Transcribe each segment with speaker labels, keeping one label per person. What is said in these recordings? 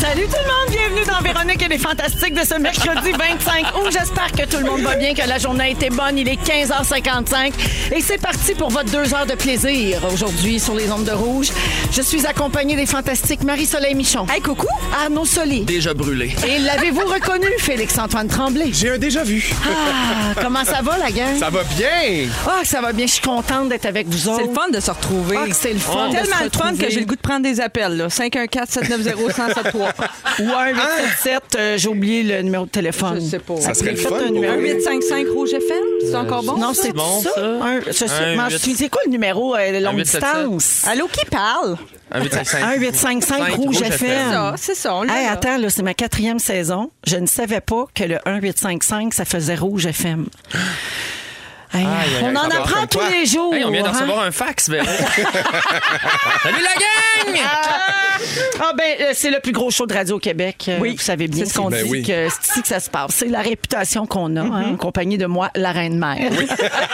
Speaker 1: Salut tout le monde, bienvenue dans Véronique et les Fantastiques de ce mercredi 25 août. J'espère que tout le monde va bien, que la journée a été bonne. Il est 15h55 et c'est parti pour votre deux heures de plaisir aujourd'hui sur les ondes de rouge. Je suis accompagnée des Fantastiques Marie-Soleil Michon. Hey, coucou! Arnaud Soli.
Speaker 2: Déjà brûlé.
Speaker 1: Et l'avez-vous reconnu, Félix-Antoine Tremblay?
Speaker 2: J'ai un déjà vu.
Speaker 1: Ah, comment ça va, la gang?
Speaker 2: Ça va bien.
Speaker 1: Ah, ça va bien. Je suis contente d'être avec vous autres.
Speaker 3: C'est le fun de se retrouver.
Speaker 1: Ah, que c'est le fun. de
Speaker 3: Tellement
Speaker 1: se
Speaker 3: le fun
Speaker 1: retrouver.
Speaker 3: que j'ai le goût de prendre des appels. là. 514-790-1073.
Speaker 1: Ou un 877, euh, j'ai oublié le numéro de téléphone.
Speaker 3: Je sais pas.
Speaker 2: Ça serait le
Speaker 1: Faites
Speaker 2: fun.
Speaker 1: un numéro.
Speaker 3: 1855 Rouge FM. Euh, C'est encore bon?
Speaker 1: Non,
Speaker 3: ça?
Speaker 1: c'est
Speaker 4: bon,
Speaker 1: ça.
Speaker 4: ça?
Speaker 1: Un- je sais
Speaker 4: Un
Speaker 1: pas.
Speaker 4: huit-
Speaker 1: Tu disais quoi le numéro euh, longue
Speaker 4: Un huit sept sept.
Speaker 1: distance?
Speaker 3: Allô, qui parle?
Speaker 4: 1,85.
Speaker 1: 1855
Speaker 4: Cinq,
Speaker 1: Rouge
Speaker 4: Rouge
Speaker 1: FM.
Speaker 4: FM.
Speaker 3: Ça, c'est ça. On l'a,
Speaker 1: Hey,
Speaker 3: Ah, là.
Speaker 1: attends, là, c'est ma quatrième saison. Je ne savais pas que le 1855, ça faisait Rouge FM. Hey,
Speaker 4: aïe,
Speaker 1: on
Speaker 4: aïe,
Speaker 1: en
Speaker 4: ça va,
Speaker 1: apprend
Speaker 4: comme
Speaker 1: tous
Speaker 4: toi.
Speaker 1: les jours.
Speaker 4: Hey, on vient de
Speaker 1: hein?
Speaker 4: recevoir un fax, Véro. Salut la gang!
Speaker 1: Ah ben, euh, c'est le plus gros show de radio au Québec. Euh,
Speaker 3: Oui.
Speaker 1: vous savez bien
Speaker 3: C'est
Speaker 1: ce qu'on
Speaker 2: Ben
Speaker 1: dit
Speaker 2: oui.
Speaker 1: que c'est ici que ça se passe. C'est la réputation qu'on a hein,
Speaker 3: Mm-hmm.
Speaker 1: en compagnie de moi, la reine mère.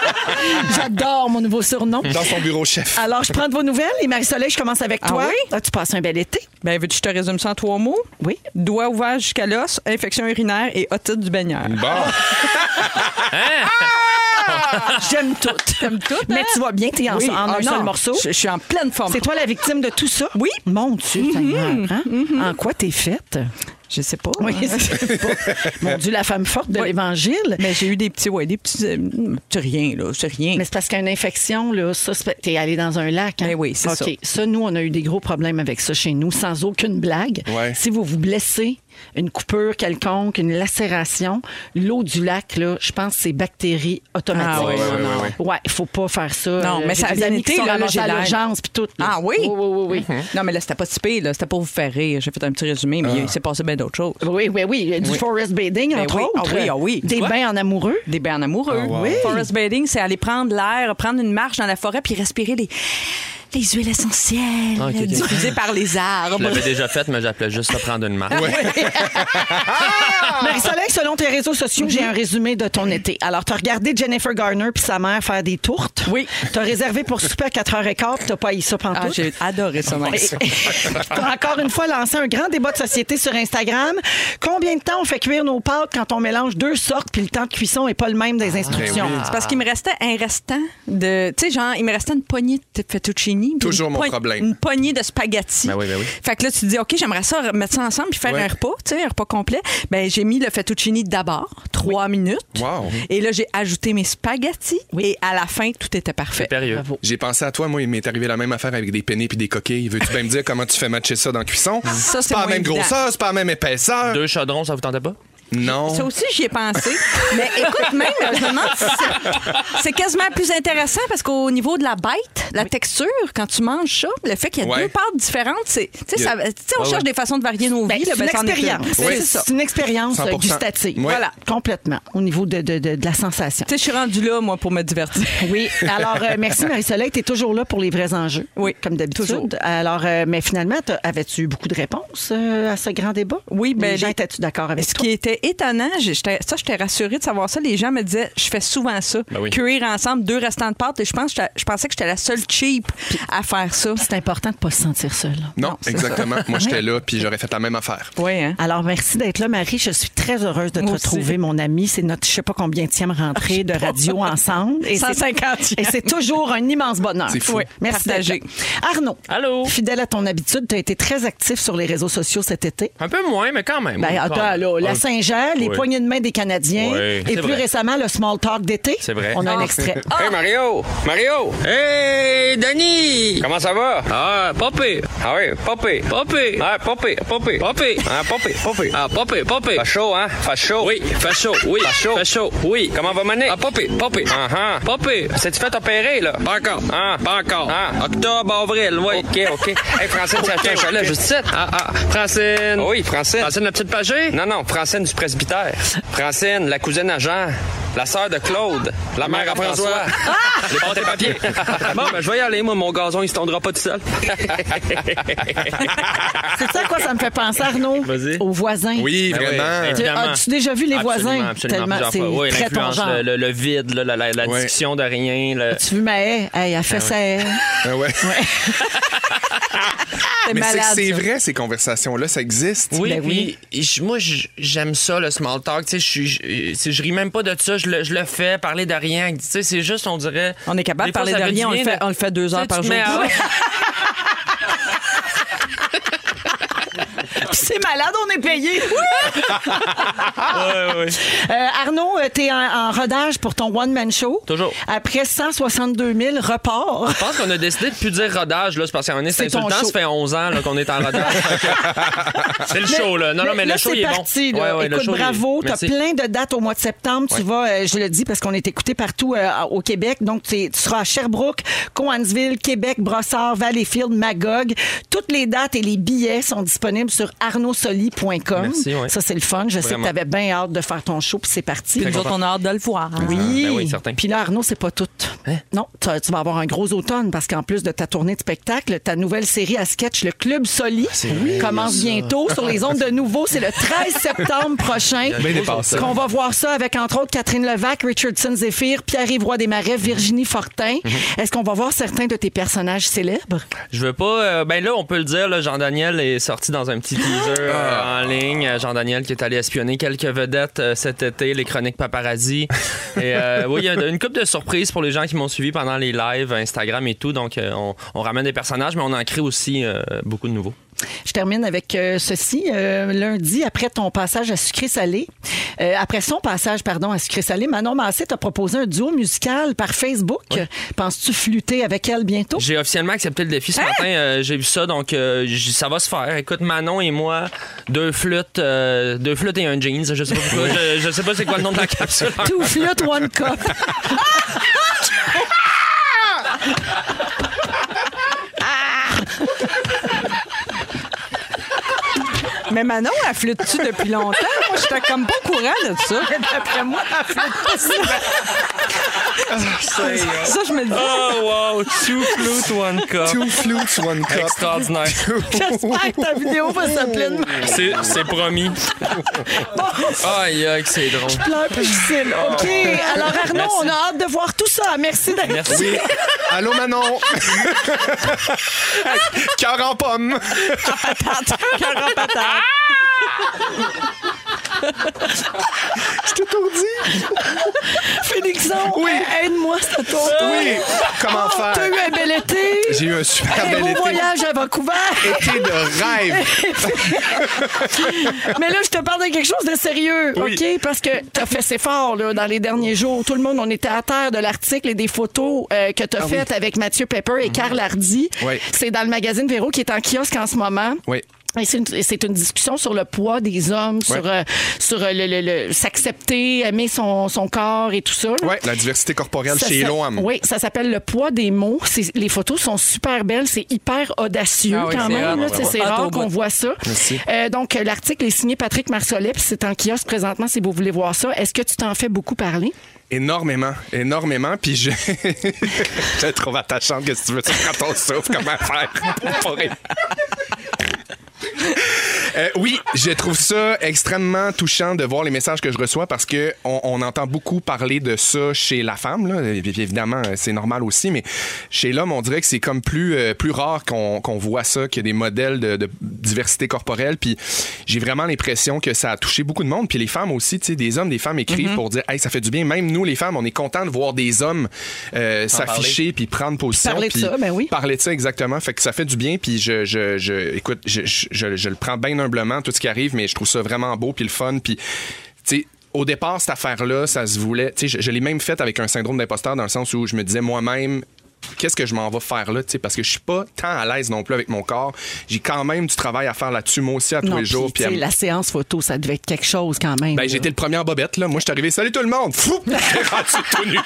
Speaker 1: J'adore mon nouveau surnom.
Speaker 2: Dans son bureau chef.
Speaker 1: Alors, je prends de vos nouvelles et Marie-Soleil, je commence avec toi.
Speaker 3: oui?
Speaker 1: Ah, tu passes un bel été.
Speaker 3: Ben, veux-tu que je te résume ça en trois mots?
Speaker 1: Oui.
Speaker 3: Doigt ouvert jusqu'à l'os, infection urinaire et otite du baigneur.
Speaker 2: Bon.
Speaker 3: Ah!
Speaker 1: J'aime tout. J'aime tout. Mais tu vas bien, t'es en,
Speaker 3: hein? Oui.
Speaker 1: en un
Speaker 3: Ah,
Speaker 1: seul
Speaker 3: non.
Speaker 1: morceau.
Speaker 3: Je, je suis en pleine forme.
Speaker 1: C'est toi la victime de tout ça? Oui. Mon Dieu,
Speaker 3: Mm-hmm.
Speaker 1: Seigneur, hein? En quoi t'es faite?
Speaker 3: Je sais pas.
Speaker 1: Oui, c'est pas- Mon Dieu, la femme forte de
Speaker 3: Oui.
Speaker 1: l'Évangile.
Speaker 3: Mais j'ai eu des petits, ouais, des petits, euh, petits rien, là. C'est rien.
Speaker 1: Mais c'est parce qu'une infection, là, ça, c'est- t'es allé dans un lac. hein?
Speaker 3: Ben oui, c'est ça.
Speaker 1: OK. Ça, nous, on a eu des gros problèmes avec ça chez nous, sans aucune blague.
Speaker 2: Ouais.
Speaker 1: Si vous vous blessez, une coupure quelconque, une lacération, l'eau du lac, là, je pense que c'est bactéries automatiques.
Speaker 3: Ah oui,
Speaker 2: Ouais, ouais, ouais,
Speaker 1: Ouais, faut pas faire ça.
Speaker 3: Non,
Speaker 1: Euh,
Speaker 3: mais
Speaker 1: j'ai
Speaker 3: ça a
Speaker 1: des
Speaker 3: bien
Speaker 1: amis
Speaker 3: été,
Speaker 1: qui sont
Speaker 3: là,
Speaker 1: ramassés
Speaker 3: j'ai
Speaker 1: à
Speaker 3: l'air.
Speaker 1: l'urgence puis tout. là.
Speaker 3: Ah oui?
Speaker 1: Oui, oui, oui. oui.
Speaker 3: Non, mais là, c'était pas si pire, là. C'était pas vous faire rire. J'ai fait un petit résumé, mais il s'est passé bien d'autres choses.
Speaker 1: Oui, oui, oui. Du forest bathing,
Speaker 3: Ben
Speaker 1: entre
Speaker 3: oui, ah
Speaker 1: autres.
Speaker 3: oui, ah oui.
Speaker 1: Des
Speaker 3: Quoi?
Speaker 1: bains en amoureux.
Speaker 3: Des bains en
Speaker 4: Ah,
Speaker 3: amoureux. oui. Forest bathing, c'est aller prendre l'air, prendre une marche dans la forêt puis respirer les, les huiles essentielles
Speaker 4: Ah, ok, ok.
Speaker 3: diffusées par les
Speaker 4: Je
Speaker 3: arbres.
Speaker 4: l'avais déjà faite, mais j'appelais juste à prendre une marque.
Speaker 1: Marie-Soleil, selon tes réseaux sociaux, j'ai un résumé de ton été. Alors, t'as regardé Jennifer Garner puis sa mère faire des tourtes.
Speaker 3: Oui.
Speaker 1: T'as réservé pour souper à 4h15 puis t'as pas eu ça
Speaker 3: Ah,
Speaker 1: pantoute.
Speaker 3: j'ai adoré ça, Max.
Speaker 1: T'as encore une fois lancé un grand débat de société sur Instagram. Combien de temps on fait cuire nos pâtes quand on mélange deux sortes puis le temps de cuisson est pas le même des instructions?
Speaker 2: oui.
Speaker 4: Ah.
Speaker 3: C'est parce qu'il me restait un restant de. Tu sais, genre, il me restait une poignée de fettuccini. puis
Speaker 2: Toujours
Speaker 3: une
Speaker 2: mon
Speaker 3: poign-
Speaker 2: problème.
Speaker 3: Une poignée de spaghettis.
Speaker 4: Ben oui, ben oui.
Speaker 3: Fait que là, tu te dis, OK, j'aimerais ça mettre ça ensemble puis faire
Speaker 2: Ouais.
Speaker 3: un repas, tu sais, un repas complet. Ben, j'ai mis le fettuccini d'abord, trois minutes.
Speaker 2: Wow.
Speaker 3: Et là, j'ai ajouté mes spaghettis. Et à la fin, tout était parfait.
Speaker 4: Sérieux.
Speaker 2: J'ai pensé à toi, moi, il m'est arrivé la même affaire avec des penne puis des coquilles. Veux-tu bien me dire comment tu fais matcher ça dans la cuisson?
Speaker 3: Ça, c'est
Speaker 2: pas la
Speaker 3: moins
Speaker 2: même
Speaker 3: évident.
Speaker 2: grosseur, c'est pas la même épaisseur.
Speaker 4: Deux chaudrons, ça vous tentait pas?
Speaker 2: Non.
Speaker 3: Ça aussi, j'y ai pensé. Mais écoute, même, je me demande si c'est- c'est quasiment plus intéressant parce qu'au niveau de la bête, la texture, quand tu manges ça, le fait qu'il y a
Speaker 2: Ouais.
Speaker 3: deux parts différentes, c'est, tu sais,
Speaker 2: Il y a-
Speaker 3: ça- tu sais, on
Speaker 4: Ouais,
Speaker 3: cherche
Speaker 4: ouais.
Speaker 3: des façons de varier nos
Speaker 1: Ben,
Speaker 3: vies.
Speaker 1: c'est
Speaker 3: là, ben, c'en
Speaker 1: une
Speaker 3: est une.
Speaker 1: expérience.
Speaker 3: C'est
Speaker 2: Oui.
Speaker 3: ça.
Speaker 1: C'est une expérience euh,
Speaker 2: 100%.
Speaker 1: gustative.
Speaker 2: Ouais.
Speaker 1: Voilà, complètement, au niveau de, de- de- de la sensation.
Speaker 3: Tu sais, je suis rendue là, moi, pour me divertir.
Speaker 1: Oui, alors euh, merci Marie-Soleil, tu es toujours là pour les vrais enjeux,
Speaker 3: Oui,
Speaker 1: comme
Speaker 3: toujours.
Speaker 1: d'habitude. Alors, euh, mais finalement, t'as- avais-tu eu beaucoup de réponses euh, à ce grand débat?
Speaker 3: Oui, ben,
Speaker 1: les gens
Speaker 3: les-
Speaker 1: étaient-tu d'accord
Speaker 3: Mais
Speaker 1: avec
Speaker 3: ce
Speaker 1: toi?
Speaker 3: qui était étonnant, j'ai- j'étais- ça, j'étais rassurée de savoir ça. Les gens me disaient, je fais souvent ça.
Speaker 4: Ben oui.
Speaker 3: Cuire ensemble deux restants de pâtes. Et je, pense, que j'étais- je pensais que j'étais la seule cheap à faire ça.
Speaker 1: C'est important de ne pas se sentir seul.
Speaker 2: Non,
Speaker 3: Non, c'est
Speaker 2: exactement. Moi, j'étais là, puis j'aurais fait la même affaire.
Speaker 3: Oui, hein?
Speaker 1: Alors, merci d'être là, Marie. Je suis très heureuse de te
Speaker 3: Moi aussi.
Speaker 1: retrouver, mon amie. C'est notre, je sais pas combien tième rentrée de radio ensemble. Et c'est-
Speaker 3: 150e.
Speaker 1: Et c'est toujours un immense bonheur.
Speaker 2: C'est fou.
Speaker 1: Oui, Merci d'être là.
Speaker 3: Partagé.
Speaker 1: Arnaud.
Speaker 4: Allô?
Speaker 1: Fidèle à ton habitude, tu as été très actif sur les réseaux sociaux cet été.
Speaker 4: Un peu moins, mais quand même.
Speaker 1: Ben, attends, là, la Saint-Jean, étrangère, les
Speaker 5: Oui.
Speaker 1: poignées de main des Canadiens
Speaker 5: Oui.
Speaker 1: et
Speaker 5: C'est
Speaker 1: plus
Speaker 5: vrai.
Speaker 1: récemment le small talk d'été.
Speaker 5: C'est vrai.
Speaker 1: On a un extrait.
Speaker 6: Hey Mario! Mario! Ah. Hey Denis! Comment ça va? Ah, popé! Ah oui, popé! Popé! Ah, popé! Popé! Popé! Ah, popé! Popé! Ah, popé! Popé! Fait chaud, hein? Fait chaud! Oui, fait chaud! Oui, fait chaud! Fait chaud! Oui! Comment va Mané? Ah, popé! Popé! Ah, ah! Popé! C'est-tu fait opérer, là? Pas encore! Ah, pas encore! Ah, octobre, avril, oui! OK, OK! Hey, Francine, ça fait un chalet, juste ici. Ah, ah! Francine! Oui, Francine! Francine, la petite pagée? Non, non, Francine du presbytère! Francine, la cousine à Jean! La sœur de Claude, la mère à François. Les pâtes et papiers. Ah! bon, ben, je vais y aller, moi, mon gazon, il se tondra pas tout seul.
Speaker 1: C'est ça à quoi ça me fait penser, Arnaud?
Speaker 5: Vas-y.
Speaker 1: Aux voisins.
Speaker 2: Oui,
Speaker 5: Ben oui,
Speaker 2: vraiment.
Speaker 5: évidemment.
Speaker 1: As-tu déjà vu les
Speaker 5: Absolument,
Speaker 1: voisins?
Speaker 5: absolument,
Speaker 1: Tellement,
Speaker 5: plusieurs
Speaker 1: c'est
Speaker 5: fois. Oui,
Speaker 1: très ton
Speaker 5: l'influence,
Speaker 1: genre.
Speaker 5: le, le- le vide, là, la, la- la
Speaker 2: Ouais.
Speaker 5: discussion de rien. le-
Speaker 1: Tu veux ma haie? Hey, elle fait sa haie.
Speaker 2: Ah ouais.
Speaker 7: C'est
Speaker 2: Mais c'est que
Speaker 7: malade.
Speaker 2: c'est
Speaker 7: ça.
Speaker 2: vrai, ces conversations-là, ça existe.
Speaker 4: Oui,
Speaker 1: Ben oui.
Speaker 4: oui. moi, j- j'aime ça, le small talk. Tu sais, je suis- je si je ris même pas de ça, je le, je le fais, parler de rien. Tu sais, c'est juste, on dirait.
Speaker 7: On est capable
Speaker 4: Des
Speaker 7: de parler
Speaker 4: fois,
Speaker 7: de
Speaker 4: ça
Speaker 7: rien, on le
Speaker 4: devient
Speaker 7: fait, on le fait deux
Speaker 4: Tu sais,
Speaker 7: heures par
Speaker 4: tu te
Speaker 7: jour.
Speaker 4: mets à-
Speaker 1: Puis c'est malade, on est payé. Euh, Arnaud, euh, t'es en, en rodage pour ton one-man show.
Speaker 4: Toujours.
Speaker 1: Après 162 000 reports.
Speaker 4: Je pense qu'on a décidé de plus dire rodage, là. C'est parce qu'à un moment donné, c'est
Speaker 1: C'est ton
Speaker 4: insultant.
Speaker 1: show.
Speaker 4: Ça fait 11 ans là, qu'on est en rodage. c'est le show, là. Non, non, mais
Speaker 1: là,
Speaker 4: le show,
Speaker 1: c'est
Speaker 4: il est
Speaker 1: parti,
Speaker 4: bon.
Speaker 1: là.
Speaker 4: Ouais, ouais, le
Speaker 1: Écoute,
Speaker 4: show, il est-
Speaker 1: bravo. T'as
Speaker 4: Merci.
Speaker 1: plein de dates au mois de septembre. Tu vas, euh, je le dis parce qu'on est écouté partout euh, au Québec. Donc, t'es- tu seras à Sherbrooke, Coansville, Québec, Brossard, Valleyfield, Magog. Toutes les dates et les billets sont disponibles sur arnaudsoli.com.
Speaker 4: Merci, ouais.
Speaker 1: Ça, c'est le fun. Je sais que
Speaker 4: Vraiment.
Speaker 1: t'avais bien hâte de faire ton show, puis c'est parti.
Speaker 7: Puis nous autres, on a hâte de le voir.
Speaker 1: Oui.
Speaker 4: ben oui, certain. Hein?
Speaker 1: Puis là, Arnaud, c'est pas tout. Non, tu, tu vas avoir un gros automne parce qu'en plus de ta tournée de spectacle, ta nouvelle série à sketch, Le Club Soli,
Speaker 4: Ah,
Speaker 1: commence bientôt sur les ondes de nouveau. C'est le 13 septembre prochain.
Speaker 2: Bien dépassé.
Speaker 1: Qu'on va voir ça avec, entre autres, Catherine Levac, Richardson Zephyr, Pierre-Yves Roy Desmarais, Virginie Fortin.
Speaker 4: Mm-hmm.
Speaker 1: Est-ce qu'on va voir certains de tes personnages célèbres?
Speaker 4: Je veux pas. euh, ben là, on peut le dire, là, Jean-Daniel est sorti dans un petit teaser euh, en ligne. Euh, Jean-Daniel qui est allé espionner quelques vedettes euh, cet été, les chroniques paparazzi. Et euh, oui, il y a une couple de surprises pour les gens qui m'ont suivi pendant les lives, Instagram et tout. Donc, euh, on, on ramène des personnages, mais on en crée aussi euh, beaucoup de nouveaux.
Speaker 1: Je termine avec euh, ceci. Euh, lundi, après ton passage à Sucré-Salé, euh, après son passage, pardon, à Sucré-Salé, Manon Massé t'a proposé un duo musical par Facebook. Penses-tu flûter avec elle bientôt?
Speaker 4: J'ai officiellement accepté le défi ce matin. euh, J'ai vu ça, donc euh, j- ça va se faire. Écoute, Manon et moi, deux flûtes, euh, deux flûtes et un jeans. Je sais pas pourquoi. je, je sais pas c'est quoi le nom de la capsule.
Speaker 1: Two flûtes, one cup.
Speaker 7: Mais Manon, elle flûte-tu depuis longtemps? Moi, j'étais comme pas au courant de ça.
Speaker 1: D'après moi, elle flûte pas ça.
Speaker 7: Ça, je me dis.
Speaker 4: Oh wow, two flutes, one cup.
Speaker 2: Two flutes, one cup.
Speaker 4: Extraordinaire.
Speaker 1: J'espère que ta vidéo va s'appeler de même.
Speaker 4: C'est c'est promis. Aïe, aïe, que c'est drôle.
Speaker 1: Pleure plus difficile. OK. Alors, Arnaud, on a hâte de voir tout ça. Merci d'être
Speaker 4: Merci.
Speaker 2: Oui. Allô, Manon? Cœur en pomme. Je t'ai tout dit.
Speaker 1: Félixon. Oui. Aide-moi, c'est à ton tour.
Speaker 2: Oui. Comment
Speaker 1: Oh, T'as eu
Speaker 2: faire?
Speaker 1: un bel été.
Speaker 2: J'ai eu un super
Speaker 1: Un
Speaker 2: bel
Speaker 1: beau
Speaker 2: été.
Speaker 1: voyage à Vancouver.
Speaker 2: Été de rêve.
Speaker 1: Mais là, je te parle de quelque chose de sérieux,
Speaker 2: Oui.
Speaker 1: OK? Parce que t'as fait ses forts là, dans les derniers jours. Tout le monde, on était à terre de l'article et des photos euh, que t'as faites avec Mathieu Pepper et Karl Hardy.
Speaker 2: Ah Mhm. Oui.
Speaker 1: C'est dans le magazine Véro qui est en kiosque en ce moment.
Speaker 2: Oui.
Speaker 1: Et c'est une, et c'est une discussion sur le poids des hommes, sur, euh, sur euh, le, le- le- s'accepter, aimer son, son corps et tout ça. là.
Speaker 2: Ouais, la diversité corporelle
Speaker 1: Ça
Speaker 2: chez
Speaker 1: s'a-
Speaker 2: l'homme.
Speaker 1: Oui, ça s'appelle Le poids des mots. C'est- Les photos sont super belles. C'est hyper audacieux
Speaker 4: Ah oui,
Speaker 1: quand
Speaker 4: c'est
Speaker 1: même.
Speaker 4: rare,
Speaker 1: là.
Speaker 4: ouais,
Speaker 1: Tu sais,
Speaker 4: ouais.
Speaker 1: C'est
Speaker 7: Ah,
Speaker 1: rare
Speaker 7: t'as au
Speaker 1: qu'on
Speaker 7: bout.
Speaker 1: voit ça. Euh, donc, euh, l'article est signé Patrick Marcelet, puis c'est en kiosque présentement si vous voulez voir ça. Est-ce que tu t'en fais beaucoup parler?
Speaker 2: Énormément, énormément. Puis je. je la trouve attachante que si tu veux ça quand on souffre, comment faire pour rire. Euh, oui, je trouve ça extrêmement touchant de voir les messages que je reçois parce que on, on entend beaucoup parler de ça chez la femme. Là. Et puis, Évidemment, euh, c'est normal aussi, mais chez l'homme, on dirait que c'est comme plus, euh, plus rare qu'on qu'on voit ça, qu'il y a des modèles de, de diversité corporelle. Puis j'ai vraiment l'impression que ça a touché beaucoup de monde. Puis les femmes aussi, tu sais, des hommes, des femmes écrivent
Speaker 1: Mm-hmm.
Speaker 2: pour dire Hey, ça fait du bien. Même nous, les femmes, on est contents de voir des hommes euh, s'afficher puis prendre position.
Speaker 1: parler de
Speaker 2: puis
Speaker 1: ça, ben oui.
Speaker 2: Parler de ça, exactement. Fait que ça fait du bien. Puis je, je, je- écoute, je, je- je- je le prends bien humblement tout ce qui arrive, mais je trouve ça vraiment beau, puis le fun, puis tu sais, au départ, cette affaire-là, ça se voulait. Tu sais, je, je l'ai même faite avec un syndrome d'imposteur dans le sens où je me disais moi-même. Qu'est-ce que je m'en vais faire là, tu sais, parce que je suis pas tant à l'aise non plus avec mon corps. J'ai quand même du travail à faire là-dessus, moi aussi, à tous
Speaker 1: Non,
Speaker 2: les
Speaker 1: puis,
Speaker 2: jours.
Speaker 1: tu
Speaker 2: puis à
Speaker 1: sais,
Speaker 2: me-
Speaker 1: la séance photo, ça devait être quelque chose quand même.
Speaker 2: ben,
Speaker 1: là.
Speaker 2: j'étais le premier en bobette, là. Moi, je suis arrivé, salut tout le monde! Fou! J'étais rendu tout nu.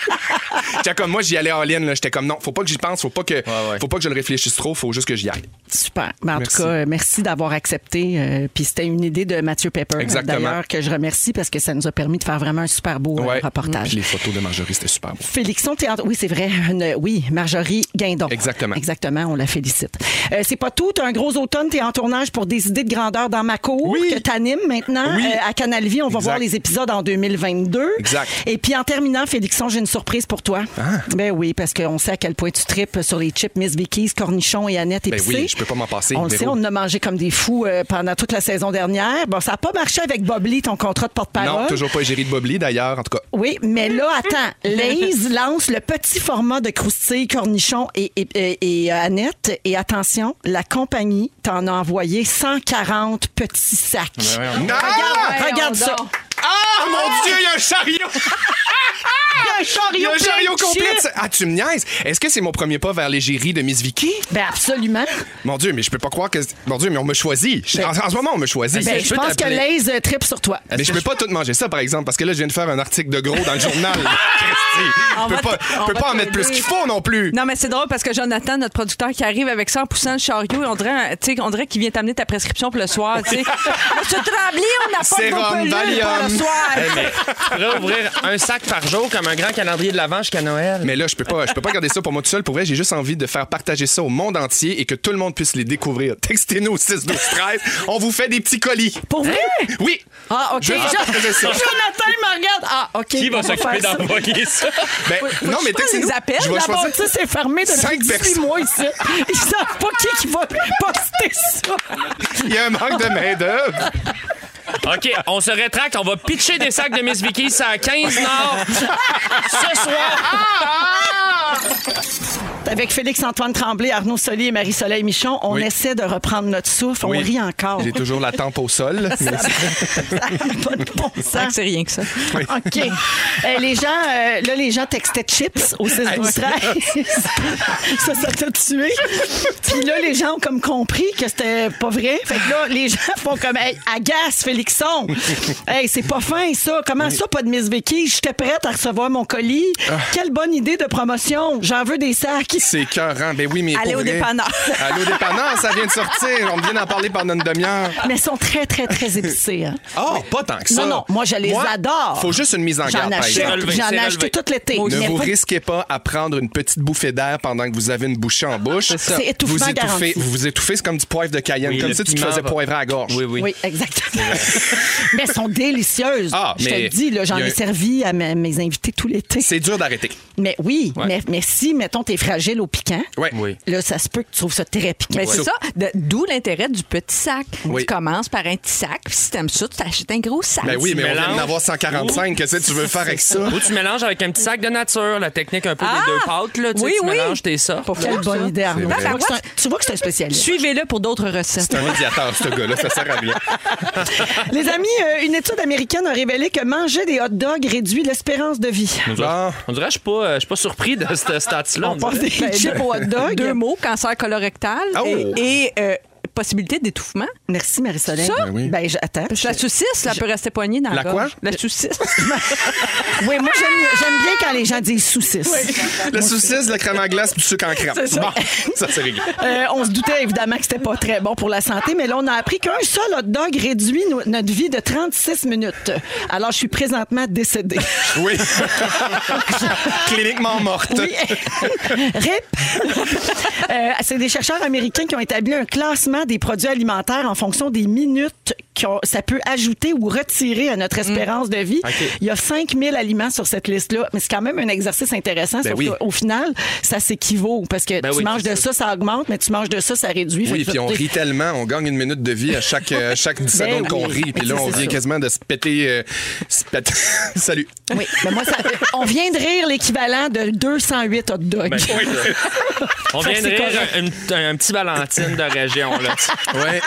Speaker 2: J'étais comme, moi, j'y allais en ligne, là. J'étais comme, non, faut pas que j'y pense, faut pas que,
Speaker 5: ouais.
Speaker 2: faut pas que je le réfléchisse trop, faut juste que j'y aille.
Speaker 1: Super. Ben, en
Speaker 2: Merci.
Speaker 1: tout cas, euh, merci d'avoir accepté. euh, Puis c'était une idée de Mathieu Pepper, euh,
Speaker 2: Exactement.
Speaker 1: d'ailleurs, que je remercie parce que ça nous a permis de faire vraiment un super beau euh, reportage.
Speaker 2: Puis les photos de Marjorie, c'était super beau.
Speaker 1: Félixon Théâtre, oui, c'est vrai. Une- oui, Marjorie Guindon.
Speaker 2: Exactement.
Speaker 1: Exactement, on la félicite. Euh, c'est pas tout. T'as un gros automne, t'es en tournage pour des idées de grandeur dans ma cour
Speaker 2: Oui.
Speaker 1: que t'animes maintenant
Speaker 2: Oui.
Speaker 1: euh, à Canal Vie. On va
Speaker 2: Exact.
Speaker 1: voir les épisodes en 2022.
Speaker 2: Exact. Ah.
Speaker 1: Et puis en terminant, Félixon, j'ai une surprise pour toi. Ben oui, parce qu'on sait à quel point tu tripes sur les chips Miss Vicky's, Cornichon et Annette
Speaker 2: Ben
Speaker 1: épicées.
Speaker 2: oui, je peux pas m'en passer,
Speaker 1: On le
Speaker 2: Véro.
Speaker 1: sait, on en a mangé comme des fous euh, pendant toute la saison dernière. Bon, ça n'a pas marché avec Bob Lee, ton contrat de porte-parole.
Speaker 2: Non, toujours pas égérie de Bobli, d'ailleurs, en tout cas.
Speaker 1: Oui, mais là, attends. Lays lance le petit format de croustilles, cornichons et, et- et- et, euh, Annette. Et attention, la compagnie t'en a envoyé 140 petits sacs.
Speaker 2: Non!
Speaker 1: Regarde, regarde ça.
Speaker 2: Ah, mon Dieu, il y a un chariot!
Speaker 1: Il y a un
Speaker 2: Il y
Speaker 1: chariot,
Speaker 2: a un
Speaker 1: plein
Speaker 2: chariot
Speaker 1: de
Speaker 2: complet!
Speaker 1: chips.
Speaker 2: de- Ah, tu me niaises! Est-ce que c'est mon premier pas vers l'égérie de Miss Vicky?
Speaker 1: Ben absolument.
Speaker 2: Mon Dieu, mais je peux pas croire que. Mon Dieu, mais on me choisit. Je- En, en ce moment, on me choisit.
Speaker 1: Ben,
Speaker 5: je
Speaker 1: je
Speaker 5: peux
Speaker 1: pense que
Speaker 5: t'appeler?
Speaker 1: Lays euh, tripe sur toi.
Speaker 2: Mais je peux pas tout manger ça, par exemple, parce que là, je viens de faire un article de gros dans le journal. Christy,
Speaker 7: On
Speaker 2: je
Speaker 7: va
Speaker 2: peux pas,
Speaker 7: t-
Speaker 2: je
Speaker 7: on
Speaker 2: peux
Speaker 7: va
Speaker 2: pas en mettre plus
Speaker 7: t'aider.
Speaker 2: qu'il faut non plus.
Speaker 7: Non, mais c'est drôle parce que Jonathan, notre producteur, qui arrive avec 100 de chariot, on dirait, un- tu sais, on dirait qu'il vient t'amener ta prescription pour le soir. tu sais. Monsieur Tremblay, on n'a pas de
Speaker 2: Sérum,
Speaker 7: vos pelules pour
Speaker 2: Valium.
Speaker 7: le soir.
Speaker 4: Hey, mais tu pourrais ouvrir un sac par jour comme un grand calendrier de l'Avent jusqu'à Noël.
Speaker 2: Mais là, je peux pas, je peux pas garder ça pour moi tout seul. Pour vrai, j'ai juste envie de faire partager ça au monde entier et que tout le monde puisse les découvrir. Textez-nous au 6 12 13. On vous fait des petits colis.
Speaker 1: Pour vrai?
Speaker 2: Oui.
Speaker 1: Ah, OK.
Speaker 2: Hein? Je vais faire partager ça.
Speaker 1: Jonathan, il me regarde. Ah, OK.
Speaker 5: Qui va
Speaker 1: on faire
Speaker 5: s'occuper
Speaker 1: ça.
Speaker 5: d'envoyer ça?
Speaker 2: Ben, non, mais
Speaker 7: je fasse
Speaker 2: textez-nous.
Speaker 7: des appels,
Speaker 2: Je vais
Speaker 1: La
Speaker 2: choisir.
Speaker 1: bâtisse est fermée
Speaker 2: Cinq
Speaker 1: depuis six
Speaker 2: personnes.
Speaker 1: mois ici. Ils savent pas qui, qui va poster ça.
Speaker 2: Il y a un manque de main
Speaker 1: Ah,
Speaker 2: d'œuvre.
Speaker 5: OK,
Speaker 4: On se rétracte, on va pitcher des sacs de Miss Vicky, ça à 15 nord ce soir.
Speaker 2: Ah,
Speaker 1: Avec Félix-Antoine Tremblay, Arnaud Soli et Marie-Soleil Michon, on
Speaker 2: Oui.
Speaker 1: essaie de reprendre notre souffle.
Speaker 2: Oui.
Speaker 1: On rit encore.
Speaker 2: J'ai toujours la tempe au sol. mais
Speaker 1: Ça n'a pas de bon
Speaker 7: C'est vrai que
Speaker 1: sens.
Speaker 7: C'est rien que ça.
Speaker 1: OK. Euh, les gens, euh, là, les gens textaient chips au 6 12 13. Ça, ça t'a tué. Puis là, les gens ont comme compris que c'était pas vrai. Fait que là, les gens font comme, hey, agace, Félixon. Hey, c'est pas fin, ça. Comment ça, pas de Miss Vicky? J'étais prête à recevoir mon colis. Quelle bonne idée de promotion. J'en veux des sacs.
Speaker 2: Ah. C'est écœurant. Ben oui, mais.
Speaker 7: Allez
Speaker 2: pour
Speaker 7: au
Speaker 2: vrai.
Speaker 7: dépanneur.
Speaker 2: Allez au dépanneur, ça vient de sortir. On vient d'en parler pendant une demi-heure.
Speaker 1: Mais ils sont très, très, très épicés. hein.
Speaker 2: Oh, pas tant que ça.
Speaker 1: Non, non, moi, je les adore.
Speaker 2: Faut juste une mise en
Speaker 1: J'en
Speaker 2: garde, par
Speaker 1: achète.
Speaker 2: exemple.
Speaker 4: relevé,
Speaker 1: J'en ai
Speaker 4: c'est
Speaker 1: acheté
Speaker 4: relevé.
Speaker 1: tout l'été.
Speaker 2: Ne
Speaker 1: Mais
Speaker 2: vous
Speaker 1: pas-
Speaker 2: risquez pas à prendre une petite bouffée d'air pendant que vous avez une bouchée en bouche.
Speaker 1: ça. Ah, C'est étouffement
Speaker 2: vous étouffez,
Speaker 1: garanti.
Speaker 2: Vous vous étouffez, c'est comme du poivre de Cayenne,
Speaker 4: Oui,
Speaker 2: comme
Speaker 4: le
Speaker 2: si tu te
Speaker 4: piment
Speaker 2: faisais
Speaker 4: va-
Speaker 2: poivrer à la gorge.
Speaker 4: Oui, oui.
Speaker 1: Oui, exactement. mais elles sont délicieuses.
Speaker 2: Ah,
Speaker 1: Je te
Speaker 2: mais
Speaker 1: le dis, là, j'en
Speaker 2: il y a
Speaker 1: ai
Speaker 2: un-
Speaker 1: servi à mes, mes invités tout l'été.
Speaker 2: C'est dur d'arrêter.
Speaker 1: Mais oui,
Speaker 2: Ouais.
Speaker 1: mais, mais si, mettons, t'es fragile au piquant,
Speaker 2: Ouais.
Speaker 4: Oui.
Speaker 1: là, ça se peut que tu trouves ça très piquant.
Speaker 7: Mais c'est
Speaker 2: Ouais.
Speaker 7: ça, de- d'où l'intérêt du petit sac.
Speaker 2: Oui.
Speaker 7: Tu commences par un petit sac, puis si t'aimes ça, tu t'achètes un gros sac.
Speaker 2: Ben oui, mais on
Speaker 4: mélanges.
Speaker 2: vient d'en avoir 145. Qu'est-ce que tu veux faire avec ça?
Speaker 4: Ou tu mélanges avec un petit sac de nature, la technique un peu
Speaker 7: Ah!
Speaker 4: des deux pâtes, là, tu, sais,
Speaker 7: Oui,
Speaker 4: tu
Speaker 7: oui.
Speaker 4: mélanges tes sortes.
Speaker 7: Pour
Speaker 1: Quelle
Speaker 7: faire
Speaker 1: bonne
Speaker 7: ça.
Speaker 1: idée, Arnaud.
Speaker 2: C'est
Speaker 1: Tu vois
Speaker 7: vrai.
Speaker 1: que c'est un- Tu vois que c'est un spécialiste.
Speaker 7: Suivez-le pour d'autres recettes.
Speaker 2: C'est un médiateur, ce gars-là. Ça sert à rien.
Speaker 1: Les amis, euh, une étude américaine a révélé que manger des hot dogs réduit l'espérance de vie.
Speaker 4: On
Speaker 2: Ah.
Speaker 4: dirait- on dirait que je suis pas, euh, je suis pas surpris de ce stat-là. on
Speaker 1: On passe
Speaker 4: dirait.
Speaker 1: des chips au hot dog.
Speaker 7: Ben, Deux mots, cancer colorectal
Speaker 2: Oh.
Speaker 7: et, et, euh, possibilité d'étouffement.
Speaker 1: Merci, Marie-Soleil.
Speaker 7: Ça?
Speaker 2: Ben oui.
Speaker 1: Ben, je- attends.
Speaker 7: Parce que La saucisse, là, peut rester poignée dans
Speaker 2: La
Speaker 7: la gorge.
Speaker 2: quoi?
Speaker 7: La saucisse.
Speaker 1: Oui, moi, j'aime j'aime bien quand les gens disent saucisses.
Speaker 2: Le saucisse, le crème à glace, puis du sucre en crème.
Speaker 1: C'est ça.
Speaker 2: Bon, ça, c'est réglé.
Speaker 1: Euh, on se doutait évidemment que c'était pas très bon pour la santé, mais là, on a appris qu'un seul hot dog réduit no- notre vie de 36 minutes. Alors, je suis présentement décédée.
Speaker 2: Oui. Cliniquement morte.
Speaker 1: Oui. RIP. Euh, c'est des chercheurs américains qui ont établi un classement des produits alimentaires en fonction des minutes que ça peut ajouter ou retirer à
Speaker 2: Mm.
Speaker 1: notre espérance de vie. Il y a 5000 aliments sur cette liste-là, mais c'est quand même un exercice intéressant.
Speaker 2: Ben
Speaker 1: sauf
Speaker 2: oui.
Speaker 1: qu'au final, ça s'équivaut parce que
Speaker 4: Ben
Speaker 1: tu
Speaker 4: oui,
Speaker 1: manges
Speaker 4: c'est
Speaker 1: de ça. ça, augmente, mais tu manges de ça, ça réduit. Fait
Speaker 2: Oui,
Speaker 1: que
Speaker 2: puis on
Speaker 1: tu-
Speaker 2: rit tellement, on gagne une minute de vie à chaque, euh, chaque 10
Speaker 1: Ben
Speaker 2: secondes
Speaker 1: oui.
Speaker 2: qu'on rit. Puis là, on
Speaker 1: C'est
Speaker 2: vient
Speaker 1: ça.
Speaker 2: quasiment de se péter. euh, se péter- Salut.
Speaker 1: Oui, mais moi, ça- on vient de rire l'équivalent de 208 hot dogs.
Speaker 4: Ben, On vient de
Speaker 1: C'est
Speaker 4: rire
Speaker 1: correct.
Speaker 4: un, un- un petit Valentine de région. Là.
Speaker 2: fait. Ouais.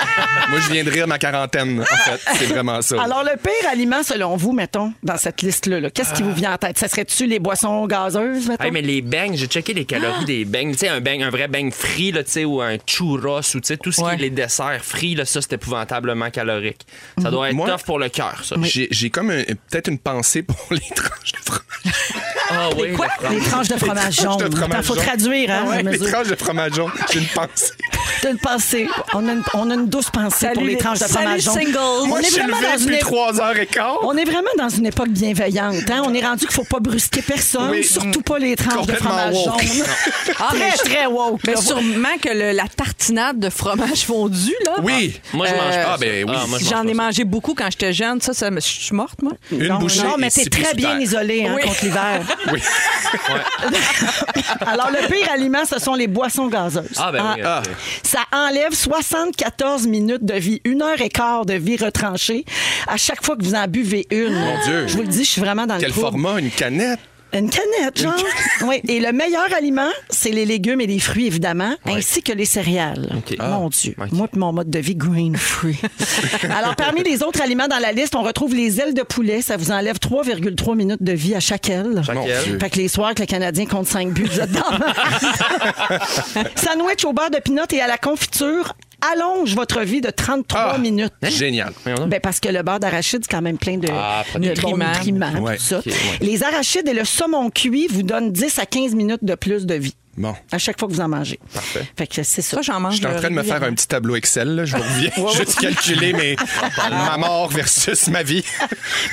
Speaker 2: Moi, je viens de rire ma quarantaine, en fait. C'est vraiment ça.
Speaker 1: Alors, le pire aliment, selon vous, mettons, dans cette liste-là, là, qu'est-ce qui vous vient en tête? Ça serait-tu les boissons gazeuses, mettons?
Speaker 4: Hey, mais les bangs, j'ai checké les calories des bangs. Tu sais, un, bang, un vrai bang frit, là, tu sais, ou un churros, ou tu sais, tout ce qui est les desserts frits, là, ça, c'est épouvantablement calorique. Ça doit être
Speaker 2: Moi-
Speaker 4: tough pour le cœur, ça.
Speaker 2: J'ai j'ai comme un- peut-être une pensée pour les tranches de fromage.
Speaker 4: Ah oui,
Speaker 1: Quoi?
Speaker 4: le fromage.
Speaker 1: Les tranches de fromage jaune.
Speaker 2: de fromage
Speaker 1: Attends, faut
Speaker 2: jaune.
Speaker 1: traduire, hein,
Speaker 2: Ah ouais,
Speaker 1: à
Speaker 2: les
Speaker 1: mesure.
Speaker 2: tranches de fromage jaune, j'ai une pensée.
Speaker 1: de le penser. On a une, on a une douce pensée
Speaker 7: Salut
Speaker 1: pour les
Speaker 7: les-
Speaker 1: tranches de
Speaker 7: salut
Speaker 1: fromage jaune.
Speaker 7: les singles.
Speaker 1: On
Speaker 2: Moi,
Speaker 1: est
Speaker 2: je suis
Speaker 1: vraiment
Speaker 2: levé
Speaker 1: dans une
Speaker 2: depuis
Speaker 1: é-
Speaker 2: 3 heures et quart.
Speaker 1: on est vraiment dans une époque bienveillante. hein. On est rendu qu'il ne faut pas brusquer personne,
Speaker 2: Oui.
Speaker 1: surtout pas les tranches de
Speaker 2: Complètement
Speaker 1: fromage
Speaker 2: woke.
Speaker 1: jaune.
Speaker 7: Ah, mais
Speaker 1: très, très woke.
Speaker 7: Mais
Speaker 1: là.
Speaker 7: sûrement que le- la tartinade de fromage fondu, là.
Speaker 2: Oui.
Speaker 4: Moi, je mange
Speaker 7: Euh,
Speaker 4: pas.
Speaker 2: Ah, ben
Speaker 4: Ah,
Speaker 2: oui.
Speaker 4: moi, je mange
Speaker 7: J'en
Speaker 4: pas
Speaker 7: ai
Speaker 4: ça.
Speaker 7: mangé beaucoup quand j'étais jeune. Ça, ça me- je suis morte, moi.
Speaker 2: Une
Speaker 1: non,
Speaker 2: bouchée.
Speaker 1: non, mais
Speaker 2: et
Speaker 1: t'es
Speaker 2: six
Speaker 1: très
Speaker 2: pouces
Speaker 1: bien
Speaker 2: d'air.
Speaker 1: isolé hein,
Speaker 7: Oui.
Speaker 1: contre l'hiver.
Speaker 2: Oui.
Speaker 1: Alors, le pire aliment, ce sont les boissons gazeuses.
Speaker 4: Ah, ben oui, ok.
Speaker 1: Ça enlève 74 minutes de vie, une heure et quart de vie retranchée à chaque fois que vous en buvez une.
Speaker 2: Mon Dieu.
Speaker 1: Je vous le dis, je suis vraiment dans
Speaker 2: Quel
Speaker 1: le trouble.
Speaker 2: format? Une canette?
Speaker 1: Une canette, genre. oui. Et le meilleur aliment, c'est les légumes et les fruits, évidemment, ainsi que les céréales.
Speaker 4: OK.
Speaker 1: Mon
Speaker 4: Ah,
Speaker 1: Dieu.
Speaker 4: OK.
Speaker 1: Moi, pis mon mode de vie green free. Alors, parmi les autres aliments dans la liste, on retrouve les ailes de poulet. Ça vous enlève 3,3 minutes de vie à chaque aile.
Speaker 4: Chaque
Speaker 2: Mon
Speaker 4: aile.
Speaker 2: Dieu.
Speaker 1: Fait que les soirs que le Canadien compte 5 buts, vous êtes dans le- Sandwich au beurre de pinot et à la confiture allonge votre vie de 33
Speaker 2: Ah.
Speaker 1: minutes.
Speaker 4: Hein?
Speaker 2: Génial.
Speaker 4: Voyons donc.
Speaker 1: Ben parce que le beurre d'arachide, c'est quand même plein de,
Speaker 4: Ah,
Speaker 1: de bons
Speaker 7: nutriments.
Speaker 1: nutriments, tout
Speaker 2: Ouais.
Speaker 1: ça.
Speaker 4: Ok, ouais.
Speaker 1: Les arachides et le saumon cuit vous donnent 10 à 15 minutes de plus de vie.
Speaker 2: Bon.
Speaker 1: À chaque fois que vous en mangez. Parfait. Fait que c'est ça.
Speaker 7: Ça, j'en mange. euh,
Speaker 2: Je suis en train de me faire un petit tableau Excel. là. Je vous reviens juste calculer mes, ma mort versus ma vie.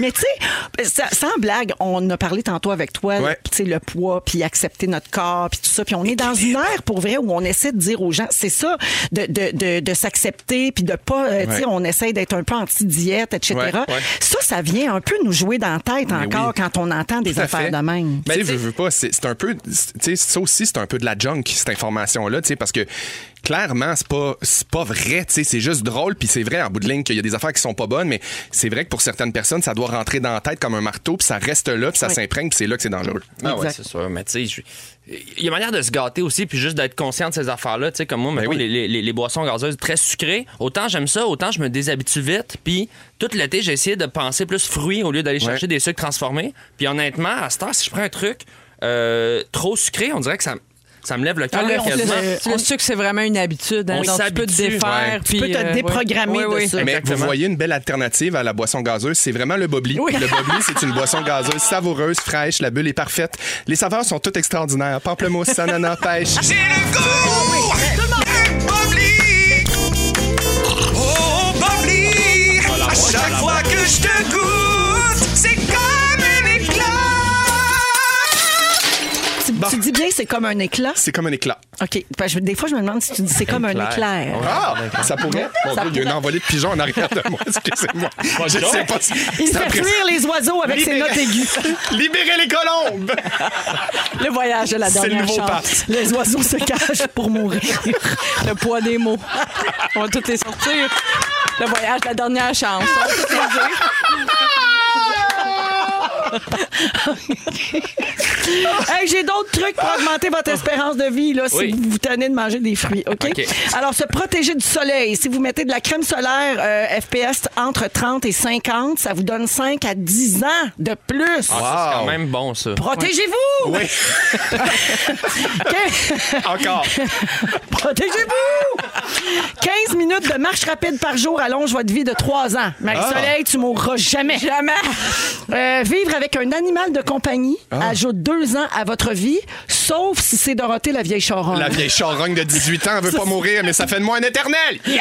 Speaker 1: Mais tu sais, ça- sans blague, on a parlé tantôt avec toi,
Speaker 2: Ouais.
Speaker 1: tu sais, le poids, puis accepter notre corps, puis tout ça. Puis on est dans une ère, pour vrai, où on essaie de dire aux gens, c'est ça, de, de, de, de s'accepter, puis de pas, euh, tu sais,
Speaker 2: Ouais.
Speaker 1: on essaie d'être un peu anti-diète, etc.
Speaker 2: Ouais, ouais.
Speaker 1: Ça, ça vient un peu nous jouer dans la tête encore
Speaker 2: oui.
Speaker 1: quand on entend des
Speaker 2: Tout à
Speaker 1: affaires
Speaker 2: fait.
Speaker 1: de même.
Speaker 2: Mais tu sais, veux, veux pas, c'est c'est un peu. c'est- Tu sais, ça aussi, c'est un peu de la junk, cette information-là, tu sais, parce que clairement, c'est pas, c'est pas vrai, tu sais, c'est juste drôle, puis c'est vrai, en bout de ligne, qu'il y a des affaires qui sont pas bonnes, mais c'est vrai que pour certaines personnes, ça doit rentrer dans la tête comme un marteau, puis ça reste là, puis ça s'imprègne, puis c'est là que c'est dangereux.
Speaker 4: Ah ouais, c'est sûr. Mais tu sais, je- il y a manière de se gâter aussi, puis juste d'être conscient de ces affaires-là. Tu sais, comme moi, mettons,
Speaker 2: Ben oui.
Speaker 4: les- les, les- les boissons gazeuses très sucrées, autant j'aime ça, autant je me déshabitue vite. Puis tout l'été, j'ai essayé de penser plus fruits au lieu d'aller chercher des sucres transformés. Puis honnêtement, à cette heure, si je prends un truc euh, trop sucré, on dirait que ça, m- ça me lève le cœur
Speaker 3: Ah
Speaker 7: Le,
Speaker 4: quasiment.
Speaker 7: le- le sucre, c'est vraiment une habitude. Hein,
Speaker 4: On
Speaker 7: donc tu peux te
Speaker 4: s'habitue,
Speaker 7: défaire.
Speaker 4: ouais.
Speaker 1: Tu peux
Speaker 7: puis,
Speaker 1: te
Speaker 7: euh, ouais.
Speaker 1: déprogrammer
Speaker 7: Ouais,
Speaker 1: de
Speaker 7: ouais.
Speaker 1: ça.
Speaker 2: Mais
Speaker 4: Exactement.
Speaker 2: vous voyez une belle alternative à la boisson gazeuse, c'est vraiment le bobli. Le bobli, c'est une boisson gazeuse savoureuse, fraîche, la bulle est parfaite. Les saveurs sont toutes extraordinaires. Pamplemousse, ananas, pêche.
Speaker 8: C'est le goût du Bobli. Oh, Bobli. À chaque fois que je te goûte, c'est comme un éclat.
Speaker 1: Tu, tu dis bien, c'est comme un éclat.
Speaker 2: C'est comme un éclat.
Speaker 1: OK. Parce que des fois, je me demande si tu dis c'est comme un
Speaker 4: Éclair.
Speaker 1: éclair.
Speaker 2: Ah! Ça pourrait. Mon
Speaker 1: Ça
Speaker 2: Dieu, il y a une
Speaker 1: pourrait.
Speaker 2: envolée de pigeons en arrière de moi. Excusez-moi. Je
Speaker 4: donc.
Speaker 2: sais pas si.
Speaker 1: Il
Speaker 2: ça
Speaker 1: fait
Speaker 2: pré-
Speaker 1: fuir les oiseaux avec ses
Speaker 2: Libérez-
Speaker 1: notes aiguës.
Speaker 2: Libérez les colombes!
Speaker 7: Le voyage de la
Speaker 2: C'est le
Speaker 7: dernière
Speaker 2: nouveau
Speaker 7: chance.
Speaker 2: pape.
Speaker 1: Les oiseaux se cachent pour mourir.
Speaker 7: Le poids des mots. On va toutes les sortir. Le voyage de la dernière chance. On va toutes les
Speaker 1: Ah!
Speaker 7: dire.
Speaker 1: Hey, j'ai d'autres trucs pour augmenter votre espérance de vie là, si
Speaker 4: Ah! Oui.
Speaker 1: vous vous tenez de manger des fruits. OK?
Speaker 4: OK.
Speaker 1: Alors, se protéger du soleil. Si vous mettez de la crème solaire euh, FPS entre 30 et 50, ça vous donne 5 à 10 ans de plus.
Speaker 4: Ah, ça, C'est quand
Speaker 2: Wow.
Speaker 4: même bon, ça.
Speaker 1: Protégez-vous!
Speaker 2: Oui,
Speaker 1: Que-
Speaker 2: encore.
Speaker 1: Protégez-vous! 15 minutes de marche rapide par jour allonge votre vie de 3 ans.
Speaker 2: Ah.
Speaker 1: Marie-Soleil, tu mourras jamais.
Speaker 7: Jamais.
Speaker 1: Euh, vivre avec un animal de compagnie
Speaker 2: Ah.
Speaker 1: ajoute 2 ans à votre vie, sauf si c'est Dorothée la vieille charogne.
Speaker 2: La vieille charogne de 18 ans veut pas mourir, mais ça fait de moi un éternel! Yeah!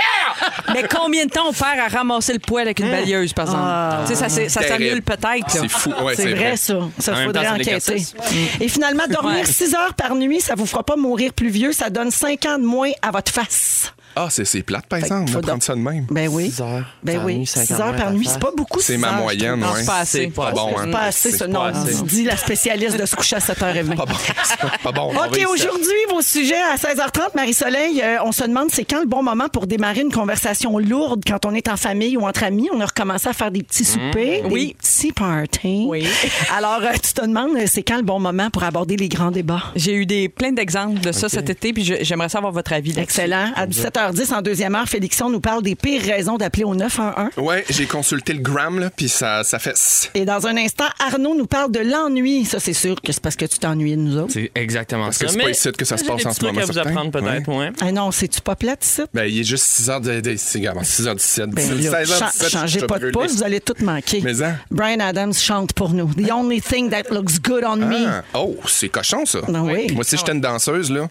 Speaker 7: Mais combien de temps on perd à ramasser le poêle avec une balieuse, par exemple? Tu sais, ça, c'est- ça
Speaker 2: Hein? Ah. Terrible. Ah,
Speaker 7: s'annule peut-être. là.
Speaker 2: C'est fou. Ouais,
Speaker 1: C'est vrai, ça. Ça
Speaker 4: En même
Speaker 1: faudrait
Speaker 4: temps, c'est un
Speaker 1: enquêter.
Speaker 4: exercice.
Speaker 1: Et finalement,
Speaker 7: Ouais.
Speaker 1: dormir 6 heures par nuit, ça vous fera pas mourir plus vieux. Ça donne 5 ans de moins à votre face.
Speaker 2: Ah, c'est- c'est plate, par exemple,
Speaker 1: faut
Speaker 2: de prendre
Speaker 1: donc-
Speaker 2: ça de même.
Speaker 1: Ben oui.
Speaker 4: Six heures
Speaker 1: Ben
Speaker 4: par
Speaker 1: oui.
Speaker 4: nuit, cinq
Speaker 1: 6
Speaker 4: ans de
Speaker 1: heures
Speaker 4: moins
Speaker 1: par
Speaker 4: à
Speaker 1: nuit,
Speaker 4: ta
Speaker 1: c'est
Speaker 4: face.
Speaker 1: pas beaucoup.
Speaker 2: C'est
Speaker 1: six
Speaker 2: ma
Speaker 1: heures, je
Speaker 2: moyenne,
Speaker 1: trouve. Ah,
Speaker 2: ouais.
Speaker 7: C'est pas assez.
Speaker 4: C'est pas bon,
Speaker 1: C'est
Speaker 4: hein.
Speaker 1: pas assez, ça.
Speaker 4: C'est
Speaker 1: Non,
Speaker 4: pas assez.
Speaker 1: dis la spécialiste de se coucher à 7h20.
Speaker 2: Pas bon. C'est Pas
Speaker 4: Ah
Speaker 2: bon.
Speaker 1: OK, aujourd'hui, vos sujets à 16h30, Marie-Soleil, euh, on se demande c'est quand le bon moment pour démarrer une conversation lourde quand on est en famille ou entre amis. On a recommencé à faire des
Speaker 4: Mmh.
Speaker 1: petits soupers, des
Speaker 7: Oui.
Speaker 1: petits parties.
Speaker 7: Oui.
Speaker 1: Alors, euh, tu te demandes euh, c'est quand le bon moment pour aborder les grands débats.
Speaker 7: J'ai eu des, plein d'exemples de ça cet été, puis je- j'aimerais savoir votre avis. là-dessus.
Speaker 1: Excellent. À 17h20, 7h10 en deuxième heure, Félixon nous parle des pires raisons d'appeler au 911.
Speaker 2: Ouais, j'ai consulté le gram, là, puis ça, ça fait. s-
Speaker 1: Et dans un instant, Arnaud nous parle de l'ennui. Ça, c'est sûr que c'est parce que tu t'ennuies de nous autres.
Speaker 4: C'est exactement
Speaker 2: Parce
Speaker 4: ça.
Speaker 2: que c'est pas
Speaker 4: Mais
Speaker 2: ici que ça se
Speaker 4: j'ai
Speaker 2: passe
Speaker 4: des
Speaker 2: en
Speaker 4: petits
Speaker 2: ce moment,
Speaker 4: trucs à vous
Speaker 2: certain.
Speaker 4: apprendre peut-être, ouais.
Speaker 1: Ah non, c'est-tu pas plate, ici?
Speaker 2: Ben, il est juste 6 h de, de, c'est également 6 h 17.
Speaker 1: Ben là, cha- changez pas de pouce, vous allez tout manquer.
Speaker 2: Mais hein?
Speaker 1: Brian Adams chante pour nous. The only thing that looks good on me.
Speaker 2: Ah, oh, c'est cochon, ça.
Speaker 1: Ah oui.
Speaker 2: Moi, si j'étais une danseuse, là,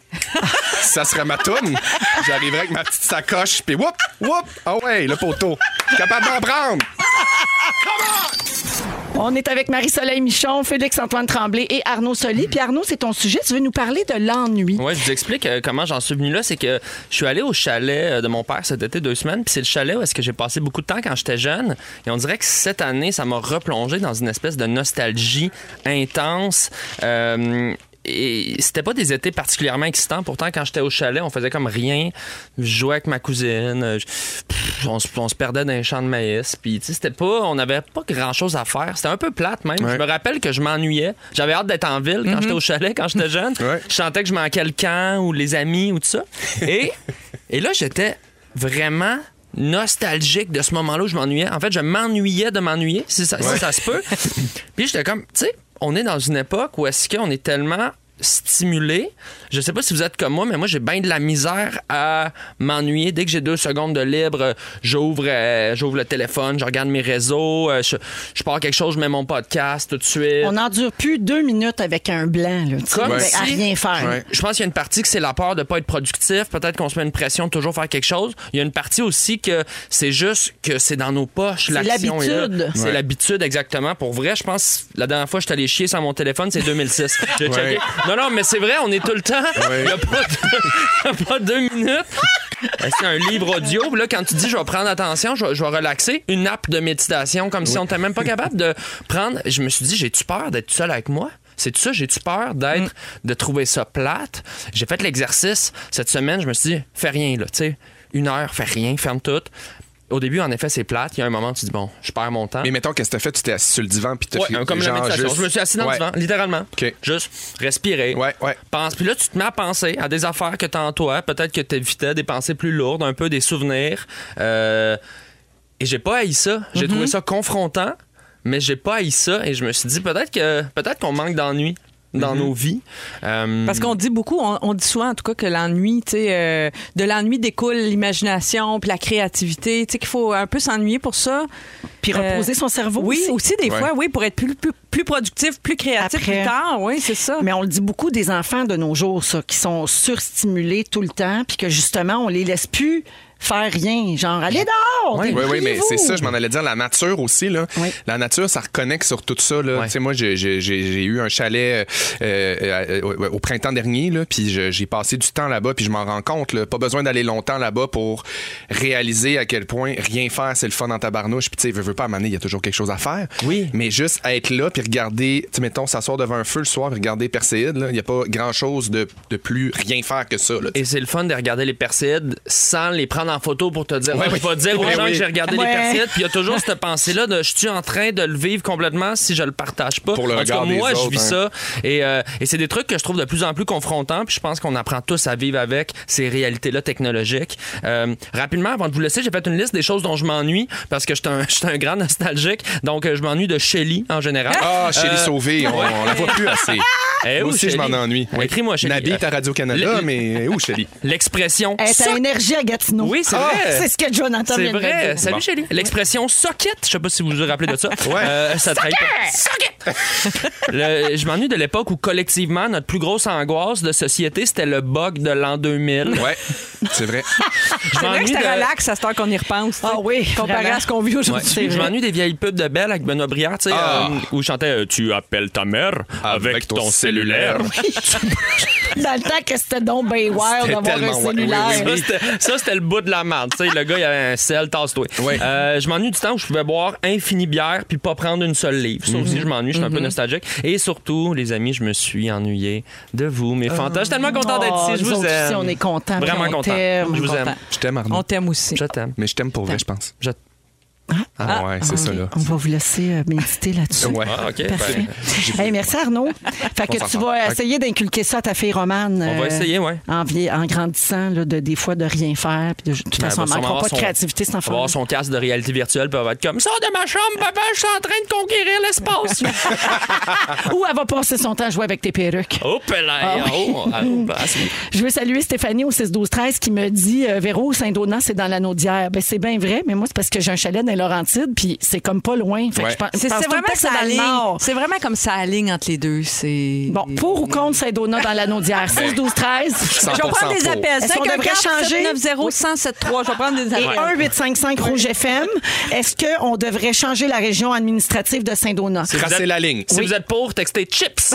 Speaker 2: ça serait ma toune. J'arriverais avec ma petite sacoche, puis whoop, whoop. Ah ouais, le poteau. Capable d'en prendre.
Speaker 1: On est avec Marie-Soleil Michon, Félix-Antoine Tremblay et Arnaud Soli. Puis Arnaud, c'est ton sujet, tu veux nous parler de l'ennui.
Speaker 4: Ouais, je vous explique euh, comment j'en suis venu là. C'est que je suis allé au chalet euh, de mon père cet été, deux semaines. Puis c'est le chalet où est-ce que j'ai passé beaucoup de temps quand j'étais jeune. Et on dirait que cette année, ça m'a replongé dans une espèce de nostalgie intense. Euh, et c'était pas des étés particulièrement excitants. Pourtant, quand j'étais au chalet, on faisait comme rien. Je jouais avec ma cousine. euh, je- pff, on, se, on se perdait dans les champs de maïs. Puis, tu sais, c'était pas. On n'avait pas grand chose à faire. C'était un peu plate, même. Je me rappelle que je m'ennuyais. J'avais hâte d'être en ville quand j'étais au chalet, quand j'étais jeune.
Speaker 2: Ouais.
Speaker 4: Je sentais que je manquais le camp ou les amis ou tout ça. Et, et là, j'étais vraiment nostalgique de ce moment-là où je m'ennuyais. En fait, je m'ennuyais de m'ennuyer, si ça, si ça se peut. Puis j'étais comme, tu sais, on est dans une époque où est-ce qu'on est tellement stimulé. Je sais pas si vous êtes comme moi, mais moi j'ai bien de la misère à m'ennuyer. Dès que j'ai deux secondes de libre, euh, j'ouvre, euh, j'ouvre le téléphone, je regarde mes réseaux, euh, je, je pars quelque chose, je mets mon podcast tout de suite.
Speaker 1: On n'endure plus deux minutes avec un blanc, là, tu sais,
Speaker 4: Comme
Speaker 1: avec-
Speaker 4: si-
Speaker 1: ben, à rien faire.
Speaker 2: Ouais.
Speaker 4: Je pense qu'il y a une partie que c'est la peur de pas être productif. Peut-être qu'on se met une pression de toujours faire quelque chose. Il y a une partie aussi que c'est juste que c'est dans nos poches. l'action est là.
Speaker 1: l'habitude.
Speaker 4: C'est
Speaker 2: Ouais.
Speaker 4: l'habitude, exactement. Pour vrai, je pense, la dernière fois, je suis allé chier sans mon téléphone, c'est 2006. J'ai checké. Non, non, mais c'est vrai, on est tout le temps. Il n'y a, pas de- il y a pas deux minutes. Ben, C'est un livre audio. Puis Là, quand tu dis je vais prendre attention, je vais, je vais relaxer, une app de méditation, comme si on n'était même pas capable de prendre. Je me suis dit, j'ai-tu peur d'être tout seul avec moi? C'est ça, j'ai-tu peur
Speaker 2: Mm.
Speaker 4: d'être, de trouver ça plate? J'ai fait l'exercice cette semaine, je me suis dit, fais rien, là, tu sais, une heure, fais rien, ferme tout. Au début, en effet, c'est plate. Il y a un moment, tu dis, bon, je perds mon temps.
Speaker 2: Mais mettons, qu'est-ce que t'as fait? Tu t'es assis sur le divan, puis t'as
Speaker 4: Ouais,
Speaker 2: fait
Speaker 4: un- comme la
Speaker 2: genre
Speaker 4: méditation.
Speaker 2: juste-
Speaker 4: Je me suis assis dans
Speaker 2: Ouais.
Speaker 4: le divan, littéralement.
Speaker 2: OK.
Speaker 4: Juste respirer.
Speaker 2: Ouais, ouais.
Speaker 4: Pense. Puis là, tu te mets à penser à des affaires que t'as en toi. Peut-être que t'évitais des pensées plus lourdes, un peu des souvenirs. Euh, et j'ai pas haï ça. J'ai trouvé ça confrontant, mais j'ai pas haï ça. Et je me suis dit, peut-être que peut-être qu'on manque d'ennui dans nos vies. Euh,
Speaker 2: Mm-hmm.
Speaker 7: Parce qu'on dit beaucoup, on, on dit souvent en tout cas que l'ennui, tu sais, euh, de l'ennui découle l'imagination puis la créativité, tu sais qu'il faut un peu s'ennuyer pour ça.
Speaker 1: Puis
Speaker 7: Euh,
Speaker 1: reposer son cerveau
Speaker 7: oui,
Speaker 1: aussi.
Speaker 7: aussi des
Speaker 2: Ouais.
Speaker 7: fois, oui, pour être plus, plus, plus productif, plus créatif
Speaker 1: Après.
Speaker 7: plus tard, oui, c'est ça.
Speaker 1: Mais on le dit beaucoup des enfants de nos jours, ça, qui sont surstimulés tout le temps, puis que justement, on les laisse plus faire rien. Genre, allez dehors!
Speaker 2: Oui, oui, mais
Speaker 1: débrouillez-vous.
Speaker 2: c'est ça, je m'en allais dire. La nature aussi, là.
Speaker 1: Oui.
Speaker 2: La nature, ça reconnecte sur tout ça, là.
Speaker 4: Ouais.
Speaker 2: Tu sais, moi, j'ai- j'ai j'ai- j'ai eu un chalet euh, euh, euh, au, au printemps dernier, là, puis je- j'ai passé du temps là-bas, puis je m'en rends compte, là. Pas besoin d'aller longtemps là-bas pour réaliser à quel point rien faire, c'est le fun dans ta barnouche. Puis, tu sais, veux, veux pas, à un moment donné, il y a toujours quelque chose à faire.
Speaker 4: Oui.
Speaker 2: Mais juste être là, puis regarder, tu sais, mettons, s'asseoir devant un feu le soir, puis regarder Perséide, là. Il n'y a pas grand-chose de, de plus rien faire que ça, là.
Speaker 4: Et c'est le fun de regarder les Perséides sans les prendre en photo pour te dire.
Speaker 2: Ouais,
Speaker 4: Ah,
Speaker 2: oui.
Speaker 4: Je vais dire aux
Speaker 2: Ouais,
Speaker 4: gens
Speaker 2: oui.
Speaker 4: que j'ai regardé
Speaker 1: Ouais.
Speaker 4: les Perséides. Puis il y a toujours cette pensée-là de je suis en train de le vivre complètement si je le partage pas.
Speaker 2: Pour le
Speaker 4: en tout cas,
Speaker 2: regard des
Speaker 4: moi,
Speaker 2: autres,
Speaker 4: je vis
Speaker 2: hein.
Speaker 4: ça. Et, euh, et c'est des trucs que je trouve de plus en plus confrontants. Puis je pense qu'on apprend tous à vivre avec ces réalités-là technologiques. Euh, rapidement, avant de vous laisser, j'ai fait une liste des choses dont je m'ennuie parce que je suis un, je suis un grand nostalgique. Donc euh, je m'ennuie de Shelly en général.
Speaker 2: Ah, chez les
Speaker 4: Euh,
Speaker 2: sauvés, on, on la voit plus assez.
Speaker 4: Eh,
Speaker 2: Moi
Speaker 4: où,
Speaker 2: aussi, je m'en
Speaker 4: Shelley?
Speaker 2: ennuie. Oui.
Speaker 4: Écris-moi, Shelley.
Speaker 2: Nabi, t'as Radio-Canada,
Speaker 4: Le-
Speaker 2: mais où, Shelly?
Speaker 4: L'expression.
Speaker 1: Elle est à
Speaker 4: Soc-
Speaker 1: Euh, énergie à Gatineau.
Speaker 4: Oui, c'est
Speaker 1: Ah,
Speaker 4: vrai.
Speaker 1: C'est ce que Jonathan
Speaker 4: C'est
Speaker 1: vient de me
Speaker 4: vrai.
Speaker 1: dire.
Speaker 4: Salut, chérie. L'expression socket, je sais pas si vous vous rappelez de ça. Euh, ça trahit pas. Le- je m'ennuie de l'époque où collectivement, notre plus grosse angoisse de société, c'était le bug de l'an
Speaker 1: Ah,
Speaker 4: 2000.
Speaker 2: Ouais, c'est vrai.
Speaker 4: Je
Speaker 7: C'est vrai que
Speaker 4: m'ennuie
Speaker 7: c'était
Speaker 4: de-
Speaker 7: relax à cette heure qu'on y repense. tu sais,
Speaker 1: Ah oui,
Speaker 7: Comparé
Speaker 1: vraiment.
Speaker 7: à ce qu'on vit
Speaker 4: Ouais.
Speaker 7: aujourd'hui.
Speaker 4: Je m'ennuie des vieilles pubs de Belle avec Benoît Briard, tu sais,
Speaker 2: Ah.
Speaker 4: euh, où je chantais euh, Tu appelles ta mère avec,
Speaker 2: Avec ton
Speaker 4: ton, cellulaire.
Speaker 1: Dans le temps que c'était donc ben wild
Speaker 2: C'était
Speaker 1: d'avoir un
Speaker 2: tellement wild.
Speaker 1: cellulaire.
Speaker 2: Oui, oui,
Speaker 4: Ça, c'était- Ça, c'était le bout de la merde. tu sais. le gars, il avait un sel, tasse-toi.
Speaker 2: Ouais.
Speaker 4: Euh, je m'ennuie du temps où je pouvais boire infinie bière puis pas prendre une seule livre. Ça aussi, je m'ennuie, je suis un peu nostalgique. Et surtout, les amis, je me suis ennuyé de vous, mes fantasmes. Je suis tellement content d'être
Speaker 1: Oh,
Speaker 4: ici. Je
Speaker 1: nous
Speaker 4: vous
Speaker 1: autres
Speaker 4: aime.
Speaker 1: aussi, on est contents, puis
Speaker 4: Vraiment
Speaker 1: on
Speaker 4: content.
Speaker 1: t'aime.
Speaker 4: Je vous aime.
Speaker 7: Content.
Speaker 2: Je t'aime, Arnaud.
Speaker 7: On t'aime aussi.
Speaker 4: Je t'aime.
Speaker 2: Mais je t'aime pour vrai, je pense.
Speaker 4: Je-
Speaker 2: Ah, ouais, c'est
Speaker 1: Ah,
Speaker 2: ça,
Speaker 1: ok.
Speaker 2: là.
Speaker 1: On va vous laisser euh, méditer là-dessus.
Speaker 2: Ouais.
Speaker 4: Ah, OK.
Speaker 1: Parfait.
Speaker 4: ben,
Speaker 1: Hey, merci Arnaud. Fait
Speaker 2: On
Speaker 1: que tu
Speaker 2: s'entend.
Speaker 1: vas
Speaker 2: Ouais.
Speaker 1: essayer d'inculquer ça à ta fille Romane.
Speaker 4: On va
Speaker 1: euh,
Speaker 4: essayer, ouais.
Speaker 1: En, vie- en grandissant, là, de, des fois, de rien faire. Puis de, de toute
Speaker 4: elle
Speaker 1: façon,
Speaker 4: Ben, va
Speaker 1: elle
Speaker 4: sûrement
Speaker 1: manquera
Speaker 4: avoir
Speaker 1: pas de
Speaker 4: son-
Speaker 1: créativité, cet
Speaker 4: elle va
Speaker 1: enfant.
Speaker 4: avoir son casque de réalité virtuelle, puis elle va être comme Sors de ma chambre, papa, je suis en train de conquérir l'espace.
Speaker 1: Ou elle va passer son temps à jouer avec tes perruques.
Speaker 4: oh, là,
Speaker 1: Ah oui.
Speaker 4: oh, oh, ah, c'est-
Speaker 1: Je veux saluer Stéphanie au 6-12-13 qui me dit euh, Véro, Saint-Donat, c'est dans l'anneau d'hier. Ben, c'est bien vrai, mais moi, c'est parce que j'ai un chalet dans les Laurentides, puis c'est comme pas loin. Fait que
Speaker 2: Ouais.
Speaker 1: je pense-
Speaker 7: C'est
Speaker 1: pense
Speaker 7: c'est
Speaker 1: tout le
Speaker 7: vraiment
Speaker 1: temps que
Speaker 7: ça
Speaker 1: c'est dans le
Speaker 7: aligne.
Speaker 1: nord.
Speaker 7: C'est vraiment comme ça aligne entre les deux. C'est
Speaker 1: Bon, pour ou contre Saint-Donat dans l'anneau d'hier 6-12-13
Speaker 7: Je vais prendre
Speaker 2: 100%
Speaker 7: des
Speaker 2: pour.
Speaker 7: appels.
Speaker 1: Est-ce qu'on devrait
Speaker 7: 514
Speaker 1: changer?
Speaker 7: 790 1073. Je vais prendre des
Speaker 1: et
Speaker 7: appels.
Speaker 1: 1-855 Rouge FM. Est-ce qu'on devrait changer la région administrative de Saint-Donat?
Speaker 4: Si vous
Speaker 2: Tracez
Speaker 4: êtes-
Speaker 2: la ligne.
Speaker 4: Si vous êtes pour, textez chips.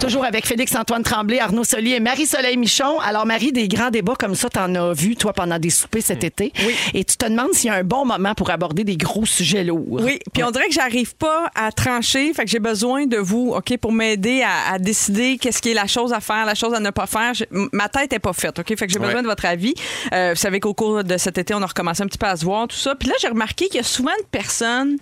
Speaker 1: Toujours avec Félix-Antoine Tremblay, Arnaud Soli et Marie-Soleil Michon. Alors, Marie, des grands débats comme ça, t'en as vu, toi, pendant des soupers cet été. Et tu te demandes s'il y a un bon moment pour aborder des gros sujets lourds.
Speaker 3: Oui, puis on dirait que j'arrive pas à trancher, fait que j'ai besoin de vous, OK, pour m'aider à, à décider qu'est-ce qui est la chose à faire, la chose à ne pas faire. J'ai- m- ma tête est pas faite, OK, fait que j'ai
Speaker 2: Ouais.
Speaker 3: besoin de votre avis. Euh, vous savez qu'au cours de cet été, on a recommencé un petit peu à se voir, tout ça. Puis là, j'ai remarqué qu'il y a souvent de personnes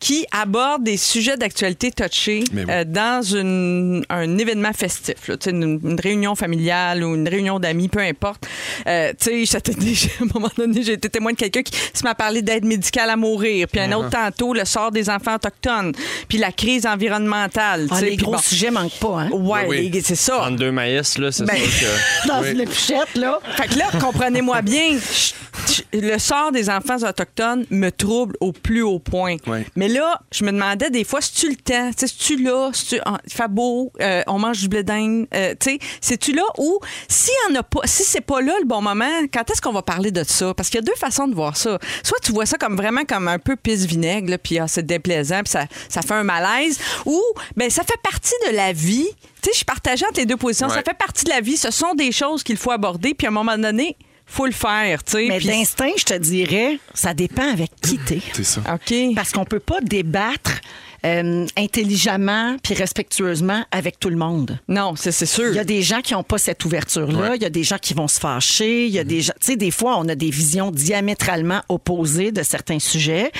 Speaker 3: qui abordent des sujets d'actualité touchés
Speaker 2: Mais oui.
Speaker 3: euh, dans une- un événement festif, là, tu sais, une, une réunion familiale ou une réunion d'amis, peu importe. Euh, tu sais, cet été, j'ai- à un moment donné, j'ai été témoin de quelqu'un qui se m'a parlé d'aide médicale à mourir, puis
Speaker 2: Ah.
Speaker 3: un autre tantôt, le sort des enfants autochtones, puis la crise environnementale. tu
Speaker 1: Ah,
Speaker 3: sais,
Speaker 1: les
Speaker 3: puis
Speaker 1: gros
Speaker 3: bon.
Speaker 1: sujets manquent pas, hein?
Speaker 3: Ouais,
Speaker 2: Ben Oui, oui.
Speaker 3: les- c'est ça.
Speaker 4: Entre deux maïs, là, c'est
Speaker 3: Ben-
Speaker 4: sûr que.
Speaker 1: Dans
Speaker 2: Oui.
Speaker 1: une épluchette, là.
Speaker 3: Fait que là, comprenez-moi bien, je- je- le sort des enfants autochtones me trouble au plus haut point.
Speaker 2: Ouais.
Speaker 3: Mais là, je me demandais des fois, si tu le temps, tu sais, tu là, si tu il fait beau, euh, on mange du blé d'Inde, euh, tu sais, c'est-tu là ou si on a pas, si c'est pas là le bon moment, quand est-ce qu'on va parler de ça Parce qu'il y a deux façons de voir ça. Soit tu vois ça comme vraiment comme un peu pisse vinaigre, là, puis ah, c'est déplaisant, puis ça, ça fait un malaise, ou ben ça fait partie de la vie. Tu sais, je suis partagée entre les deux positions.
Speaker 2: Ouais.
Speaker 3: Ça fait partie de la vie. Ce sont des choses qu'il faut aborder, puis à un moment donné, faut le faire, tu sais.
Speaker 1: Mais
Speaker 3: puis-
Speaker 1: d'instinct, je te dirais, ça dépend avec qui t'es.
Speaker 2: C'est ça.
Speaker 3: OK.
Speaker 1: Parce qu'on peut pas débattre euh, intelligemment puis respectueusement avec tout le monde.
Speaker 3: Non, c'est c'est sûr.
Speaker 1: Il y a des gens qui n'ont pas cette ouverture-là.
Speaker 2: Ouais.
Speaker 1: Il y a des gens qui vont se fâcher. Il y a des gens. Tu sais, des fois, on a des visions diamétralement opposées de certains sujets.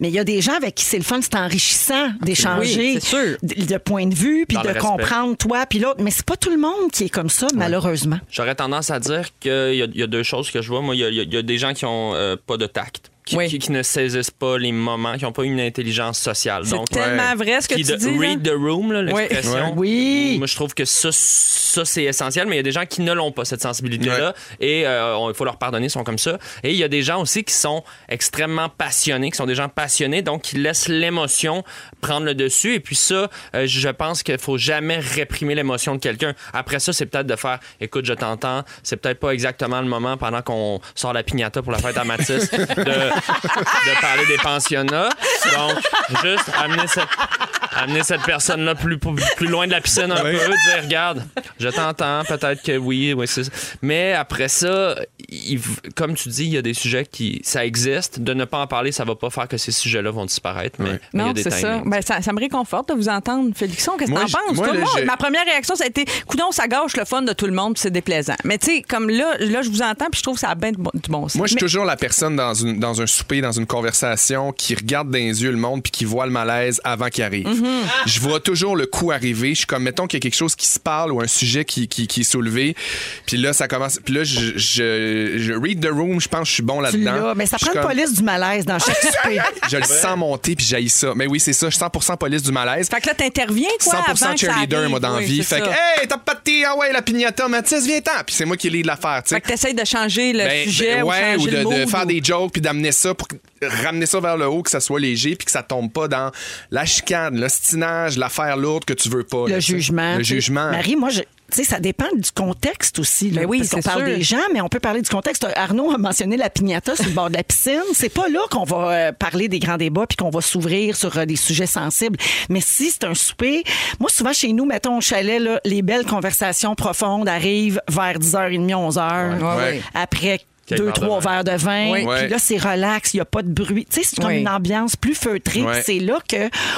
Speaker 1: Mais il y a des gens avec qui c'est le fun, c'est enrichissant d'échanger
Speaker 3: Oui, c'est sûr.
Speaker 1: d- de points de vue puis
Speaker 4: Dans
Speaker 1: de
Speaker 4: le respect.
Speaker 1: comprendre toi puis l'autre. Mais c'est pas tout le monde qui est comme ça, malheureusement.
Speaker 4: J'aurais tendance à dire qu'il y, a- il y a deux choses que je vois. Moi, il y a- il y, a- il y a des gens qui ont euh, pas de tact, qui,
Speaker 3: Oui.
Speaker 4: qui- qui ne saisissent pas les moments, qui n'ont pas une intelligence sociale.
Speaker 3: C'est
Speaker 4: Donc,
Speaker 3: tellement vrai ce que
Speaker 4: qui
Speaker 3: tu
Speaker 4: de-
Speaker 3: dis. là.
Speaker 4: read the room, là,
Speaker 3: Oui.
Speaker 4: l'expression.
Speaker 1: Oui.
Speaker 4: Moi, je trouve que ça, ça c'est essentiel, mais il y a des gens qui ne l'ont pas, cette sensibilité-là, et euh, on- il faut leur pardonner, ils sont comme ça. Et il y a des gens aussi qui sont extrêmement passionnés, qui sont des gens passionnés, donc qui laissent l'émotion prendre le dessus. Et puis ça, euh, je pense qu'il faut jamais réprimer l'émotion de quelqu'un. Après ça, c'est peut-être de faire, écoute, je t'entends, c'est peut-être pas exactement le moment pendant qu'on sort la piñata pour la fête à Matisse de,
Speaker 3: Ah!
Speaker 4: de parler des pensionnats. Donc, juste amener cette amener cette personne-là plus, plus loin de la piscine un
Speaker 2: Oui.
Speaker 4: peu, dire regarde, je t'entends, peut-être que oui, oui, c'est ça. Mais après ça, il- comme tu dis, il y a des sujets qui. Ça existe. De ne pas en parler, ça va pas faire que ces sujets-là vont disparaître, mais mais il y
Speaker 3: Non,
Speaker 4: a des
Speaker 3: c'est ça.
Speaker 4: timings.
Speaker 3: Ben, ça. Ça me réconforte de vous entendre, Félixon. Qu'est-ce que
Speaker 2: Moi,
Speaker 3: t'en
Speaker 2: je-
Speaker 3: penses?
Speaker 2: moi,
Speaker 3: Tout le
Speaker 2: là,
Speaker 3: monde.
Speaker 2: je-
Speaker 3: Ma première réaction, ça a été Coudon, ça gâche le fun de tout le monde, puis c'est déplaisant. Mais tu sais, comme là, là, je vous entends, puis je trouve que ça a bien du bon, du bon sens.
Speaker 2: Moi, je suis
Speaker 3: Mais-
Speaker 2: toujours la personne dans, une, dans un souper, dans une conversation, qui regarde dans les yeux le monde puis qui voit le malaise avant qu'il arrive.
Speaker 1: Mm-hmm.
Speaker 2: Je vois toujours le coup arriver. Je suis comme, mettons qu'il y a quelque chose qui se parle ou un sujet qui, qui, qui est soulevé. Puis là, ça commence. Puis là, je, je, je read the room. Je pense que je suis bon
Speaker 1: Tu
Speaker 2: là-dedans.
Speaker 1: l'as. Mais ça
Speaker 2: Je
Speaker 1: prend
Speaker 2: suis
Speaker 1: une
Speaker 2: comme-
Speaker 1: police du malaise dans chaque souper.
Speaker 2: Je le sens monter puis j'haïs ça. Mais oui, c'est ça. Je suis 100% police du malaise.
Speaker 3: Fait que là, t'interviens, quoi.
Speaker 2: 100%
Speaker 3: avant que ça
Speaker 2: cheerleader,
Speaker 3: arrive.
Speaker 2: moi, dans
Speaker 3: Oui,
Speaker 2: vie.
Speaker 3: c'est
Speaker 2: Fait que,
Speaker 3: ça.
Speaker 2: hey, t'as pas de thé, ah ouais, la pignata, Mathis, viens-t'en. Puis c'est moi qui lead l'affaire, tu sais.
Speaker 3: Fait que t'essayes de changer le
Speaker 2: Ben,
Speaker 3: sujet
Speaker 2: ben, ouais,
Speaker 3: ou,
Speaker 2: ou
Speaker 3: changer
Speaker 2: de,
Speaker 3: le
Speaker 2: de
Speaker 3: mood,
Speaker 2: faire
Speaker 3: ou-
Speaker 2: des jokes puis d'amener ça pour que- ramener ça vers le haut, que ça soit léger puis que ça tombe pas dans la chicane, l'ostinage, l'affaire lourde que tu veux pas. là,
Speaker 1: Le
Speaker 2: tu sais.
Speaker 1: jugement.
Speaker 2: Le
Speaker 1: tu sais.
Speaker 2: jugement.
Speaker 1: Marie, moi, je. Tu sais, ça dépend du contexte aussi. Là,
Speaker 3: Ben oui,
Speaker 1: parce qu'on
Speaker 3: c'est
Speaker 1: parle
Speaker 3: sûr.
Speaker 1: des gens, mais on peut parler du contexte. Arnaud a mentionné la piñata sur le bord de la piscine. C'est pas là qu'on va euh, parler des grands débats puis qu'on va s'ouvrir sur euh, des sujets sensibles. Mais si c'est un souper, moi, souvent chez nous, mettons au chalet, là, les belles conversations profondes arrivent vers 10h30, 11h.
Speaker 3: Ouais, ouais.
Speaker 2: Ouais.
Speaker 1: Après
Speaker 4: Quelques
Speaker 1: deux,
Speaker 4: verres de
Speaker 1: trois
Speaker 4: vin.
Speaker 1: verres de vin.
Speaker 4: Oui.
Speaker 1: Puis
Speaker 4: Ouais.
Speaker 1: là, c'est relax, il n'y a pas de bruit. Tu sais, c'est comme
Speaker 4: Oui.
Speaker 1: une ambiance plus feutrée.
Speaker 4: Ouais.
Speaker 1: puis C'est là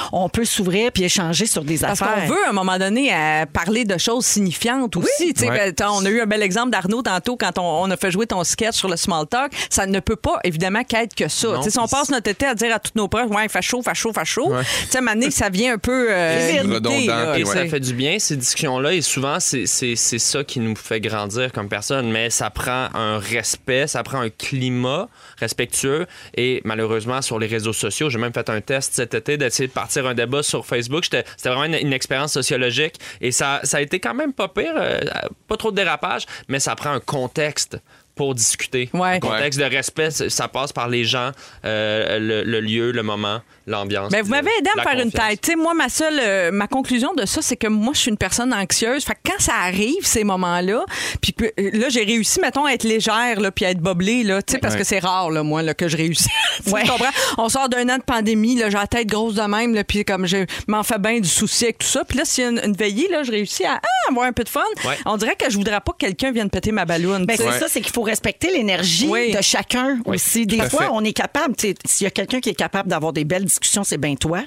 Speaker 1: qu'on peut s'ouvrir puis échanger sur des
Speaker 3: Parce
Speaker 1: affaires.
Speaker 3: qu'on veut, à un moment donné, à parler de choses signifiantes aussi. Tu sais,
Speaker 1: Ouais.
Speaker 3: ben, t'as- on a eu un bel exemple d'Arnaud tantôt quand on, on a fait jouer ton sketch sur le small talk. Ça ne peut pas, évidemment, qu'être que ça.
Speaker 4: Non.
Speaker 3: Tu sais, si on passe notre été à dire à toutes nos proches, ouais, fait chaud, fait chaud, fait chaud, tu sais, à un moment donné, ça vient un peu. euh, limité, là.
Speaker 4: Et ça fait du bien, ces discussions-là. Et souvent, c'est c'est- c'est ça qui nous fait grandir comme personne. Mais ça prend un respect, ça prend un climat respectueux. Et malheureusement, sur les réseaux sociaux, j'ai même fait un test cet été d'essayer de partir un débat sur Facebook. J'étais- C'était vraiment une, une expérience sociologique. Et ça, ça a été quand même pas pire, euh, pas trop de dérapage, mais ça prend un contexte pour discuter. Un contexte de respect, ça ça passe par les gens, euh, le, le lieu, le moment, l'ambiance.
Speaker 3: Mais Ben, vous m'avez aidé à me
Speaker 4: la
Speaker 3: faire une
Speaker 4: confiance.
Speaker 3: tête. Tu sais, moi, ma seule, euh, ma conclusion de ça, c'est que moi, je suis une personne anxieuse. Fait que quand ça arrive, ces moments-là, puis que- euh, là, j'ai réussi, mettons, à être légère, là, puis à être boblée, là, tu sais, parce
Speaker 7: Ouais.
Speaker 3: que c'est rare, là, moi, là, que je réussis. Tu
Speaker 7: Ouais.
Speaker 3: comprends? On sort d'un an de pandémie, là, j'ai la tête grosse de même, là, puis comme je m'en fais bien du souci avec tout ça. Puis là, s'il y a une, une veillée, là, je réussis à ah, avoir un peu de fun.
Speaker 1: Ouais.
Speaker 3: On dirait que je voudrais pas que quelqu'un vienne péter ma balloune.
Speaker 1: Ben,
Speaker 3: tu sais.
Speaker 1: c'est ça, c'est qu'il faut respecter l'énergie
Speaker 3: Oui.
Speaker 1: de chacun
Speaker 3: Oui,
Speaker 1: aussi.
Speaker 3: tout
Speaker 1: Des
Speaker 3: à
Speaker 1: fois,
Speaker 3: fait.
Speaker 1: on est capable. tu sais, S'il y a quelqu'un qui est capable d'avoir des belles discussions, c'est bien toi.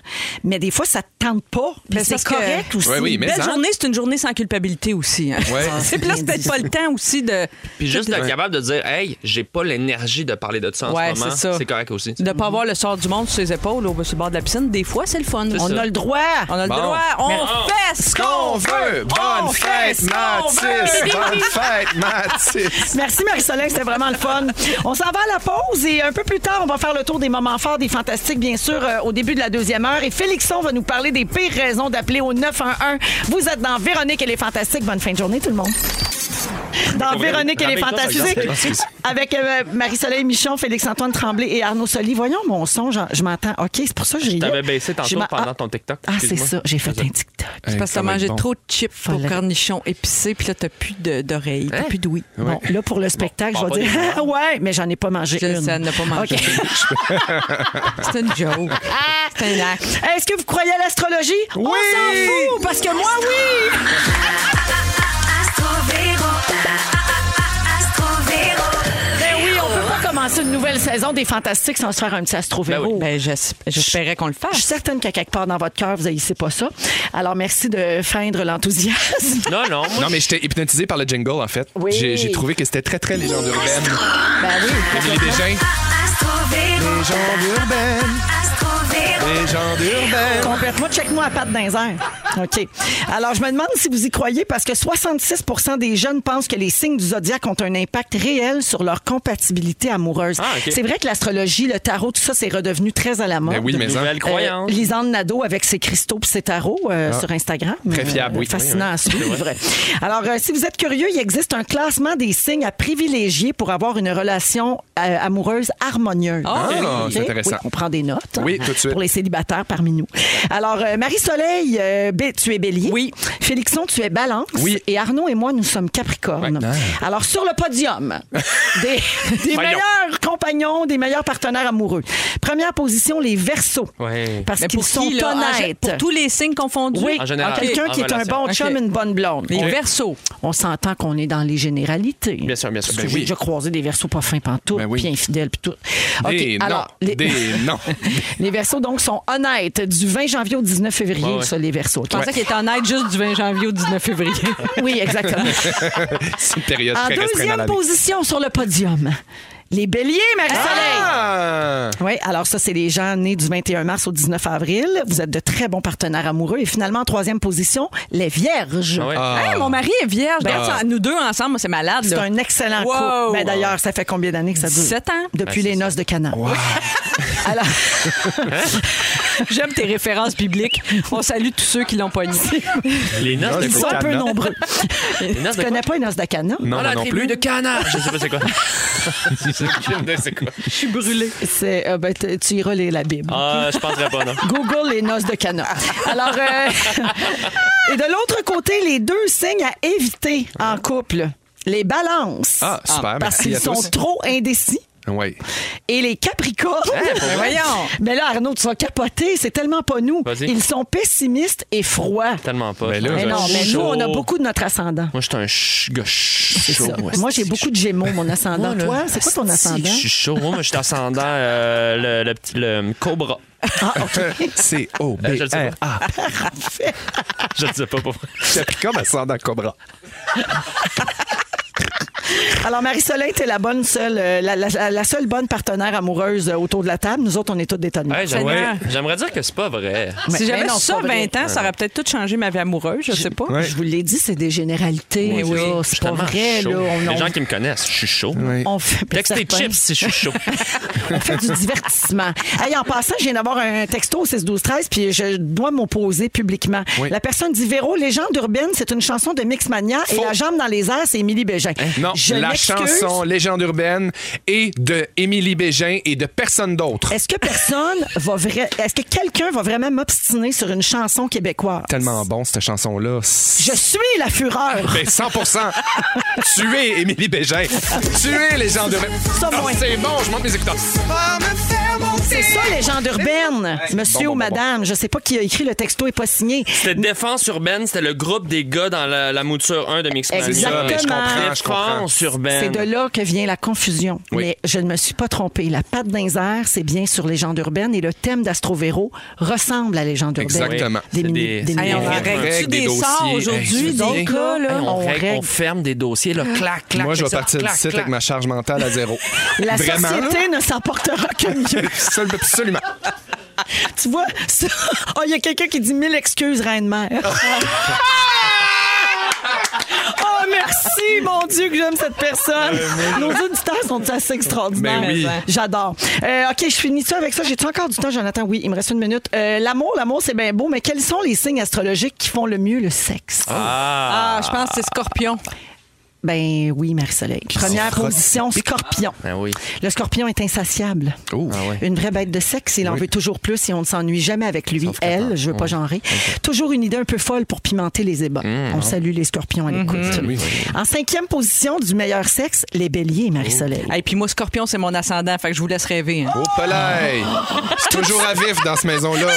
Speaker 1: Mais des fois, ça te tente pas. Puis
Speaker 3: Ben,
Speaker 1: c'est
Speaker 3: parce que-
Speaker 1: correct aussi.
Speaker 3: Une belle journée, c'est une journée sans culpabilité aussi. hein.
Speaker 4: Ouais.
Speaker 3: C'est puis là, c'est peut-être pas le temps aussi de.
Speaker 4: Puis juste d'être
Speaker 3: de-
Speaker 4: capable de dire, hey, j'ai pas l'énergie de parler de ça en
Speaker 3: Ouais,
Speaker 4: ce moment.
Speaker 3: c'est ça.
Speaker 4: C'est correct aussi.
Speaker 3: De ne pas avoir le sort du monde sur ses épaules au sur le bord de la piscine, des fois, c'est le fun.
Speaker 4: C'est
Speaker 3: On
Speaker 4: ça.
Speaker 3: a le droit. On a le
Speaker 4: Bon.
Speaker 3: droit. On
Speaker 4: Mais-
Speaker 1: oh!
Speaker 3: fait ce qu'on veut.
Speaker 2: Bonne
Speaker 3: On fait
Speaker 2: fête,
Speaker 3: ce qu'on
Speaker 2: Mathis!
Speaker 3: veut.
Speaker 2: Bonne fête, Mathis!
Speaker 1: Merci Marie-Soleil, c'était vraiment le fun. On s'en va à la pause et un peu plus tard, on va faire le tour des moments forts, des fantastiques, bien sûr, euh, au début de la deuxième heure. Et Félixon va nous parler des pires raisons d'appeler au 911. Vous êtes dans Véronique et les Fantastiques. Bonne fin de journée, tout le monde. Dans
Speaker 9: Avec toi,
Speaker 1: Véronique et les
Speaker 9: avec toi, par exemple.
Speaker 1: Fantastiques, avec euh, Marie-Soleil Michon, Félix-Antoine Tremblay et Arnaud Soli. Voyons mon son, j'en- je m'entends. OK, c'est pour ça que j'ai.
Speaker 4: Je t'avais baissé tantôt pendant ton TikTok.
Speaker 1: Ah, c'est
Speaker 4: excuse-moi.
Speaker 1: ça, j'ai fait un TikTok.
Speaker 3: C'est parce
Speaker 4: ça
Speaker 3: que t'as
Speaker 4: va être
Speaker 3: mangé
Speaker 4: bon.
Speaker 3: trop de chips
Speaker 1: Fallait.
Speaker 3: pour cornichons épicés, puis là, t'as plus de- d'oreilles,
Speaker 1: Hein?
Speaker 3: t'as plus d'ouïes.
Speaker 1: Bon, là, pour le spectacle,
Speaker 3: Bon,
Speaker 1: je
Speaker 3: pas
Speaker 1: vais dire,
Speaker 3: des
Speaker 1: ah ouais, mais j'en ai pas mangé
Speaker 3: Je
Speaker 1: une.
Speaker 3: sais, elle n'a pas mangé.
Speaker 1: OK.
Speaker 3: C'est une joke. C'est un acte.
Speaker 1: Est-ce que vous croyez à l'astrologie? Oui! On s'en fout, parce que moi, oui!
Speaker 10: Astrovero.
Speaker 1: Ben oui, on peut pas commencer une nouvelle saison des Fantastiques sans se faire un petit Astrovéro.
Speaker 3: Ben, j'espérais qu'on le fasse.
Speaker 1: Je suis certaine qu'à quelque part dans votre cœur, vous n'haïssez pas ça. Alors, merci de feindre l'enthousiasme.
Speaker 4: Non, non.
Speaker 2: Non, mais j'étais hypnotisé par le jingle, en fait.
Speaker 1: Oui.
Speaker 2: J'ai j'ai trouvé que c'était très, très légende urbaine.
Speaker 1: Ben oui.
Speaker 2: Émilie Deschamps.
Speaker 10: Astrovero.
Speaker 2: Légende urbaine.
Speaker 10: Astrovero.
Speaker 2: Légende urbaine.
Speaker 1: Complètement, check-moi à patte dans les airs. OK. Alors, je me demande si vous y croyez parce que 66 des jeunes pensent que les signes du zodiaque ont un impact réel sur leur compatibilité amoureuse.
Speaker 4: Ah, OK.
Speaker 1: C'est vrai que l'astrologie, le tarot, tout ça, c'est redevenu très à la mode.
Speaker 2: Ben oui, mais en-
Speaker 4: Nouvelle croyance.
Speaker 1: Euh, Lisanne Nadeau avec ses cristaux puis ses tarots euh,
Speaker 2: Ah.
Speaker 1: sur Instagram. Euh,
Speaker 2: Très fiable, oui.
Speaker 1: Fascinant à
Speaker 2: Oui, oui.
Speaker 1: suivre. Alors, euh, si vous êtes curieux, il existe un classement des signes à privilégier pour avoir une relation euh, amoureuse harmonieuse.
Speaker 2: Ah,
Speaker 1: OK?
Speaker 2: c'est intéressant.
Speaker 1: Oui, on prend des notes. hein,
Speaker 2: Oui, tout de suite.
Speaker 1: Pour les célibataires parmi nous. Alors, euh, Marie-Soleil, euh, Bé- tu es bélier. Oui. Félixon, tu es balance.
Speaker 2: Oui. Ah.
Speaker 1: Et Arnaud et moi, nous sommes capricornes. Alors, sur le podium, des, des
Speaker 4: Voyons.
Speaker 1: meilleurs compagnons, des meilleurs partenaires amoureux. Première position, les versos.
Speaker 4: Ouais.
Speaker 1: Parce
Speaker 3: Mais
Speaker 1: qu'ils
Speaker 3: pour
Speaker 1: sont
Speaker 3: qui, là? En gé-
Speaker 1: honnêtes.
Speaker 3: pour tous les signes confondus?
Speaker 1: Oui, Ah,
Speaker 3: En général.
Speaker 1: quelqu'un
Speaker 2: Ah,
Speaker 3: En
Speaker 1: qui est un
Speaker 3: relation.
Speaker 1: bon chum,
Speaker 3: OK.
Speaker 1: une bonne blonde.
Speaker 3: Les
Speaker 1: On-
Speaker 3: Verseaux.
Speaker 1: On s'entend qu'on est dans les généralités.
Speaker 4: Bien sûr, bien sûr.
Speaker 2: Ben
Speaker 1: Parce que J'ai déjà croisé des versos pas fins pantoute, puis infidèles, puis tout. OK,
Speaker 2: Des
Speaker 1: alors,
Speaker 2: non.
Speaker 1: les-
Speaker 2: Des non.
Speaker 1: Les versos, donc, sont honnêtes du 20 janvier au 19 février,
Speaker 2: Ouais, ouais.
Speaker 1: ça, les versos.
Speaker 3: Je pensais qu'il était honnête juste du 20 janvier au 19 février.
Speaker 1: Oui, exactement.
Speaker 2: C'est une période
Speaker 1: en
Speaker 2: très restreinte dans
Speaker 1: deuxième
Speaker 2: l'année.
Speaker 1: position sur le podium, les béliers, Marie-Soleil.
Speaker 2: Ah!
Speaker 1: Oui, alors ça, c'est les gens nés du 21 mars au 19 avril. Vous êtes de très bons partenaires amoureux. Et finalement, en troisième position, les vierges.
Speaker 4: Ah ouais.
Speaker 2: Ah.
Speaker 3: Hey, mon mari est vierge.
Speaker 1: Ben,
Speaker 3: Regarde ça, nous deux ensemble, moi, c'est malade.
Speaker 1: C'est
Speaker 3: là.
Speaker 1: un excellent
Speaker 3: Wow.
Speaker 1: couple. Ben, D'ailleurs, ça fait combien d'années que ça dure?
Speaker 3: 17 ans.
Speaker 1: Depuis les noces de Canaan. Alors,
Speaker 3: J'aime tes références bibliques. On salue tous ceux qui l'ont pogné.
Speaker 4: Les noces
Speaker 1: ils
Speaker 4: de
Speaker 1: sont Ah, un peu
Speaker 2: Cana.
Speaker 1: nombreux.
Speaker 4: Les noces
Speaker 1: Tu
Speaker 4: de quoi?
Speaker 1: connais pas les noces de Canaan?
Speaker 2: Non,
Speaker 4: Ah,
Speaker 2: moi
Speaker 4: la
Speaker 2: non
Speaker 4: tribu
Speaker 2: plus.
Speaker 4: de canard. Je sais pas c'est quoi. c'est quoi.
Speaker 1: Je suis brûlée. C'est, euh, ben, t- tu iras lire la Bible.
Speaker 4: Ah, je penserais pas, non.
Speaker 1: Google les noces de Cana. Alors, euh, et de l'autre côté, les deux signes à éviter en couple, les balances.
Speaker 2: Ah,
Speaker 1: parce
Speaker 2: super, merci
Speaker 1: qu'ils
Speaker 2: à
Speaker 1: sont
Speaker 2: tous.
Speaker 1: trop indécis.
Speaker 2: Oui.
Speaker 1: Et les Capricornes.
Speaker 4: pour vrai?
Speaker 3: Voyons.
Speaker 1: Mais là, Arnaud, tu vas capoter, c'est tellement pas nous.
Speaker 4: Vas-y.
Speaker 1: Ils sont pessimistes et froids.
Speaker 4: Tellement pas.
Speaker 2: Mais là,
Speaker 1: Mais
Speaker 2: Ouais,
Speaker 1: non, mais nous,
Speaker 4: Chaud.
Speaker 1: on a beaucoup de notre ascendant.
Speaker 4: Moi, je suis un ch- gars ch-
Speaker 1: C'est
Speaker 4: chaud.
Speaker 1: ça. Moi, j'ai beaucoup de gémeaux, mon ascendant.
Speaker 4: Moi, là,
Speaker 1: Toi, c'est quoi ton
Speaker 4: asti,
Speaker 1: ascendant?
Speaker 4: Je suis chaud. Moi, je suis ascendant euh, le, le petit le cobra.
Speaker 2: C'est O B
Speaker 4: Euh, je le sais
Speaker 2: R
Speaker 4: pas. je ne sais pas pour vrai.
Speaker 2: Capricorne ascendant Cobra.
Speaker 1: Alors, Marie-Soleil, t'es la bonne seule, euh, la, la- la seule bonne partenaire amoureuse euh, autour de la table. Nous autres, on est tous des tonnes.
Speaker 4: Ouais,
Speaker 3: Seigneur.
Speaker 4: j'aimerais, j'aimerais dire que c'est pas vrai.
Speaker 1: Mais-
Speaker 3: Si
Speaker 1: mais
Speaker 3: j'avais
Speaker 1: non,
Speaker 3: su
Speaker 1: c'est
Speaker 3: ça à
Speaker 1: pas vrai.
Speaker 3: 20 ans, ça aurait peut-être tout changé ma vie amoureuse, je sais pas.
Speaker 2: Ouais.
Speaker 1: Je vous l'ai dit, c'est des généralités.
Speaker 4: Moi,
Speaker 1: là.
Speaker 4: je- je suis
Speaker 1: Eh c'est pas
Speaker 4: tellement
Speaker 1: vrai.
Speaker 4: chaud.
Speaker 1: Là, on,
Speaker 4: Les
Speaker 1: on-
Speaker 4: gens qui me connaissent, je suis chaud.
Speaker 1: on fait,
Speaker 4: Texte tes
Speaker 1: certains.
Speaker 4: chips si je suis chaud.
Speaker 1: On fait du divertissement. Hey, en passant, je viens d'avoir un texto au 6-12-13, puis je dois m'opposer publiquement.
Speaker 2: Oui.
Speaker 1: La personne dit Véro, Légende urbaine, c'est une chanson de Mixmania
Speaker 2: Faux. Hein?
Speaker 1: et La jambe dans les airs, c'est Émilie Bégin.
Speaker 2: Non,
Speaker 1: Hein? je
Speaker 2: la
Speaker 1: m'excuse.
Speaker 2: chanson Légende urbaine et de Émilie Bégin et de personne d'autre.
Speaker 1: Est-ce que personne va vrai... Est-ce que quelqu'un va vraiment m'obstiner sur une chanson québécoise?
Speaker 2: Tellement bon cette chanson là.
Speaker 1: Je suis la fureur.
Speaker 2: Ben 100 Tuez Émilie Bégin. Tuez Légende urbaine.
Speaker 1: Ça,
Speaker 2: Ah,
Speaker 1: moins.
Speaker 2: c'est bon, je monte mes écouteurs.
Speaker 8: Va me faire
Speaker 1: C'est
Speaker 8: monter.
Speaker 1: ça, légende urbaine. Monsieur
Speaker 2: bon,
Speaker 1: ou
Speaker 2: bon,
Speaker 1: madame, je sais pas qui a écrit le texto et pas signé.
Speaker 4: C'était Défense urbaine, c'était le groupe des gars dans la, la mouture 1 de Mixmania.
Speaker 1: Exactement.
Speaker 2: C'est ça, mais je comprends, je comprends.
Speaker 4: Défense
Speaker 1: C'est
Speaker 4: urbaine.
Speaker 1: de là que vient la confusion.
Speaker 2: Oui.
Speaker 1: Mais je ne me suis pas trompée. La patte d'un c'est bien sur légende urbaine et le thème d'Astrovéro ressemble à légende urbaine.
Speaker 2: Exactement.
Speaker 1: Des
Speaker 4: C'est
Speaker 1: mini-
Speaker 4: des-
Speaker 1: des
Speaker 4: c'est
Speaker 1: mini-
Speaker 3: Hey, on
Speaker 4: Des
Speaker 3: règle-tu
Speaker 2: règles, des
Speaker 3: des sorts
Speaker 2: dossiers.
Speaker 3: aujourd'hui?
Speaker 2: Hey, je
Speaker 3: Donc
Speaker 2: vous dis.
Speaker 3: là,
Speaker 4: Hey,
Speaker 3: là,
Speaker 4: on,
Speaker 1: on
Speaker 4: règle,
Speaker 1: règle.
Speaker 4: on ferme des dossiers, là, clac, clac.
Speaker 2: Moi, je vais
Speaker 4: avec ça,
Speaker 2: partir
Speaker 4: clac,
Speaker 2: d'ici
Speaker 4: clac.
Speaker 2: avec ma charge mentale à zéro.
Speaker 1: La
Speaker 2: Vraiment, là?
Speaker 1: société ne s'emportera que mieux.
Speaker 2: Absol- Absolument.
Speaker 1: tu vois, ça- Ah, il y a quelqu'un qui dit mille excuses, reine-mère. Oh, merci, mon Dieu, que j'aime cette personne. Nos auditeurs sont assez extraordinaires.
Speaker 2: Euh, Ben oui.
Speaker 1: J'adore. Euh, OK, je finis ça avec ça. J'ai-tu encore du temps, Jonathan? Oui, il me reste une minute. Euh, l'amour, l'amour, c'est bien beau, mais quels sont les signes astrologiques qui font le mieux le sexe?
Speaker 3: ah, je pense que c'est Scorpion.
Speaker 1: Ben oui, Marie-Soleil. Première position, scorpion.
Speaker 4: Ben oui.
Speaker 1: Le scorpion est insatiable.
Speaker 2: Oh. Ah
Speaker 1: Une vraie bête de sexe, il en veut toujours plus et on ne s'ennuie jamais avec lui. Elle, je veux pas genrer. Toujours une idée un peu folle pour pimenter les ébats. on salue les scorpions à l'écoute. En cinquième position du meilleur sexe, les béliers, Marie-Soleil.
Speaker 3: Et puis moi, Scorpion, c'est mon ascendant, fait que je vous laisse rêver. hein.
Speaker 2: Oh, palais! C'est toujours à vif dans cette maison-là.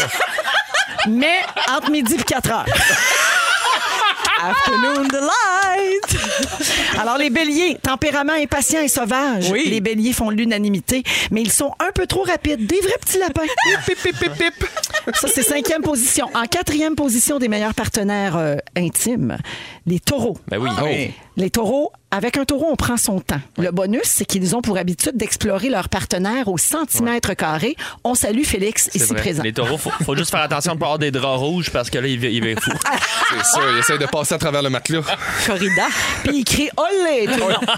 Speaker 1: Mais entre midi et 4 heures.
Speaker 3: Afternoon delight!
Speaker 1: Alors, les béliers, tempérament impatient et sauvage.
Speaker 3: Oui.
Speaker 1: Les béliers font l'unanimité, mais ils sont un peu trop rapides. Des vrais petits lapins. Pip, pip, pip, pip, pip. Ça, c'est cinquième position. En quatrième position des meilleurs partenaires euh, intimes, les taureaux.
Speaker 4: Ben oui.
Speaker 2: Oh.
Speaker 1: Les taureaux, avec un taureau, on prend son temps. Le bonus, c'est qu'ils ont pour habitude d'explorer leur partenaire au centimètre carré. On salue Félix,
Speaker 4: C'est
Speaker 1: ici
Speaker 4: vrai.
Speaker 1: présent.
Speaker 4: Les taureaux, faut, faut juste faire attention de ne pas avoir des draps rouges parce que là, il, il va être fou.
Speaker 2: C'est ça, il essaie de passer à travers le matelas.
Speaker 3: Corrida.
Speaker 1: Puis il crie Olé! tout le long.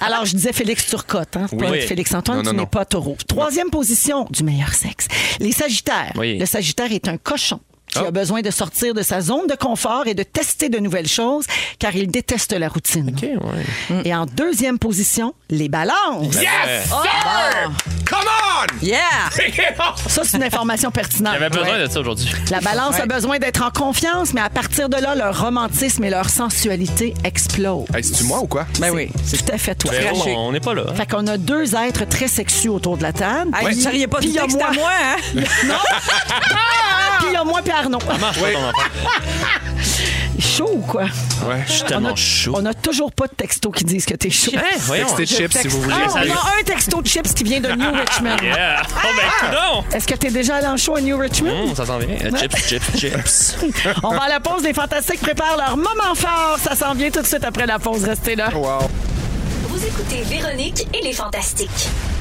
Speaker 1: Alors, je disais Félix Turcotte. Hein? C'est pas
Speaker 4: Oui.
Speaker 1: un Félix Antoine,
Speaker 2: Non, non,
Speaker 1: tu n'es
Speaker 2: non.
Speaker 1: pas taureau. Troisième position du meilleur sexe. Les Sagittaires.
Speaker 4: Oui.
Speaker 1: Le Sagittaire est un cochon qui
Speaker 2: Ah.
Speaker 1: a besoin de sortir de sa zone de confort et de tester de nouvelles choses car il déteste la routine. Mm.
Speaker 4: OK, ouais.
Speaker 1: Et en deuxième position, les balances.
Speaker 2: Yes!
Speaker 1: ah.
Speaker 2: sir! Come on!
Speaker 3: Yeah!
Speaker 1: Ça, c'est une information pertinente.
Speaker 4: J'avais besoin
Speaker 1: Ouais.
Speaker 4: de ça aujourd'hui.
Speaker 1: La balance a besoin d'être en confiance, mais à partir de là, leur romantisme et leur sensualité explosent.
Speaker 2: Hey, c'est-tu moi ou quoi?
Speaker 3: Ben oui.
Speaker 1: C'est tout à fait toi.
Speaker 4: Véro,
Speaker 3: Craché.
Speaker 4: on n'est pas là. hein.
Speaker 1: Fait qu'on a deux êtres très sexueux autour de la table.
Speaker 3: Hey, Vous seriez pas
Speaker 1: Puis
Speaker 3: du
Speaker 1: il y a
Speaker 3: texte à
Speaker 1: moi.
Speaker 3: moi, hein?
Speaker 1: Puis il y a moi puis Arnaud.
Speaker 4: Marche pas ton enfant.
Speaker 1: Chaud ou quoi?
Speaker 2: Ouais.
Speaker 4: Je suis tellement chaud.
Speaker 1: On a toujours pas de texto qui disent que t'es chaud.
Speaker 4: Hein, voyons.
Speaker 2: Textez chips si vous voulez.
Speaker 1: Ah, on
Speaker 4: salut.
Speaker 1: a un texto de chips qui vient de New Richmond.
Speaker 4: Yeah. Oh,
Speaker 1: Ah.
Speaker 4: ben, non!
Speaker 1: Est-ce que t'es déjà allé en show à New Richmond?
Speaker 4: ça s'en vient. Euh, Chips, chips, chips.
Speaker 1: On va à la pause. Les Fantastiques préparent leur moment fort. Ça s'en vient tout de suite après la pause. Restez
Speaker 4: Oh.
Speaker 1: là.
Speaker 2: Wow.
Speaker 11: Vous écoutez Véronique et les Fantastiques.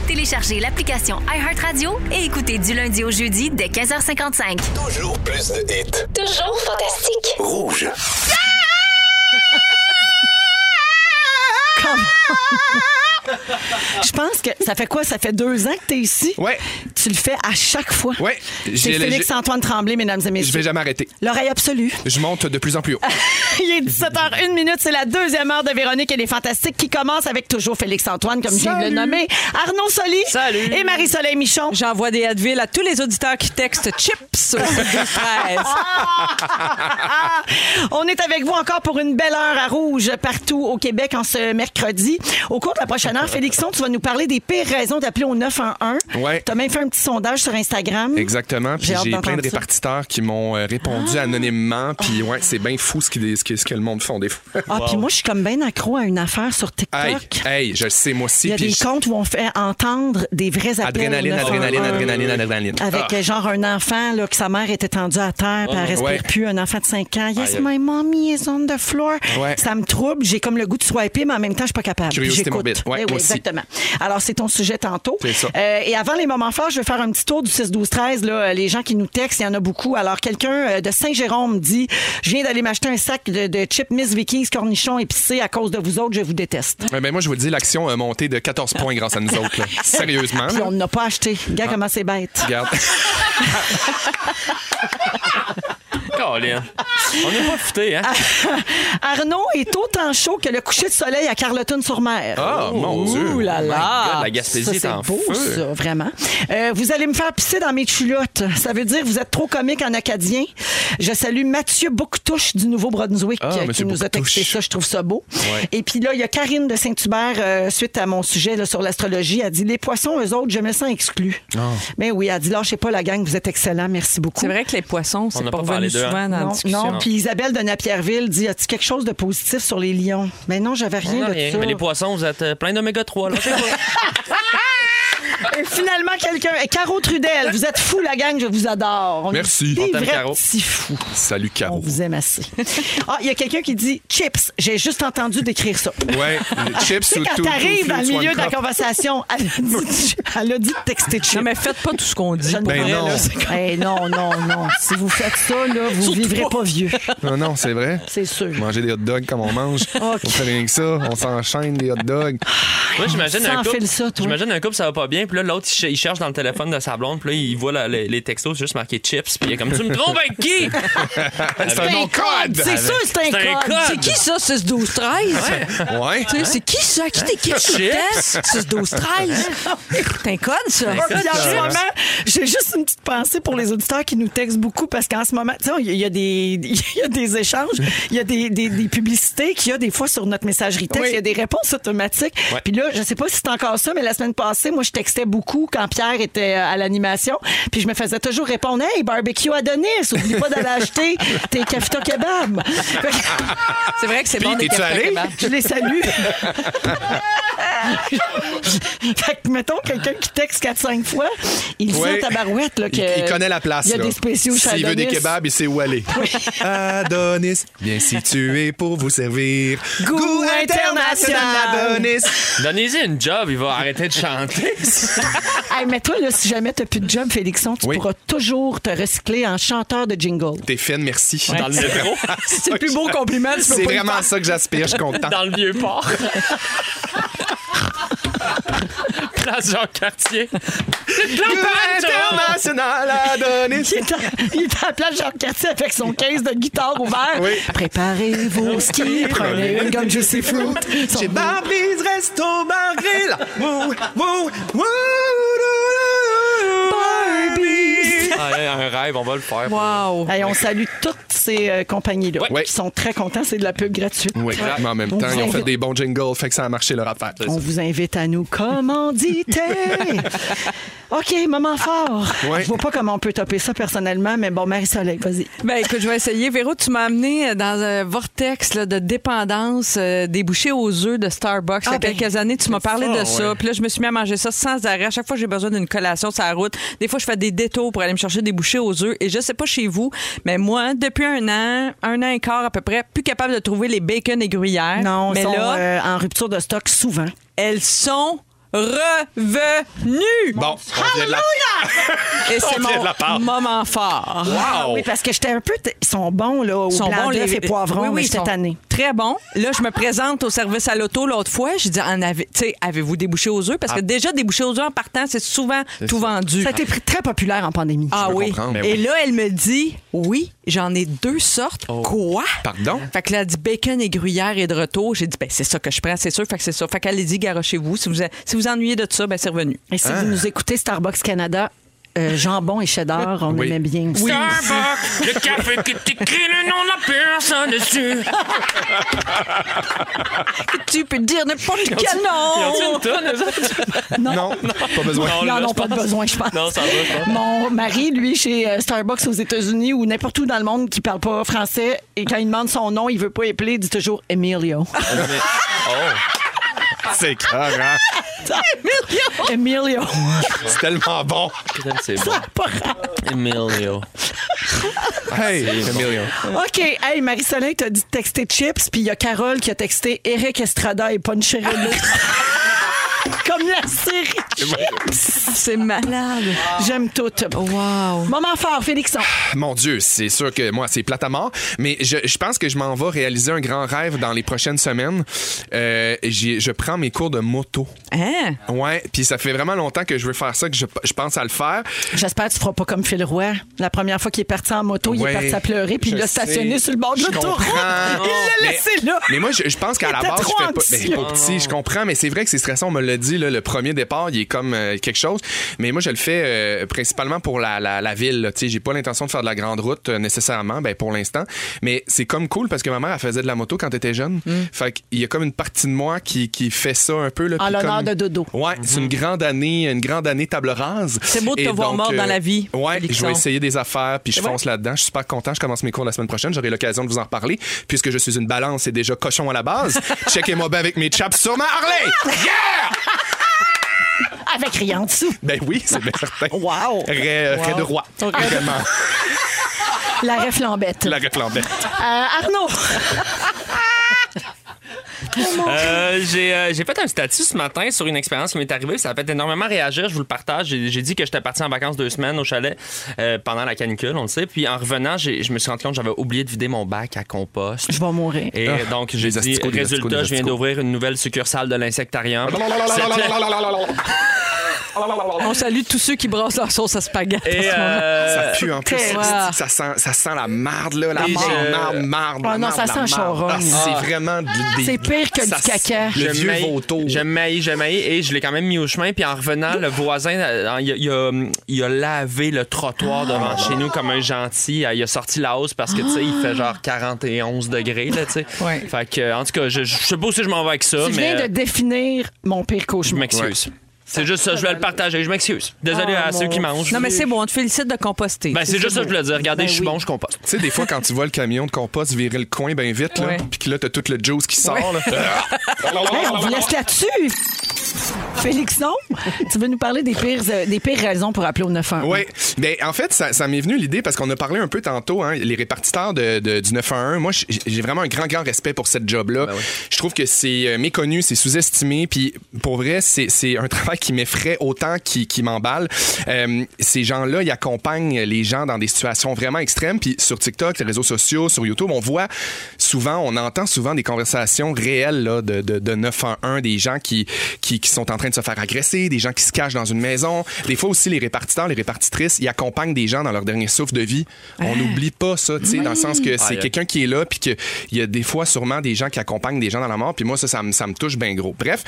Speaker 10: Téléchargez l'application iHeartRadio et écoutez du lundi au jeudi dès 15h55.
Speaker 9: Toujours plus de hits.
Speaker 11: Toujours fantastique.
Speaker 9: Rouge.
Speaker 1: Je pense que ça fait quoi? Ça fait deux ans que t'es ici.
Speaker 2: Ouais.
Speaker 1: Tu le fais à chaque fois.
Speaker 2: Ouais.
Speaker 1: C'est
Speaker 2: J'ai-
Speaker 1: Félix-Antoine Tremblay, mesdames et
Speaker 2: Je vais
Speaker 1: messieurs.
Speaker 2: jamais arrêter.
Speaker 1: L'oreille absolue.
Speaker 2: Je monte de plus en plus haut.
Speaker 1: Il est 17h01 minute, c'est la deuxième heure de Véronique et les Fantastiques qui commence avec toujours Félix-Antoine, comme je viens de le
Speaker 3: Salut.
Speaker 1: nommer, Arnaud Soli et Marie-Soleil Michon.
Speaker 3: J'envoie des Advil à tous les auditeurs qui textent chips au 6-13.
Speaker 1: Ah! On est avec vous encore pour une belle heure à rouge partout au Québec en ce mercredi. Au cours de la prochaine heure, Félixon, tu vas nous parler des pires raisons d'appeler au 911.
Speaker 2: Ouais.
Speaker 1: Tu as même fait un petit sondage sur Instagram.
Speaker 2: Exactement. Puis
Speaker 1: J'ai hâte
Speaker 2: j'ai
Speaker 1: d'entendre
Speaker 2: plein de
Speaker 1: ça. Ah!
Speaker 2: répartiteurs qui m'ont euh, répondu anonymement. Puis ouais, c'est bien fou ce, qui- ce que- ce que le monde font des fois.
Speaker 1: Ah, puis moi, je suis comme bien accro à une affaire sur TikTok.
Speaker 2: Hey, hey, je le sais, moi aussi.
Speaker 1: Ah! Il y a
Speaker 2: puis
Speaker 1: des
Speaker 2: je-
Speaker 1: comptes où on fait entendre des vrais appels.
Speaker 2: Adrénaline,
Speaker 1: au 911.
Speaker 2: adrénaline, adrénaline, adrénaline.
Speaker 1: Ah! Avec
Speaker 2: Ah.
Speaker 1: euh, genre un enfant là, que sa mère était tendue à terre, puis elle respire
Speaker 2: Ouais.
Speaker 1: plus, un enfant de 5 ans. Yes,
Speaker 2: Aïe.
Speaker 1: my mommy is on the floor.
Speaker 2: Ouais.
Speaker 1: Ça me trouble, j'ai comme le goût de swiper, mais en même temps, je suis pas capable. Puis
Speaker 2: Curiosité
Speaker 1: j'écoute.
Speaker 2: morbide. Ouais,
Speaker 1: Eh oui,
Speaker 2: moi aussi.
Speaker 1: exactement. Alors, c'est ton sujet tantôt.
Speaker 2: C'est ça.
Speaker 1: Euh, et avant les moments forts, je vais faire un petit tour du 6-12-13. là. Euh, Les gens qui nous textent, il y en a beaucoup. Alors, quelqu'un euh, de Saint-Jérôme dit Je viens d'aller m'acheter un sac de, de chips Miss Vikings, cornichons épicés à cause de vous autres, je vous déteste.
Speaker 2: Ouais, ben moi, je vous le dis, l'action a monté de 14 points grâce à nous autres. là. Sérieusement.
Speaker 4: Hein?
Speaker 1: Puis on n'a pas acheté.
Speaker 4: Ah.
Speaker 1: Regarde comment c'est bête.
Speaker 2: Regarde.
Speaker 4: Colin. On n'est pas futé, hein?
Speaker 1: Ah, Arnaud est autant chaud que le coucher de soleil à Carleton-sur-Mer.
Speaker 4: Ah, mon Dieu.
Speaker 1: Ouh là
Speaker 4: My
Speaker 1: là.
Speaker 4: God, la Gaspésie
Speaker 1: Ça,
Speaker 4: est
Speaker 1: c'est
Speaker 4: en
Speaker 1: beau,
Speaker 4: feu.
Speaker 1: ça, vraiment. Euh, vous allez me faire pisser dans mes culottes. Ça veut dire que vous êtes trop comique en acadien. Je salue Mathieu Bouctouche du Nouveau-Brunswick
Speaker 2: Ah,
Speaker 1: euh, qui
Speaker 2: Monsieur
Speaker 1: nous a texté ça. Je trouve ça beau.
Speaker 2: Ouais.
Speaker 1: Et puis là, il y a Karine de Saint-Hubert, euh, suite à mon sujet là, sur l'astrologie, elle dit Les poissons, eux autres, je me sens exclu.
Speaker 4: Ah.
Speaker 1: Mais oui, elle dit Lâchez pas la gang, vous êtes excellents. Merci beaucoup.
Speaker 3: C'est vrai que les poissons, c'est
Speaker 4: n'a
Speaker 3: pas
Speaker 4: pas parlé
Speaker 3: revenu
Speaker 4: d'eux, hein?
Speaker 3: souvent dans la
Speaker 1: Non,
Speaker 3: discussion.
Speaker 1: non. Puis Isabelle de Napierville dit As-tu quelque chose de positif sur les lions Mais Ben non, j'avais
Speaker 4: On
Speaker 1: rien
Speaker 4: a
Speaker 1: de
Speaker 4: rien.
Speaker 1: ça.
Speaker 4: Mais les poissons, vous êtes euh, plein d'oméga 3. Là.
Speaker 1: Et Euh, finalement, quelqu'un. Et Caro Trudel, vous êtes fou, la gang, je vous adore. On est
Speaker 2: Merci.
Speaker 1: Des vrais petits fous.
Speaker 2: Salut,
Speaker 1: On
Speaker 2: Caro.
Speaker 1: vous aime assez. Ah, il y a quelqu'un qui dit chips. J'ai juste entendu décrire ça.
Speaker 2: Ouais, les chips
Speaker 1: Tu sais,
Speaker 2: ou
Speaker 1: quand
Speaker 2: tout-
Speaker 1: t'arrives
Speaker 2: tout
Speaker 1: dans le
Speaker 2: fruits, soit
Speaker 1: milieu
Speaker 2: une
Speaker 1: de la
Speaker 2: crotte.
Speaker 1: conversation, elle a dit, elle a dit de texter chips.
Speaker 3: Non, mais faites pas tout ce qu'on dit.
Speaker 1: Je ne
Speaker 3: pour
Speaker 2: Ben
Speaker 3: vrai,
Speaker 2: non.
Speaker 3: là.
Speaker 1: Eh non, non, non. Si vous faites ça, là, vous vivrez pas vieux.
Speaker 2: Non, non, c'est vrai.
Speaker 1: C'est sûr.
Speaker 2: Manger des hot dogs comme on mange. On fait rien que ça. On s'enchaîne des hot dogs.
Speaker 4: Moi, j'imagine
Speaker 1: Ça
Speaker 4: un
Speaker 1: en
Speaker 4: couple.
Speaker 1: file ça, toi.
Speaker 4: J'imagine un couple, ça va pas bien. Puis là, l'autre, il ch- il cherche dans le téléphone de sa blonde. Puis là, il voit la- les, les textos, c'est juste marqué chips. Puis il est comme, tu me trompes avec qui?
Speaker 2: C'est
Speaker 1: Ben,
Speaker 2: un nom code!
Speaker 1: C'est sûr, c'est un code.
Speaker 3: C'est qui ça, 6 12 13 Tu
Speaker 2: Ouais.
Speaker 3: sais, Hein, C'est qui ça? Qui t'es qui
Speaker 4: Chips?
Speaker 3: 6 12 13 T'es un code, ça?
Speaker 1: Puis en ce moment, j'ai juste une petite pensée pour les auditeurs qui nous textent beaucoup parce qu'en ce moment, tu sais, il y a- il y, a des- il y a des échanges, il y a des, des- des publicités qu'il y a des fois sur notre messagerie texte, il y a des réponses automatiques. Puis là, je sais pas si c'est encore ça, mais la semaine passée, moi, je textais beaucoup quand Pierre était euh, à l'animation, puis je me faisais toujours répondre « Hey, barbecue Adonis, oublie pas d'aller acheter tes kefta kebab! » Fait que
Speaker 3: C'est vrai que c'est
Speaker 2: Puis,
Speaker 3: bon des
Speaker 2: es-tu
Speaker 3: cafés
Speaker 2: allé?
Speaker 3: kebab.
Speaker 1: Je les salue! fait que, mettons, quelqu'un qui texte 4-5 fois, il
Speaker 2: Ouais.
Speaker 1: sent ta barouette. Là, que
Speaker 2: Il, il connaît la place.
Speaker 1: Il y a
Speaker 2: là.
Speaker 1: des spéciaux chez
Speaker 2: S'il veut des
Speaker 1: Adonis.
Speaker 2: kebabs, il sait où aller. Adonis, bien situé pour vous servir.
Speaker 1: Goût international.
Speaker 2: Adonis.
Speaker 4: Donnez-y une job, il va arrêter de chanter.
Speaker 1: Hey, mais toi, là, si jamais t'as plus de job, Félixon, tu
Speaker 2: Oui.
Speaker 1: pourras toujours te recycler en chanteur de jingle.
Speaker 2: T'es fine, merci.
Speaker 4: Dans le métro,
Speaker 1: C'est le plus beau compliment. tu peux
Speaker 2: C'est
Speaker 1: pas y
Speaker 2: vraiment ça que j'aspire, je suis content.
Speaker 4: dans le vieux port. Place Jean Cartier.
Speaker 2: Goût international, Adonis.
Speaker 1: Il est à- il est à la plage Jacques Cartier avec son case de guitare ouvert.
Speaker 2: Oui.
Speaker 1: Préparez vos skis, prenez une gomme Juicy Fruit. Son-
Speaker 2: Chez Barbie's Resto Bar Grill. Wouh, wouh, wouh, Barbie's.
Speaker 4: Ah, un rêve, on va le faire.
Speaker 3: Wow.
Speaker 1: Hey, on salue toutes ces euh, compagnies-là
Speaker 2: Ouais.
Speaker 1: qui sont très contents. C'est de la pub gratuite.
Speaker 2: Oui, mais en même
Speaker 1: On
Speaker 2: temps,
Speaker 1: vous
Speaker 2: ils ont fait
Speaker 1: invite-
Speaker 2: des bons jingles, fait que ça a marché leur affaire.
Speaker 1: On vous invite à nous commanditer. OK, moment fort.
Speaker 2: Ouais.
Speaker 1: Je vois pas comment on peut topper ça personnellement, mais bon, Marie-Soleil, vas-y.
Speaker 3: Ben écoute, je vais essayer. Véro, tu m'as amené euh, dans un vortex là, de dépendance euh, débouché aux œufs de Starbucks.
Speaker 1: Ah,
Speaker 3: Il y a
Speaker 1: ben,
Speaker 3: quelques années, tu m'as parlé
Speaker 4: ça,
Speaker 3: de ça. Puis là, je me suis mis à manger ça sans arrêt. À chaque fois, j'ai besoin d'une collation sur la route. Des fois, je fais des détours pour aller me chercher des bouchées aux œufs. Et je sais pas chez vous, mais moi, depuis un an, un an et quart à peu près, plus capable de trouver les bacon et gruyères.
Speaker 1: Non,
Speaker 3: mais
Speaker 1: ils sont
Speaker 3: là,
Speaker 1: euh, en rupture de stock souvent.
Speaker 3: elles sont revenues.
Speaker 2: Bon, Oh, on vient de la-
Speaker 3: et c'est
Speaker 2: on vient de la
Speaker 3: mon
Speaker 2: part.
Speaker 3: moment fort.
Speaker 1: Ah oui, parce que j'étais un peu. t- Ils sont bons, là, au
Speaker 3: Ils sont
Speaker 1: blanc
Speaker 3: bons,
Speaker 1: d'œuf
Speaker 3: les-
Speaker 1: et poivrons,
Speaker 3: Oui, oui,
Speaker 1: mais
Speaker 3: ils
Speaker 1: j'étais
Speaker 3: sont
Speaker 1: tannée.
Speaker 3: très bon. Là, je me présente au service à l'auto l'autre fois. J'ai dit, en avez, tu sais, avez-vous débouché aux œufs? Parce que
Speaker 1: Ah.
Speaker 3: déjà, débouché aux œufs en partant, c'est souvent
Speaker 1: C'est
Speaker 3: tout
Speaker 1: ça.
Speaker 3: vendu.
Speaker 1: Ça a été pr- très populaire en pandémie.
Speaker 3: Ah
Speaker 1: Je peux
Speaker 3: oui.
Speaker 1: comprendre.
Speaker 3: Et
Speaker 1: Ben oui. Oh.
Speaker 3: là, elle me dit, oui, j'en ai deux sortes. Quoi?
Speaker 2: Pardon?
Speaker 3: Fait que là, elle dit bacon et gruyère et de retour. J'ai dit, ben, c'est ça que je prends, c'est sûr. Fait que c'est ça. Fait qu'elle a dit, garochez-vous. Si vous si vous ennuyez de ça, ben, c'est revenu.
Speaker 1: Et si vous nous écoutez, Starbucks Canada, euh, jambon et cheddar, on
Speaker 3: Oui.
Speaker 1: aimait bien. aussi.
Speaker 5: Starbucks, le café qui t'écrit le nom de la personne dessus.
Speaker 3: tu peux dire n'importe
Speaker 5: Ils ont-tu-
Speaker 3: quel
Speaker 5: ils ont-tu
Speaker 3: nom.
Speaker 5: une tonne, eux autres?
Speaker 1: Non.
Speaker 5: pas
Speaker 1: Ils n'en ont pas de besoin, je pense.
Speaker 5: Non, ça va, je pense.
Speaker 1: Mon mari, lui, chez euh, Starbucks aux États-Unis ou n'importe où dans le monde qui parle pas français, et quand il demande son nom, il veut pas épeler, il dit toujours Emilio.
Speaker 2: Euh, Oh, C'est clair, hein?
Speaker 1: Emilio! Emilio!
Speaker 2: C'est tellement bon.
Speaker 4: c'est
Speaker 1: Ça a pas rapport.
Speaker 4: Emilio.
Speaker 2: Hey,
Speaker 4: C'est bon.
Speaker 2: Emilio.
Speaker 1: OK. Hey, Marie-Soleil t'a dit de texter Chips, puis il y a Carole qui a texté Eric Estrada et Poncherello. Comme la série Chips.
Speaker 3: C'est malade.
Speaker 1: J'aime tout.
Speaker 3: Wow.
Speaker 1: Moment fort, Félixon.
Speaker 2: Mon Dieu, c'est sûr que moi, c'est plate à mort, mais je, je pense que je m'en vais réaliser un grand rêve dans les prochaines semaines. Euh, j'y- je prends mes cours de moto.
Speaker 3: Hein?
Speaker 2: Ouais, puis ça fait vraiment longtemps que je veux faire ça, que je, je pense à le faire.
Speaker 1: J'espère que tu feras pas comme Phil Roy. La première fois qu'il est parti en moto, il
Speaker 2: Ouais,
Speaker 1: est parti à pleurer, puis il
Speaker 2: je
Speaker 1: l'a stationné
Speaker 2: sais.
Speaker 1: sur le bord de
Speaker 2: Je
Speaker 1: l'autoroute.
Speaker 2: comprends.
Speaker 1: Il l'a
Speaker 2: Mais-
Speaker 1: laissé là.
Speaker 2: Mais moi, je, je pense qu'à
Speaker 1: Il
Speaker 2: la
Speaker 1: était
Speaker 2: base,
Speaker 1: trop
Speaker 2: je fais pas. ben,
Speaker 1: anxieux.
Speaker 2: pas petit, je comprends, mais c'est vrai que c'est stressant. On me l'a dit, là, le premier départ, il est comme euh, quelque chose. Mais moi, je le fais euh, principalement pour la, la, la ville. là. Tu sais, j'ai pas l'intention de faire de la grande route euh, nécessairement, ben, pour l'instant. Mais c'est comme cool parce que ma mère, elle faisait de la moto quand elle était
Speaker 1: Mm.
Speaker 2: jeune. Fait qu'il y a comme une partie de moi qui, qui fait ça un peu. Là,
Speaker 1: En
Speaker 2: puis
Speaker 1: l'honneur
Speaker 2: comme-
Speaker 1: de Dodo. Mm-hmm.
Speaker 2: Ouais, c'est une grande année, une grande année table rase.
Speaker 3: C'est beau de te voir mort dans la vie,
Speaker 2: euh, Ouais, je
Speaker 3: Félixon.
Speaker 2: vais essayer des affaires, puis je
Speaker 3: C'est vrai?
Speaker 2: fonce là-dedans. Je suis super content. Je commence mes cours la semaine prochaine. J'aurai l'occasion de vous en reparler, puisque je suis une balance et déjà cochon à la base. Checkez-moi bien avec mes chaps sur ma Harley.
Speaker 1: Avec rien en dessous.
Speaker 2: Ben oui, c'est bien certain.
Speaker 1: Wow.
Speaker 2: Ray,
Speaker 1: Wow.
Speaker 2: de roi. Vraiment.
Speaker 1: La reflambette.
Speaker 2: La reflambette.
Speaker 1: Arnaud.
Speaker 4: Euh, j'ai, euh, j'ai fait un statut ce matin sur une expérience qui m'est arrivée. Ça a fait énormément réagir. Je vous le partage. J'ai, j'ai dit que j'étais parti en vacances deux semaines au chalet euh, pendant la canicule, on le sait. Puis en revenant, j'ai- je me suis rendu compte que j'avais oublié de vider mon bac à compost.
Speaker 1: Je vais mourir.
Speaker 4: Et
Speaker 2: Ah,
Speaker 4: donc, j'ai
Speaker 2: des
Speaker 4: dit,
Speaker 2: asticots, des asticots, des
Speaker 4: résultat, je viens
Speaker 2: asticots.
Speaker 4: d'ouvrir une nouvelle succursale de l'insectarium. C'était-
Speaker 3: On salue tous ceux qui brassent leur sauce à spaghette en
Speaker 4: Et,
Speaker 3: ce moment.
Speaker 4: euh,
Speaker 2: Ça pue en plus.
Speaker 3: Ouais.
Speaker 2: Ça sent, ça sent la marde, là. La
Speaker 4: Et
Speaker 2: marde,
Speaker 4: je-
Speaker 2: marde, marde.
Speaker 1: Ah
Speaker 2: la
Speaker 1: non,
Speaker 2: marde,
Speaker 1: ça
Speaker 2: la
Speaker 1: sent
Speaker 2: marde.
Speaker 1: charogne.
Speaker 2: Ah,
Speaker 4: Ah.
Speaker 2: C'est vraiment de- des-
Speaker 1: C'est pire que
Speaker 2: ça
Speaker 1: du
Speaker 2: sent-
Speaker 1: caca.
Speaker 2: Le
Speaker 4: je
Speaker 2: vieux
Speaker 4: maille-
Speaker 2: vautour.
Speaker 4: Je maille, je maille, et je l'ai quand même mis au chemin. Puis en revenant, le voisin, euh, il a, il a- il a lavé le trottoir
Speaker 2: Ah.
Speaker 4: devant chez nous comme un gentil. Euh, Il a sorti la hausse parce que, tu sais, il fait genre 41 degrés, là, tu sais.
Speaker 3: Ouais.
Speaker 4: Fait que, euh, en tout cas, je, je sais pas si je m'en vais avec ça,
Speaker 1: Tu
Speaker 4: mais
Speaker 1: viens de
Speaker 4: euh,
Speaker 1: définir mon pire
Speaker 4: je
Speaker 1: cauchemar.
Speaker 4: m'excuse. C'est juste ça, je vais le partager, je m'excuse. Désolé
Speaker 1: Ah,
Speaker 4: à ceux
Speaker 1: mon
Speaker 4: qui mangent.
Speaker 3: Non, mais c'est bon, on te félicite de composter.
Speaker 4: Ben, c'est juste ça que je voulais dire. Regardez,
Speaker 1: Ben
Speaker 4: je suis
Speaker 1: oui.
Speaker 4: bon, je composte.
Speaker 2: Tu sais, des fois, quand tu vois le camion de compost virer le coin bien vite, là,
Speaker 3: Ouais.
Speaker 2: puis que là, t'as tout le juice qui sort, là.
Speaker 1: Hey, on vous laisse là-dessus. Félixon, tu veux nous parler des pires, euh, des pires raisons pour appeler au 911?
Speaker 2: Oui. Ben, en fait, ça, ça m'est venu l'idée parce qu'on a parlé un peu tantôt, hein, les répartiteurs de, de- du 911. Moi, j'ai- j'ai vraiment un grand, grand respect pour cette job-là. Je trouve que c'est euh, méconnu, c'est sous-estimé. Puis, pour vrai, c'est c'est un travail qui m'effraie autant qu'il qu'il m'emballe. Euh, ces gens-là, ils accompagnent les gens dans des situations vraiment extrêmes. Puis, sur TikTok, les réseaux sociaux, sur YouTube, on voit souvent, on entend souvent des conversations réelles là, de, de, de 911, des gens qui, qui, qui sont en train de se faire agresser, des gens qui se cachent dans une maison. Des fois aussi, les répartiteurs, les répartitrices, ils accompagnent des gens dans leur dernier souffle de vie. On n'oublie pas ça, tu sais, dans le sens que c'est
Speaker 4: Aïe.
Speaker 2: quelqu'un qui est là, puis qu'il y a des fois sûrement des gens qui accompagnent des gens dans la mort, puis moi, ça, ça me, ça me touche bien gros. Bref,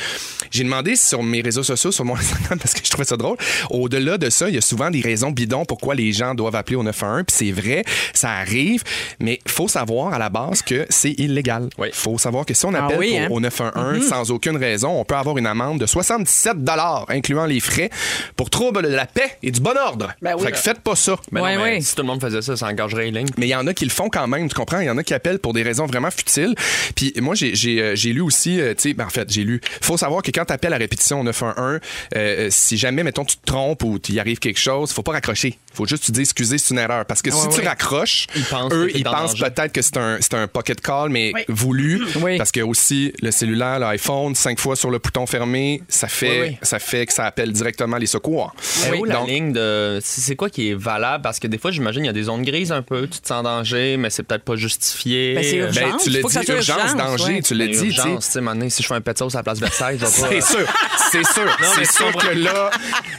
Speaker 2: j'ai demandé sur mes réseaux sociaux, sur mon Instagram, parce que je trouvais ça drôle. Au-delà de ça, il y a souvent des raisons bidons pourquoi les gens doivent appeler au 911, puis c'est vrai, ça arrive, mais faut savoir à la base que c'est illégal. faut savoir que si on
Speaker 3: Ah
Speaker 2: appelle
Speaker 3: oui, hein?
Speaker 2: pour- au 911 sans aucune raison, on peut avoir une amende de 77 incluant les frais, pour trouble de la paix et du bon ordre.
Speaker 1: Ben oui.
Speaker 2: fait que faites pas ça.
Speaker 4: Ben non,
Speaker 3: Ouais,
Speaker 4: mais
Speaker 3: ouais.
Speaker 4: Si tout le monde faisait ça, ça engagerait les lignes.
Speaker 2: Mais il y en a qui le font quand même, tu comprends? Il y en a qui appellent pour des raisons vraiment futiles. Puis moi, j'ai, j'ai, euh, j'ai lu aussi, euh, tu sais, ben en fait, j'ai lu. faut savoir que quand tu appelles à répétition au 911, euh, euh, si jamais, mettons, tu te trompes ou il arrive quelque chose, faut pas raccrocher. faut juste que tu dis excusez, c'est une erreur. Parce que
Speaker 4: Ah Ouais,
Speaker 2: si tu
Speaker 4: ouais.
Speaker 2: raccroches,
Speaker 4: Ils pensent
Speaker 2: eux,
Speaker 4: que t'es
Speaker 2: ils
Speaker 4: en
Speaker 2: pensent
Speaker 4: danger.
Speaker 2: peut-être que c'est un, c'est un pocket call, mais voulu. Parce que aussi, le cellulaire, l'iPhone, cinq fois sur le bouton fermé, ça fait,
Speaker 4: Oui, oui.
Speaker 2: ça fait que ça appelle directement les secours.
Speaker 4: Elle est où Eh la
Speaker 2: Donc,
Speaker 4: ligne de. C'est c'est quoi qui est valable? Parce que des fois, j'imagine, il y a des zones grises un peu. Tu te sens en danger, mais c'est peut-être pas justifié.
Speaker 2: Ben, c'est urgence. Ben, tu l'as Faut que ça dit, soit urgence, urgence, danger, ouais. tu l'as
Speaker 4: Ben,
Speaker 2: dit, tu sais.
Speaker 4: Urgence, tu sais, maintenant, si je fais un pet de sauce à la place Versailles, je vais pas. euh,
Speaker 2: C'est sûr, c'est sûr,
Speaker 4: Non, mais
Speaker 2: c'est sûr
Speaker 4: vrai.
Speaker 2: que là,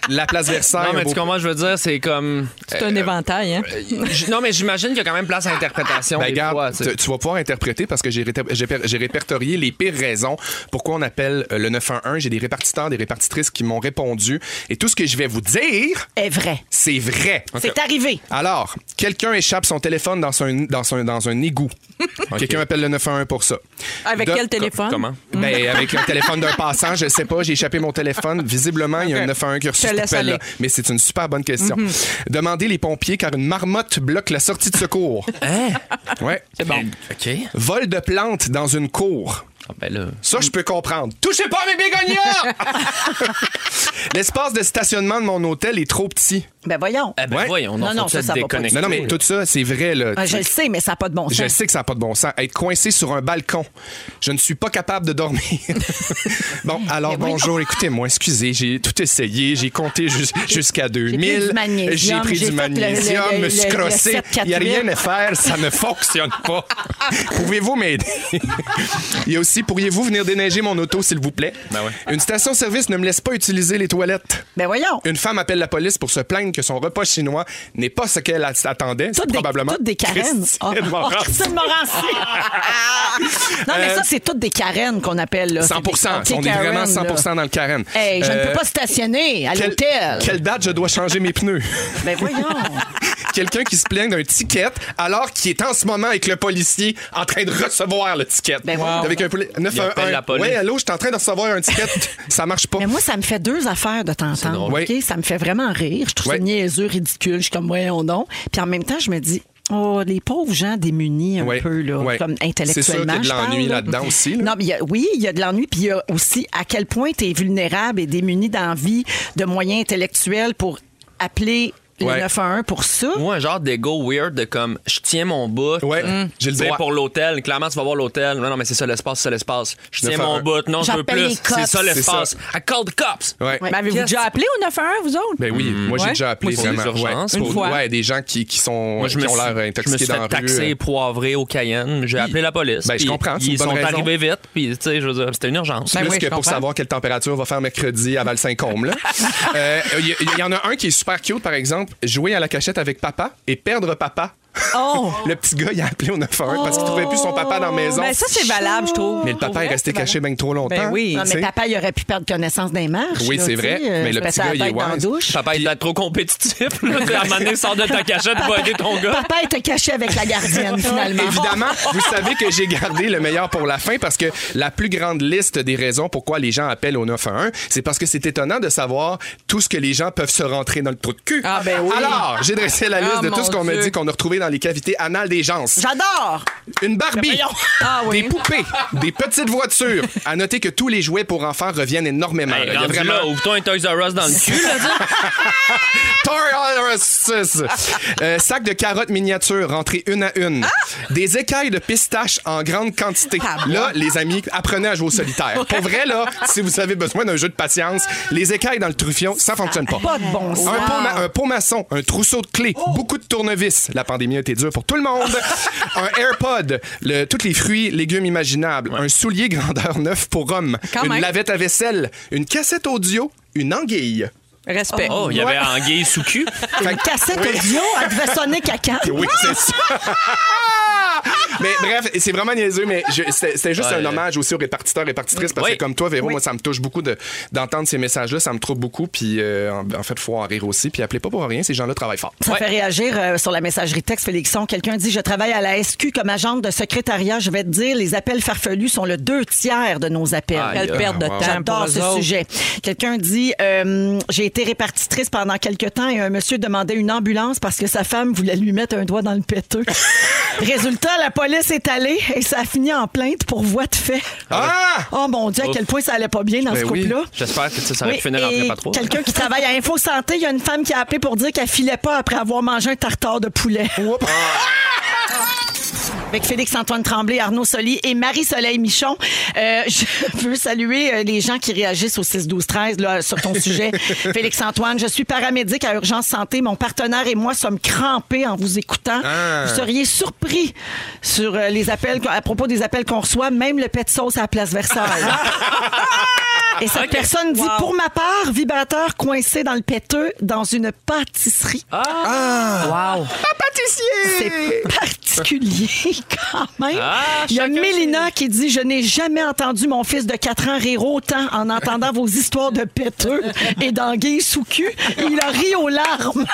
Speaker 2: la place Versailles.
Speaker 4: Non, mais
Speaker 2: un
Speaker 4: tu
Speaker 2: beau-
Speaker 4: comprends, je veux dire, c'est comme.
Speaker 3: C'est un éventail, hein?
Speaker 2: Euh,
Speaker 4: J- Non, mais j'imagine qu'il y a quand même place à interprétation.
Speaker 2: Ben,
Speaker 4: des
Speaker 2: regarde,
Speaker 4: fois, tu sais.
Speaker 2: tu, tu vas pouvoir interpréter parce que j'ai réter- j'ai per- j'ai répertorié les pires raisons pourquoi on appelle euh, le 911. J'ai des répartiteurs, des répartitrices qui m'ont répondu. Et tout ce que je vais vous dire
Speaker 1: est Eh, vrai.
Speaker 2: C'est vrai.
Speaker 1: C'est arrivé.
Speaker 2: Alors, quelqu'un échappe son téléphone dans un, dans un, dans un égout. Quelqu'un appelle le 911 pour ça.
Speaker 3: Avec
Speaker 2: De-
Speaker 3: quel téléphone?
Speaker 2: euh, comment?
Speaker 4: euh,
Speaker 2: Ben, avec le téléphone d'un passant, je sais pas, j'ai échappé mon téléphone. Visiblement, il y a un 911 qui a reçu
Speaker 3: Je te
Speaker 2: cet
Speaker 3: laisse
Speaker 2: appel-là.
Speaker 3: aller.
Speaker 2: Mais c'est une super bonne question.
Speaker 3: Mhm.
Speaker 2: Demandez les pompiers car une marmotte bloque la sortie de secours. Ouais. C'est bon.
Speaker 4: Hein? OK. Ah, ben
Speaker 2: Vol de plantes dans une cour. Ça, je peux comprendre. Touchez pas à mes bégonias! L'espace de stationnement de mon hôtel est trop petit.
Speaker 1: Ben voyons.
Speaker 2: Euh,
Speaker 4: Eh ben voyons, non, Non, faut non, que ça, ça, ça va pas déconnecte. du
Speaker 2: Non, non,
Speaker 4: tout,
Speaker 2: mais
Speaker 4: là.
Speaker 2: tout ça, c'est vrai. Là.
Speaker 1: Ah, je le sais, mais ça n'a pas de bon sens.
Speaker 2: Je sais que ça n'a pas de bon sens. Être coincé sur un balcon. Je ne suis pas capable de dormir. bon, alors bonjour. Écoutez-moi, excusez, j'ai tout essayé. J'ai compté jus- jusqu'à
Speaker 1: pris
Speaker 2: 2000.
Speaker 1: du magnésium,
Speaker 2: J'ai pris
Speaker 1: j'ai
Speaker 2: du
Speaker 1: fait le- le-
Speaker 2: magnésium,
Speaker 1: le-
Speaker 2: me suis
Speaker 1: le- le
Speaker 2: crossé.
Speaker 1: 7, 4,
Speaker 2: Il n'y a rien
Speaker 1: 8.
Speaker 2: à faire. Ça ne fonctionne pas. Pouvez-vous m'aider? Il y a aussi, pourriez-vous venir déneiger mon auto, s'il vous plaît? Une station-service ne me laisse pas utiliser les toilettes.
Speaker 1: Ben voyons.
Speaker 2: Une femme appelle la police pour se plaindre que son repas chinois n'est pas ce qu'elle a- attendait. C'est probablement
Speaker 1: Toutes des Karen. Ah, oh,
Speaker 2: Christine Morancy.
Speaker 1: Christine Morancy. non, mais
Speaker 2: Euh,
Speaker 1: ça, c'est toutes des Karen qu'on appelle. Là.
Speaker 2: 100
Speaker 1: C'est des-
Speaker 2: On
Speaker 1: OK,
Speaker 2: est vraiment
Speaker 1: Karen,
Speaker 2: 100
Speaker 1: là.
Speaker 2: dans le carême.
Speaker 1: Hey, je ne
Speaker 2: Euh,
Speaker 1: peux pas stationner à
Speaker 2: quel-
Speaker 1: l'hôtel.
Speaker 2: Quelle date je dois changer mes pneus?
Speaker 1: Ben voyons.
Speaker 2: Quelqu'un qui se plaigne d'un ticket alors qu'il est en ce moment avec le policier en train de recevoir le ticket.
Speaker 1: voyons.
Speaker 2: Avec un poli- 911.
Speaker 4: appelle la police.
Speaker 2: Ouais, allô, je suis en train de recevoir un ticket. ça marche pas.
Speaker 1: Mais moi, ça me fait deux affaires de t'entendre.
Speaker 2: drôle.
Speaker 1: OK? Ça me fait vraiment rire. Je trouve
Speaker 2: Ouais.
Speaker 1: ça niaiseux, ridicule. Je suis comme, voyons donc. Puis en même temps, je me dis, oh, les pauvres gens démunis un
Speaker 2: Ouais.
Speaker 1: peu, là,
Speaker 2: Ouais.
Speaker 1: comme
Speaker 2: C'est sûr qu'il y
Speaker 1: intellectuellement.
Speaker 2: a de
Speaker 1: je parle,
Speaker 2: l'ennui là-dedans aussi, là.
Speaker 1: Non, mais il y a- oui, il y a de l'ennui. Puis il y a aussi à quel point tu es vulnérable et démuni d'envie, de moyens intellectuels pour appeler le
Speaker 4: Ouais.
Speaker 1: 911 pour ça.
Speaker 4: Ou un genre d'ego weird de comme je tiens mon bout.
Speaker 2: Ouais,
Speaker 4: Mm.
Speaker 2: j'ai le
Speaker 4: Tu sais,
Speaker 2: droit.
Speaker 4: pour l'hôtel, clairement, tu vas voir l'hôtel. Non, non, mais c'est ça l'espace, c'est ça l'espace. Je tiens
Speaker 2: 911.
Speaker 4: mon bout. Non, je veux
Speaker 1: J'appelle les
Speaker 4: plus.
Speaker 1: cops.
Speaker 4: C'est ça l'espace.
Speaker 2: C'est
Speaker 4: I called cops.
Speaker 2: Ouais.
Speaker 3: Mais Ben, avez-vous déjà appelé au 911, vous autres?
Speaker 2: Ben oui, moi j'ai
Speaker 3: Ouais.
Speaker 2: déjà appelé
Speaker 4: Oui, pour
Speaker 2: vraiment.
Speaker 4: les urgences.
Speaker 2: ouais,
Speaker 4: Une
Speaker 2: pour-
Speaker 4: fois.
Speaker 2: ouais, des gens qui, qui sont
Speaker 4: Moi, je me
Speaker 2: qui ont
Speaker 4: suis,
Speaker 2: l'air
Speaker 4: je me
Speaker 2: intoxiqués
Speaker 4: suis
Speaker 2: dans la
Speaker 4: fait
Speaker 2: rue. euh.
Speaker 4: taxer, poivré au Cayenne. J'ai appelé la police.
Speaker 2: Ben, je
Speaker 4: puis
Speaker 2: comprends, c'est une
Speaker 4: Ils
Speaker 2: bonne
Speaker 4: sont
Speaker 2: raison. Ben,
Speaker 4: arrivés vite. Puis, tu sais, je veux dire, c'était une urgence.
Speaker 3: Ben
Speaker 2: plus que pour savoir quelle température va faire mercredi à Val-Saint-Côme. Il y, y en a un qui est super cute, par exemple, jouer à la cachette avec papa et perdre papa.
Speaker 3: Oh!
Speaker 2: Le petit gars, il a appelé au 911 parce qu'il trouvait plus son papa dans la maison.
Speaker 3: Ben, ça, c'est valable, je trouve.
Speaker 2: Mais le papa est resté caché bien trop longtemps.
Speaker 3: Ben oui.
Speaker 1: Non,
Speaker 2: tu
Speaker 1: Ah, mais
Speaker 2: sais.
Speaker 1: papa, il aurait pu perdre connaissance des marches.
Speaker 2: Oui,
Speaker 1: là,
Speaker 2: c'est
Speaker 1: tu sais,
Speaker 2: vrai.
Speaker 1: euh,
Speaker 2: Mais le
Speaker 1: se
Speaker 2: petit
Speaker 1: péter la
Speaker 2: gars, il est
Speaker 1: tête dans la
Speaker 2: wise.
Speaker 1: douche.
Speaker 4: Papa, il doit être trop compétitif. là. À un moment donné, sors de ta cachette pour aider ton gars.
Speaker 1: Papa était caché avec la gardienne, finalement.
Speaker 2: Évidemment, vous savez que j'ai gardé le meilleur pour la fin parce que la plus grande liste des raisons pourquoi les gens appellent au 911, c'est parce que c'est étonnant de savoir tout ce que les gens peuvent se rentrer dans le trou de cul.
Speaker 3: Ah, ben oui.
Speaker 2: Alors, j'ai dressé la liste
Speaker 3: Ah,
Speaker 2: de tout
Speaker 3: mon
Speaker 2: ce qu'on me
Speaker 3: Dieu.
Speaker 2: dit qu'on a retrouvé dans les cavités anales des gens.
Speaker 3: J'adore!
Speaker 2: Une Barbie,
Speaker 3: Ah oui.
Speaker 2: des poupées, des petites voitures. À noter que tous les jouets pour enfants reviennent énormément. là.
Speaker 4: Hey,
Speaker 2: Ben, Il y a
Speaker 4: Ben, rendu
Speaker 2: vraiment
Speaker 4: là, oh. ouvre-toi un Toys R Us dans le cul, là, dis.
Speaker 2: Toys R Us. Euh, sac de carottes miniatures rentrées une à une. Des écailles de pistaches en grande quantité. Là, les amis, apprenez à jouer au solitaire. Pour vrai, là, si vous avez besoin d'un jeu de patience, les écailles dans le truffion, ça fonctionne pas.
Speaker 3: Ah,
Speaker 1: Pas de bon
Speaker 2: Un
Speaker 1: sens.
Speaker 2: pot, ma- un pot maçon, un trousseau de clés,
Speaker 1: Oh.
Speaker 2: beaucoup de tournevis. La pandémie a été dure pour tout le monde. un AirPod, le, tous les fruits, légumes imaginables. Un soulier grandeur neuf pour homme.
Speaker 3: Quand
Speaker 2: une
Speaker 3: même.
Speaker 2: lavette à vaisselle. Une cassette audio. Une anguille.
Speaker 3: Respect.
Speaker 4: Oh, il y avait Anguille sous cul.
Speaker 1: Une cassette
Speaker 2: Oui.
Speaker 1: audio, elle devait sonner caca.
Speaker 2: Oui, c'est ça. mais bref, c'est vraiment niaiseux, mais je- c'était c'était juste
Speaker 4: Ouais.
Speaker 2: un hommage aussi aux répartiteurs et répartitrices parce
Speaker 4: Oui.
Speaker 2: que comme toi, Véro, moi, ça me touche beaucoup de- d'entendre ces messages-là, ça me trouve beaucoup, puis euh, en, en fait, il faut en rire aussi, puis appelez pas pour rien, ces gens-là travaillent fort.
Speaker 1: Ça fait réagir euh, sur la messagerie texte, Félixon. Quelqu'un dit Je travaille à la SQ comme agente de secrétariat. Je vais te dire, les appels farfelus sont le deux tiers de nos appels.
Speaker 4: Aïe,
Speaker 3: Quelle perte de
Speaker 2: wow.
Speaker 3: temps
Speaker 1: J'adore
Speaker 3: pour eux
Speaker 1: ce
Speaker 3: autres.
Speaker 1: sujet. Quelqu'un dit euh, J'ai été répartitrice pendant quelques temps et un monsieur demandait une ambulance parce que sa femme voulait lui mettre un doigt dans le péteux. Résultat, la police est allée et ça a fini en plainte pour voie de fait.
Speaker 2: Ah!
Speaker 1: Oh mon Dieu, à quel point ça allait pas bien dans
Speaker 4: Ben
Speaker 1: ce
Speaker 4: oui.
Speaker 1: couple-là.
Speaker 4: J'espère que ça, ça aurait
Speaker 1: Oui,
Speaker 4: pu finir
Speaker 1: et
Speaker 4: en pas trop.
Speaker 1: Quelqu'un qui travaille à Info Santé, il y a une femme qui a appelé pour dire qu'elle filait pas après avoir mangé un tartare de poulet. Avec Félix-Antoine Tremblay, Arnaud Soli et Marie-Soleil Michon. Euh, je veux saluer euh, les gens qui réagissent au 6-12-13 là, sur ton sujet. Félix-Antoine, je suis paramédic à Urgence Santé. Mon partenaire et moi sommes crampés en vous écoutant.
Speaker 2: Ah.
Speaker 1: Vous seriez surpris sur euh, les appels, à propos des appels qu'on reçoit, même le pet de sauce à la place Versailles. Et cette personne dit Pour ma part, vibrateur coincé dans le péteux dans une pâtisserie.
Speaker 4: Ah! Wow!
Speaker 1: C'est particulier quand même.
Speaker 4: Ah,
Speaker 1: Il y a Mélina qui dit Je n'ai jamais entendu mon fils de 4 ans rire autant en entendant vos histoires de péteux et d'anguilles sous cul. Il a ri aux larmes.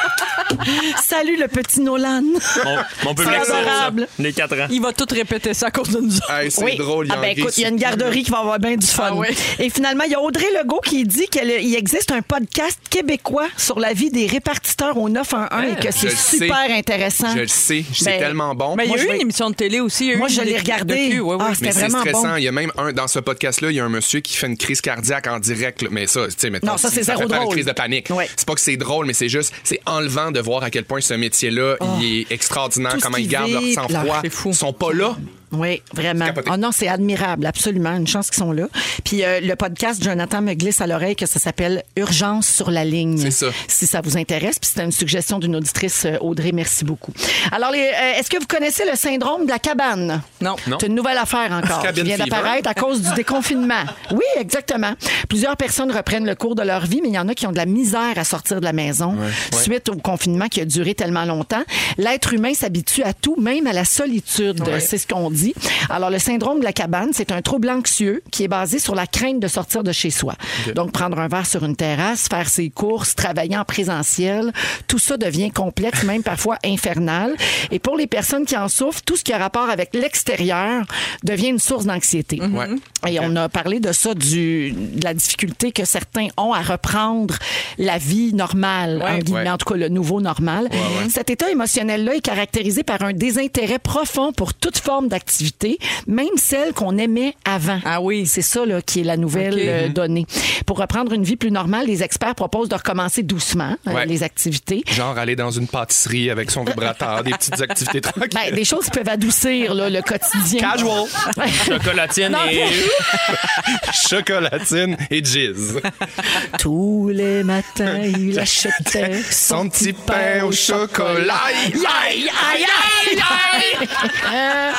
Speaker 1: Salut le petit Nolan.
Speaker 4: Mon, mon public,
Speaker 1: C'est
Speaker 4: c'est ça.
Speaker 1: adorable.
Speaker 4: Les 4 ans.
Speaker 3: Il va tout répéter ça à cause de nous autres.
Speaker 2: Hey, c'est
Speaker 1: Oui.
Speaker 2: drôle,
Speaker 1: Ah ben
Speaker 2: Yankees.
Speaker 1: écoute, il y a une garderie qui va avoir bien du fun.
Speaker 3: Ah oui.
Speaker 1: Et finalement, il y a Audrey Legault qui dit qu'il existe un podcast québécois sur la vie des répartiteurs au 911 et que
Speaker 2: Ah, Je
Speaker 1: c'est
Speaker 2: le sais.
Speaker 1: super intéressant.
Speaker 2: Je le sais, c'est
Speaker 1: Ben,
Speaker 2: tellement bon.
Speaker 3: Mais il y
Speaker 1: Moi,
Speaker 3: a
Speaker 1: je
Speaker 3: eu
Speaker 1: vais-
Speaker 3: une émission de télé aussi. il y a eu
Speaker 1: Moi, je
Speaker 3: une
Speaker 1: l'ai
Speaker 3: des-
Speaker 1: regardé.
Speaker 3: docu, oui, oui.
Speaker 1: Ah, c'était
Speaker 2: Mais c'est
Speaker 1: vraiment
Speaker 2: stressant.
Speaker 1: bon.
Speaker 2: Il y a même un, dans ce podcast-là, il y a un monsieur qui fait une crise cardiaque en direct. là. Mais ça, tu sais, maintenant,
Speaker 1: Non, ça, c'est zéro
Speaker 2: fait pas une
Speaker 1: drôle.
Speaker 2: crise de panique.
Speaker 1: Ouais.
Speaker 2: C'est pas que c'est drôle, mais c'est juste, c'est enlevant de voir à quel point ce métier-là, il est extraordinaire.
Speaker 1: Oh. Tout ce
Speaker 2: comment ils
Speaker 1: qu'ils
Speaker 2: gardent leur
Speaker 1: vivent,
Speaker 2: sang-froid.
Speaker 1: là, c'est fou.
Speaker 2: Ils sont pas là.
Speaker 1: Oui, vraiment.
Speaker 2: capoté.
Speaker 1: Ah non, c'est admirable, absolument. Une chance qu'ils sont là. Puis euh, le podcast, Jonathan me glisse à l'oreille que ça s'appelle Urgence sur la ligne.
Speaker 2: C'est ça.
Speaker 1: Si ça vous intéresse. Puis c'était une suggestion d'une auditrice, euh, Audrey, merci beaucoup. Alors, les, euh, est-ce que vous connaissez le syndrome de la cabane?
Speaker 3: Non.
Speaker 4: Non.
Speaker 1: C'est une nouvelle affaire encore qui
Speaker 2: Cabin
Speaker 1: vient
Speaker 2: fever.
Speaker 1: d'apparaître à cause du déconfinement. Oui, exactement. Plusieurs personnes reprennent le cours de leur vie, mais il y en a qui ont de la misère à sortir de la maison suite au confinement qui a duré tellement longtemps. L'être humain s'habitue à tout, même à la solitude. C'est ce qu'on dit. Alors, le syndrome de la cabane, c'est un trouble anxieux qui est basé sur la crainte de sortir de chez soi. Donc, prendre un verre sur une terrasse, faire ses courses, travailler en présentiel, tout ça devient complexe, même parfois infernal. Et pour les personnes qui en souffrent, tout ce qui a rapport avec l'extérieur devient une source d'anxiété.
Speaker 2: Ouais.
Speaker 1: Et on a parlé de ça, du, de la difficulté que certains ont à reprendre la vie normale, en guillemets,
Speaker 2: Ouais.
Speaker 1: en tout cas le nouveau normal. Cet état émotionnel-là est caractérisé par un désintérêt profond pour toute forme d'activité, même celle qu'on aimait avant.
Speaker 3: Ah oui.
Speaker 1: C'est ça là, qui est la nouvelle euh,
Speaker 2: Mm-hmm.
Speaker 1: donnée. Pour reprendre une vie plus normale, les experts proposent de recommencer doucement euh,
Speaker 2: Ouais.
Speaker 1: les activités.
Speaker 2: Genre aller dans une pâtisserie avec son vibrateur, des petites activités tranquilles.
Speaker 1: Ben, des choses qui peuvent adoucir là, le quotidien.
Speaker 2: Casual,
Speaker 4: Chocolatine
Speaker 1: Non,
Speaker 4: et.
Speaker 2: chocolatine et jizz.
Speaker 1: Tous les matins, il achetait
Speaker 2: Son petit pain au chocolat. Aïe, aïe, aïe, aïe, aïe.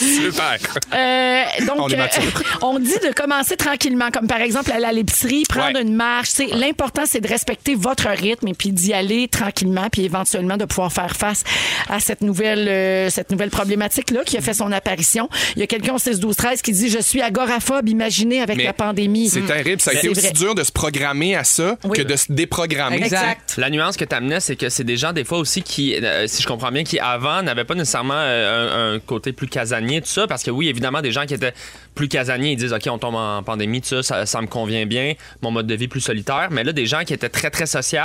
Speaker 2: Super.
Speaker 1: Euh, donc,
Speaker 2: On est
Speaker 1: euh,
Speaker 2: mature.
Speaker 1: on dit de commencer tranquillement, comme par exemple aller à l'épicerie, prendre
Speaker 2: Ouais.
Speaker 1: une marche. Tu sais, L'important, c'est de respecter votre rythme et puis d'y aller tranquillement, puis éventuellement de pouvoir faire face à cette nouvelle, euh, cette nouvelle problématique-là qui a fait son apparition. Il y a quelqu'un au 6-12-13 qui dit Je suis agoraphobe, imaginez avec
Speaker 2: Mais
Speaker 1: la pandémie.
Speaker 2: C'est
Speaker 1: Mm.
Speaker 2: terrible. Ça a été
Speaker 1: C'est
Speaker 2: aussi
Speaker 1: vrai.
Speaker 2: dur de se programmer à ça que de se déprogrammer.
Speaker 3: Exact.
Speaker 4: La nuance que tu amenais, c'est que c'est des gens, des fois aussi, qui, euh, si je comprends bien, qui avant n'avaient pas nécessairement euh, un, un côté plus casanier, tout ça, parce que oui, évidemment, des gens qui étaient plus casaniers, ils disent, OK, on tombe en pandémie, tout ça, ça, ça me convient bien, mon mode de vie plus solitaire, mais là, des gens qui étaient très, très sociaux,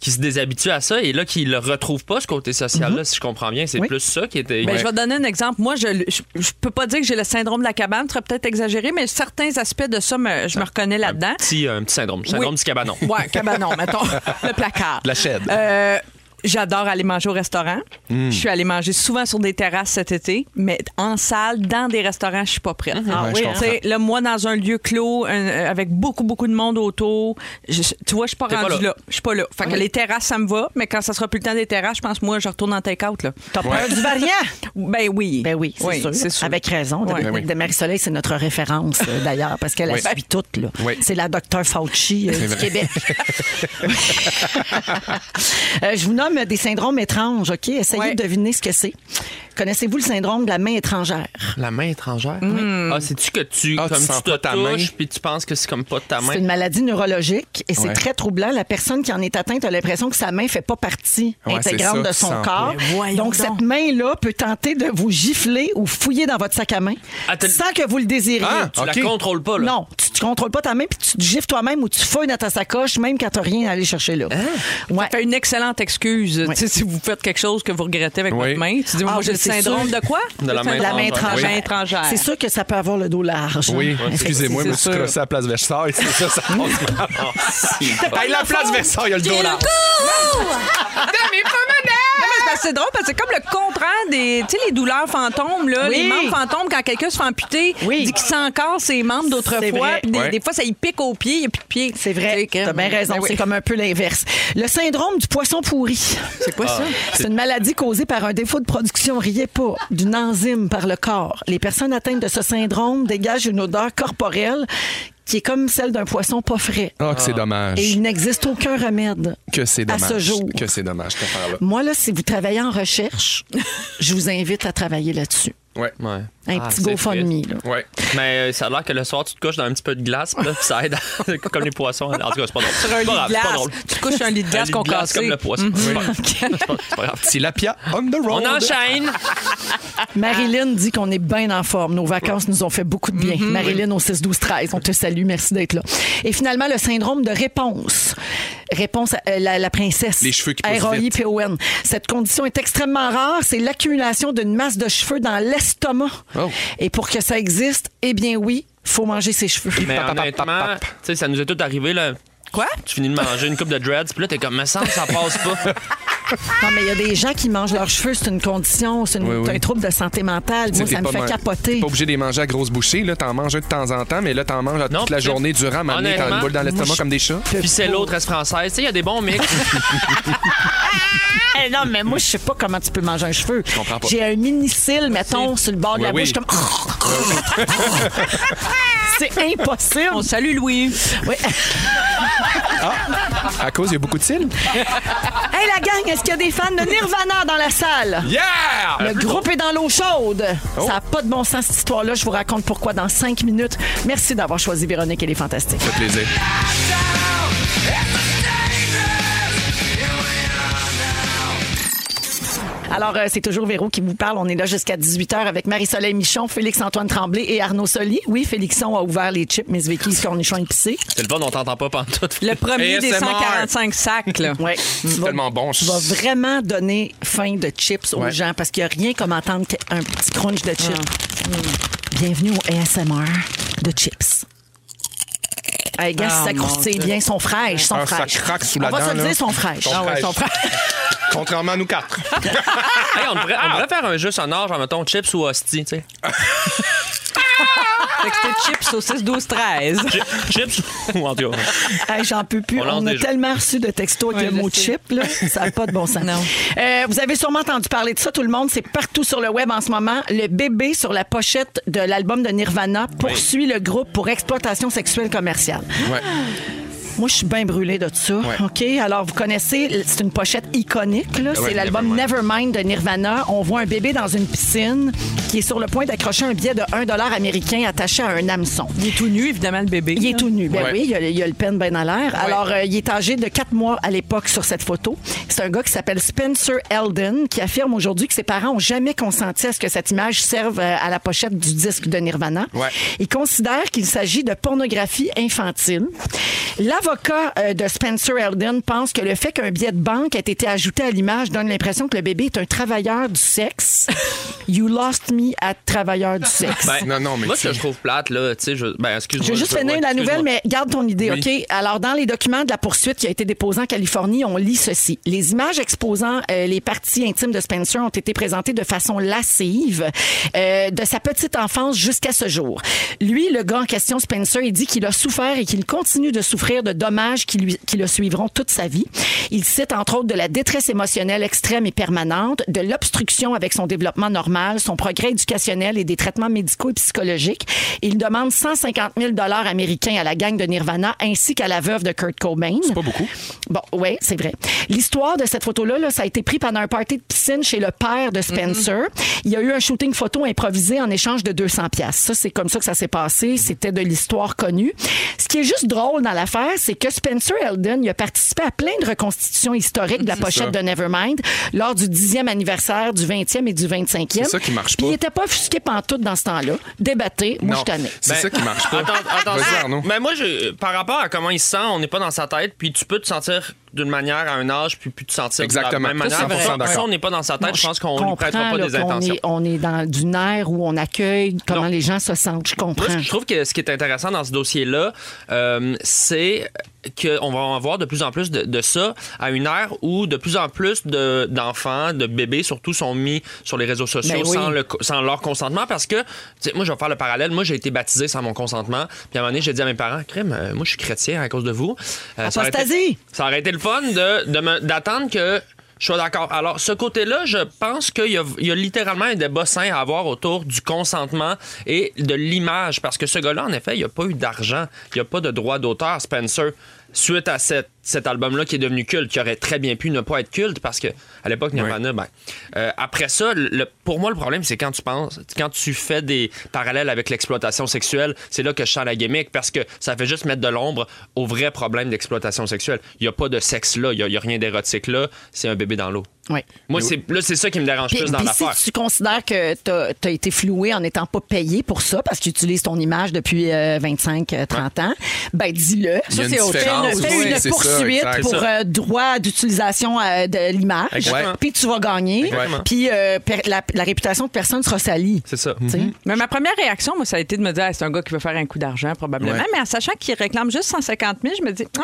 Speaker 4: qui se déshabituent à ça, et là, qui ne retrouvent pas, ce côté social-là, si je comprends bien, c'est
Speaker 1: Oui.
Speaker 4: plus ça qui était...
Speaker 3: Ben, Je vais te donner un exemple. Moi, je ne peux pas dire que j'ai le syndrome de la cabane, ce serait peut-être exagéré, mais certains aspects de ça, me-
Speaker 2: Ah.
Speaker 3: je me reconnais là-dedans.
Speaker 4: Petit, un petit syndrome, syndrome
Speaker 3: Oui.
Speaker 4: du cabanon.
Speaker 3: Ouais, cabanon, mettons. Le placard.
Speaker 2: La chaîne. Hmm.
Speaker 3: Euh, J'adore aller manger au restaurant. Je suis allée manger souvent sur des terrasses cet été, mais en salle, dans des restaurants, je suis pas prête.
Speaker 1: Mhm.
Speaker 2: Ah Ouais, oui, je hein?
Speaker 3: Tu sais, là, moi, dans un lieu clos, un- euh, avec beaucoup, beaucoup de monde autour, je- tu vois, je suis pas
Speaker 4: T'es pas
Speaker 3: rendue
Speaker 4: là.
Speaker 3: là. Je suis pas là. Fait que les terrasses, ça me va, mais quand ça sera plus le temps des terrasses, je pense, moi, je retourne en take-out, là.
Speaker 1: T'as peur du variant?
Speaker 3: Ben oui.
Speaker 1: Ben oui, c'est sûr. Avec raison. De,
Speaker 3: Ouais.
Speaker 2: Ben oui.
Speaker 1: de Marie-Soleil, c'est notre référence, euh, d'ailleurs, parce qu'elle la
Speaker 2: Oui.
Speaker 1: suit toute. là.
Speaker 2: Oui.
Speaker 1: C'est la docteur Fauci euh,
Speaker 2: C'est
Speaker 1: du
Speaker 2: vrai.
Speaker 1: Québec. Euh, je vous nomme des syndromes étranges, OK? Essayez
Speaker 3: Ouais.
Speaker 1: de deviner ce que c'est. Connaissez-vous le syndrome de la main étrangère?
Speaker 4: La main étrangère? Ah, c'est-tu que tu,
Speaker 2: Ah, tu
Speaker 4: comme tu,
Speaker 2: sens
Speaker 4: te
Speaker 2: pas ta main.
Speaker 4: touches, puis tu penses que c'est comme pas de ta main?
Speaker 1: C'est une maladie neurologique et c'est
Speaker 2: Ouais.
Speaker 1: très troublant. La personne qui en est atteinte a l'impression que sa main fait pas partie
Speaker 2: Ouais,
Speaker 1: intégrante
Speaker 2: c'est ça,
Speaker 1: de son
Speaker 2: tu sens
Speaker 1: corps.
Speaker 3: Mais voyons
Speaker 1: Donc,
Speaker 3: donc.
Speaker 1: cette main-là peut tenter de vous gifler ou fouiller dans votre sac à main
Speaker 4: Ah, t'as-
Speaker 1: sans que vous le désiriez.
Speaker 2: Ah!
Speaker 4: Hein? Tu
Speaker 2: Ok.
Speaker 4: la contrôles pas, là.
Speaker 1: Non, tu, tu contrôles pas ta main puis tu te gifles toi-même ou tu fouilles dans ta sacoche même quand t'as rien à aller chercher là. Ouais.
Speaker 3: Ça fait une excellente excuse.
Speaker 1: Ouais.
Speaker 3: Tu sais, Si vous faites quelque chose que vous regretter avec
Speaker 4: Oui.
Speaker 3: votre main. Tu dis,
Speaker 1: Ah,
Speaker 3: moi,
Speaker 1: je
Speaker 3: j'ai le
Speaker 1: sais
Speaker 3: syndrome
Speaker 1: sûr.
Speaker 3: de quoi?
Speaker 4: De la
Speaker 3: Le syndrome
Speaker 4: main étrangère.
Speaker 3: de la main
Speaker 4: Oui.
Speaker 3: étrangère.
Speaker 1: C'est sûr que ça peut avoir le dos large.
Speaker 2: Oui,
Speaker 1: hein.
Speaker 2: excusez-moi, je me
Speaker 1: C'est
Speaker 2: suis
Speaker 1: sûr.
Speaker 2: crossé à la place Versailles. C'est ça, ça monte vraiment. Hey, la place Versailles, il y a le dos là.
Speaker 3: Non, mais c'est parce que c'est drôle parce que c'est comme le contraire des tu sais, les douleurs fantômes là,
Speaker 1: Oui.
Speaker 3: les membres fantômes quand quelqu'un se fait amputer, il dit qu'il sent encore ses membres
Speaker 1: C'est
Speaker 3: d'autrefois,
Speaker 1: vrai.
Speaker 3: puis des,
Speaker 2: Ouais.
Speaker 3: des fois ça y pique aux pieds, il n'y a plus de pieds.
Speaker 1: C'est vrai, t'as
Speaker 3: ben,
Speaker 1: bien raison, c'est comme un peu l'inverse. Le syndrome du poisson pourri.
Speaker 3: C'est
Speaker 2: Ah,
Speaker 3: quoi ça
Speaker 1: C'est une maladie causée par un défaut de production, riez pas, d'une enzyme par le corps. Les personnes atteintes de ce syndrome dégagent une odeur corporelle qui est comme celle d'un poisson pas frais.
Speaker 2: Ah, que c'est
Speaker 1: Et
Speaker 2: dommage.
Speaker 1: il n'existe aucun remède.
Speaker 2: Que c'est
Speaker 1: à
Speaker 2: dommage.
Speaker 1: ce jour.
Speaker 2: Que c'est dommage, cette affaire-là.
Speaker 1: Moi, là, si vous travaillez en recherche, je vous invite à travailler là-dessus.
Speaker 2: Ouais.
Speaker 4: Ouais.
Speaker 1: Un
Speaker 4: Ah,
Speaker 1: petit
Speaker 4: c'est
Speaker 1: GoFundMe, là.
Speaker 2: Ouais.
Speaker 4: Mais euh, ça a l'air que le soir, tu te couches dans un petit peu de glace, puis là, puis ça aide, à- comme les poissons. En tout cas, c'est pas drôle.
Speaker 3: Sur un
Speaker 4: C'est
Speaker 3: lit
Speaker 4: pas grave,
Speaker 3: de
Speaker 4: c'est pas
Speaker 3: glace.
Speaker 4: drôle.
Speaker 3: Tu te couches sur un lit de glace
Speaker 4: lit
Speaker 3: qu'on
Speaker 4: glace
Speaker 3: cassé.
Speaker 4: comme le poisson. C'est pas- c'est pas- c'est pas grave.
Speaker 2: Tilapia on the road.
Speaker 4: On enchaîne.
Speaker 1: Marilyn dit qu'on est bien en forme. Nos vacances nous ont fait beaucoup de bien. Marilyn au 6 12 13, on te salue, merci d'être là. Et finalement le syndrome de réponse. Réponse à euh, la, la princesse.
Speaker 2: Les cheveux qui poussent
Speaker 1: R.A.I.
Speaker 2: vite.
Speaker 1: P.O.N.. Cette condition est extrêmement rare, c'est l'accumulation d'une masse de cheveux dans l'estomac.
Speaker 2: Oh.
Speaker 1: Et pour que ça existe, eh bien oui, faut manger ses cheveux.
Speaker 4: Mais
Speaker 2: Pap, pap,
Speaker 4: honnêtement,
Speaker 2: pap,
Speaker 4: tu
Speaker 2: pap.
Speaker 4: sais, ça nous est tout arrivé, là. Quoi? Tu finis de manger une coupe de dreads, puis là, t'es comme, me semble, ça passe pas.
Speaker 1: Non, mais il y a des gens qui mangent leurs cheveux, c'est une condition, c'est une-
Speaker 2: Oui, oui.
Speaker 1: un trouble de santé mentale. Moi,
Speaker 2: T'es
Speaker 1: ça me
Speaker 2: pas
Speaker 1: fait
Speaker 2: man-
Speaker 1: capoter.
Speaker 2: T'es pas obligé de les manger à grosse bouchée, là. T'en manges un de temps en temps, mais là, t'en manges à toute
Speaker 4: Non,
Speaker 2: la
Speaker 4: puis-
Speaker 2: journée durant, à quand t'as
Speaker 4: honnêtement,
Speaker 2: une boule dans l'estomac comme des chats.
Speaker 4: Puis c'est l'autre, reste française. Tu sais, il y a des bons mix.
Speaker 1: Eh non, mais moi, je sais pas comment tu peux manger un cheveu. Je
Speaker 2: comprends pas.
Speaker 1: J'ai un minicile, mettons, sur le bord de la
Speaker 2: Oui,
Speaker 1: bouche, comme.
Speaker 2: oui.
Speaker 1: C'est impossible.
Speaker 3: On salue Louis.
Speaker 1: Oui.
Speaker 2: À cause, il y a beaucoup de cils.
Speaker 1: Hey, la gang, est-ce qu'il y a des fans de Nirvana dans la salle?
Speaker 2: Yeah!
Speaker 1: Le groupe est dans l'eau chaude.
Speaker 2: Oh.
Speaker 1: Ça n'a pas de bon sens, cette histoire-là. Je vous raconte pourquoi dans cinq minutes. Merci d'avoir choisi Véronique. Elle est fantastique.
Speaker 2: Ça fait plaisir.
Speaker 1: Alors, euh, c'est toujours Véro qui vous parle. On est là jusqu'à 18h avec Marie-Soleil Michon, Félix-Antoine Tremblay et Arnaud Soli. Oui, Félixon a ouvert les chips Miss Vicky, cornichon épicé.
Speaker 4: C'est le bon, on t'entend pas pantoute.
Speaker 3: Le premier des
Speaker 2: ASMR.
Speaker 3: 145 sacs là.
Speaker 1: Ouais. Tu vas-
Speaker 2: tellement bon.
Speaker 1: Tu vas vraiment donner faim de chips aux
Speaker 2: Ouais.
Speaker 1: gens parce qu'il n'y a rien comme entendre que- un petit crunch de chips.
Speaker 2: Ah.
Speaker 1: Mm. Bienvenue au ASMR de chips. Hey, gars, si ça croustille bien, sont fraîches, sont
Speaker 2: Ah, ça
Speaker 1: fraîches.
Speaker 2: craque sous
Speaker 1: On
Speaker 2: la
Speaker 1: va
Speaker 2: dent,
Speaker 1: se le
Speaker 2: là.
Speaker 1: dire, sont fraîches.
Speaker 2: Sont
Speaker 1: Ah ouais,
Speaker 2: fraîches.
Speaker 1: sont fraîches.
Speaker 2: Contrairement à nous quatre.
Speaker 4: Hey, on, devrait, on devrait faire un jeu sonore, genre, mettons, chips ou hostie, tu sais.
Speaker 3: Fait que c'était chips au 6 12 13.
Speaker 4: Chi- Chips ou en tout cas.
Speaker 1: Hey, J'en peux plus.
Speaker 4: On
Speaker 1: On,
Speaker 4: lance
Speaker 1: a
Speaker 4: des jeux.
Speaker 1: tellement reçu de textos avec
Speaker 3: Ouais,
Speaker 1: le
Speaker 3: je
Speaker 1: mot
Speaker 3: sais.
Speaker 1: chip, là. Ça n'a pas de bon sens.
Speaker 3: Non.
Speaker 1: Euh, vous avez sûrement entendu parler de ça, tout le monde. C'est partout sur le web en ce moment. Le bébé sur la pochette de l'album de Nirvana poursuit le groupe pour exploitation sexuelle commerciale.
Speaker 2: Ouais.
Speaker 1: Moi, je suis bien brûlée de ça. OK? Alors, vous connaissez, c'est une pochette iconique. là. c'est
Speaker 2: ouais,
Speaker 1: l'album
Speaker 2: Nevermind.
Speaker 1: Nevermind de Nirvana. On voit un bébé dans une piscine qui est sur le point d'accrocher un billet de 1 américain attaché à un hameçon.
Speaker 3: Il est tout nu évidemment le bébé.
Speaker 1: Il est tout nu. Ben
Speaker 2: Ouais.
Speaker 1: oui, il y a, le- il y a le pen ben à l'air. Alors, euh, il est âgé de 4 mois à l'époque sur cette photo. C'est un gars qui s'appelle Spencer Eldon qui affirme aujourd'hui que ses parents ont jamais consenti à ce que cette image serve euh, à la pochette du disque de Nirvana.
Speaker 2: Ouais.
Speaker 1: Il considère qu'il s'agit de pornographie infantile. L'avocat euh, de Spencer Eldon pense que le fait qu'un billet de banque ait été ajouté à l'image donne l'impression que le bébé est un travailleur du sexe. you lost me à travailleur du sexe.
Speaker 4: Ben,
Speaker 2: Non, non, mais
Speaker 4: Moi, ce que
Speaker 2: c'est-
Speaker 4: je trouve plate, là, tu sais, je. Ben, excuse-moi.
Speaker 1: Je veux juste finir
Speaker 4: ouais,
Speaker 1: la nouvelle,
Speaker 4: excuse-moi.
Speaker 1: mais garde ton idée,
Speaker 2: Oui.
Speaker 1: OK? Alors, dans les documents de la poursuite qui a été déposée en Californie, on lit ceci. Les images exposant euh, les parties intimes de Spencer ont été présentées de façon lascive euh, de sa petite enfance jusqu'à ce jour. Lui, le gars en question, Spencer, il dit qu'il a souffert et qu'il continue de souffrir de dommages qui, lui, qui le suivront toute sa vie. Il cite, entre autres, de la détresse émotionnelle extrême et permanente, de l'obstruction avec son développement normal, son progrès éducationnel et des traitements médicaux et psychologiques. Il demande 150 000 dollars américains à la gang de Nirvana ainsi qu'à la veuve de Kurt Cobain. C'est
Speaker 2: Pas beaucoup.
Speaker 1: Bon, ouais, c'est vrai. L'histoire de cette photo-là, là, ça a été pris pendant un party de piscine chez le père de Spencer.
Speaker 2: Mm-hmm.
Speaker 1: Il y a eu un shooting photo improvisé en échange de 200 pièces. Ça, c'est comme ça que ça s'est passé. C'était de l'histoire connue. Ce qui est juste drôle dans l'affaire, c'est que Spencer Eldon, il a participé à plein de reconstitutions historiques de la pochette de Nevermind lors du 10e anniversaire, du 20e et du 25e.
Speaker 2: C'est ça qui marche
Speaker 1: Puis Il
Speaker 2: pas.
Speaker 1: n'était pas offusqué pantoute dans ce temps-là. Débatté, moi, je
Speaker 2: Non,
Speaker 1: tannais.
Speaker 2: c'est
Speaker 4: Ben,
Speaker 2: ça qui marche pas.
Speaker 4: Attends, attends,
Speaker 2: Vas-y, Arnaud.
Speaker 4: Ben, moi, je- par rapport à comment il se sent, on n'est pas dans sa tête, puis tu peux te sentir d'une manière à un âge, puis plus te sentir
Speaker 2: Exactement.
Speaker 4: de la même manière.
Speaker 2: 100%
Speaker 4: Ça,
Speaker 2: d'accord.
Speaker 4: ça, on n'est pas dans sa tête.
Speaker 1: Non,
Speaker 4: je pense qu'on
Speaker 1: comprends,
Speaker 4: lui prêtera pas
Speaker 1: là,
Speaker 4: des
Speaker 1: qu'on
Speaker 4: intentions.
Speaker 1: est- on est dans du nerf où on accueille comment les gens se sentent. Je
Speaker 4: Moi,
Speaker 1: comprends.
Speaker 4: je trouve que ce qui est intéressant dans ce dossier-là, euh, c'est qu'on va en avoir de plus en plus de, de ça à une ère où de plus en plus de- d'enfants, de, bébés surtout, sont mis sur les réseaux sociaux
Speaker 12: Ben oui.
Speaker 4: sans, le co- sans leur consentement parce que, tu sais, moi, je vais faire le parallèle. Moi, j'ai été baptisé sans mon consentement. Puis à un moment donné, j'ai dit à mes parents, crème, euh, moi, je suis chrétien à cause de vous. Euh, ça aurait été-
Speaker 1: Apostasie!
Speaker 4: ça aurait été le fun de- de me- d'attendre que je sois d'accord. Alors, ce côté-là, je pense qu'il y, a- il y a littéralement un débat sain à avoir autour du consentement et de l'image. Parce que ce gars-là, en effet, il n'y a pas eu d'argent. Il n'y a pas de droit d'auteur, Spencer. Suite à cette- cet album-là qui est devenu culte, qui aurait très bien pu ne pas être culte parce que à l'époque, Nirvana, ben, euh, après ça, le- le- pour moi, le problème, c'est quand tu penses, quand tu fais des parallèles avec l'exploitation sexuelle, c'est là que je sens la gimmick parce que ça fait juste mettre de l'ombre au vrai problème d'exploitation sexuelle. Il n'y a pas de sexe là, il n'y a, il y a rien d'érotique là, c'est un bébé dans l'eau.
Speaker 1: Ouais.
Speaker 4: Moi, c'est, là, c'est ça qui me dérange
Speaker 1: Puis,
Speaker 4: plus dans
Speaker 1: puis
Speaker 4: l'affaire.
Speaker 1: si tu considères que tu as, été floué en n'étant pas payé pour ça, parce que tu utilises ton image depuis euh, 25-30 ans, ben dis-le.
Speaker 4: Il y a
Speaker 1: Ça,
Speaker 4: une
Speaker 1: c'est autre
Speaker 4: différence,
Speaker 1: chose.
Speaker 4: oui,
Speaker 1: Fais une
Speaker 4: c'est ça,
Speaker 1: poursuite
Speaker 4: exact.
Speaker 1: pour
Speaker 4: C'est ça.
Speaker 1: euh, droit d'utilisation euh, de l'image,
Speaker 3: Exactement.
Speaker 1: puis tu vas gagner,
Speaker 3: Exactement.
Speaker 1: puis euh, per- la, la réputation de personne sera salie.
Speaker 4: C'est ça.
Speaker 3: Mais ma première réaction, moi, ça a été de me dire, Ah, c'est un gars qui veut faire un coup d'argent, probablement.
Speaker 1: Ouais.
Speaker 3: Mais en sachant qu'il réclame juste 150 000, je me dis, ah,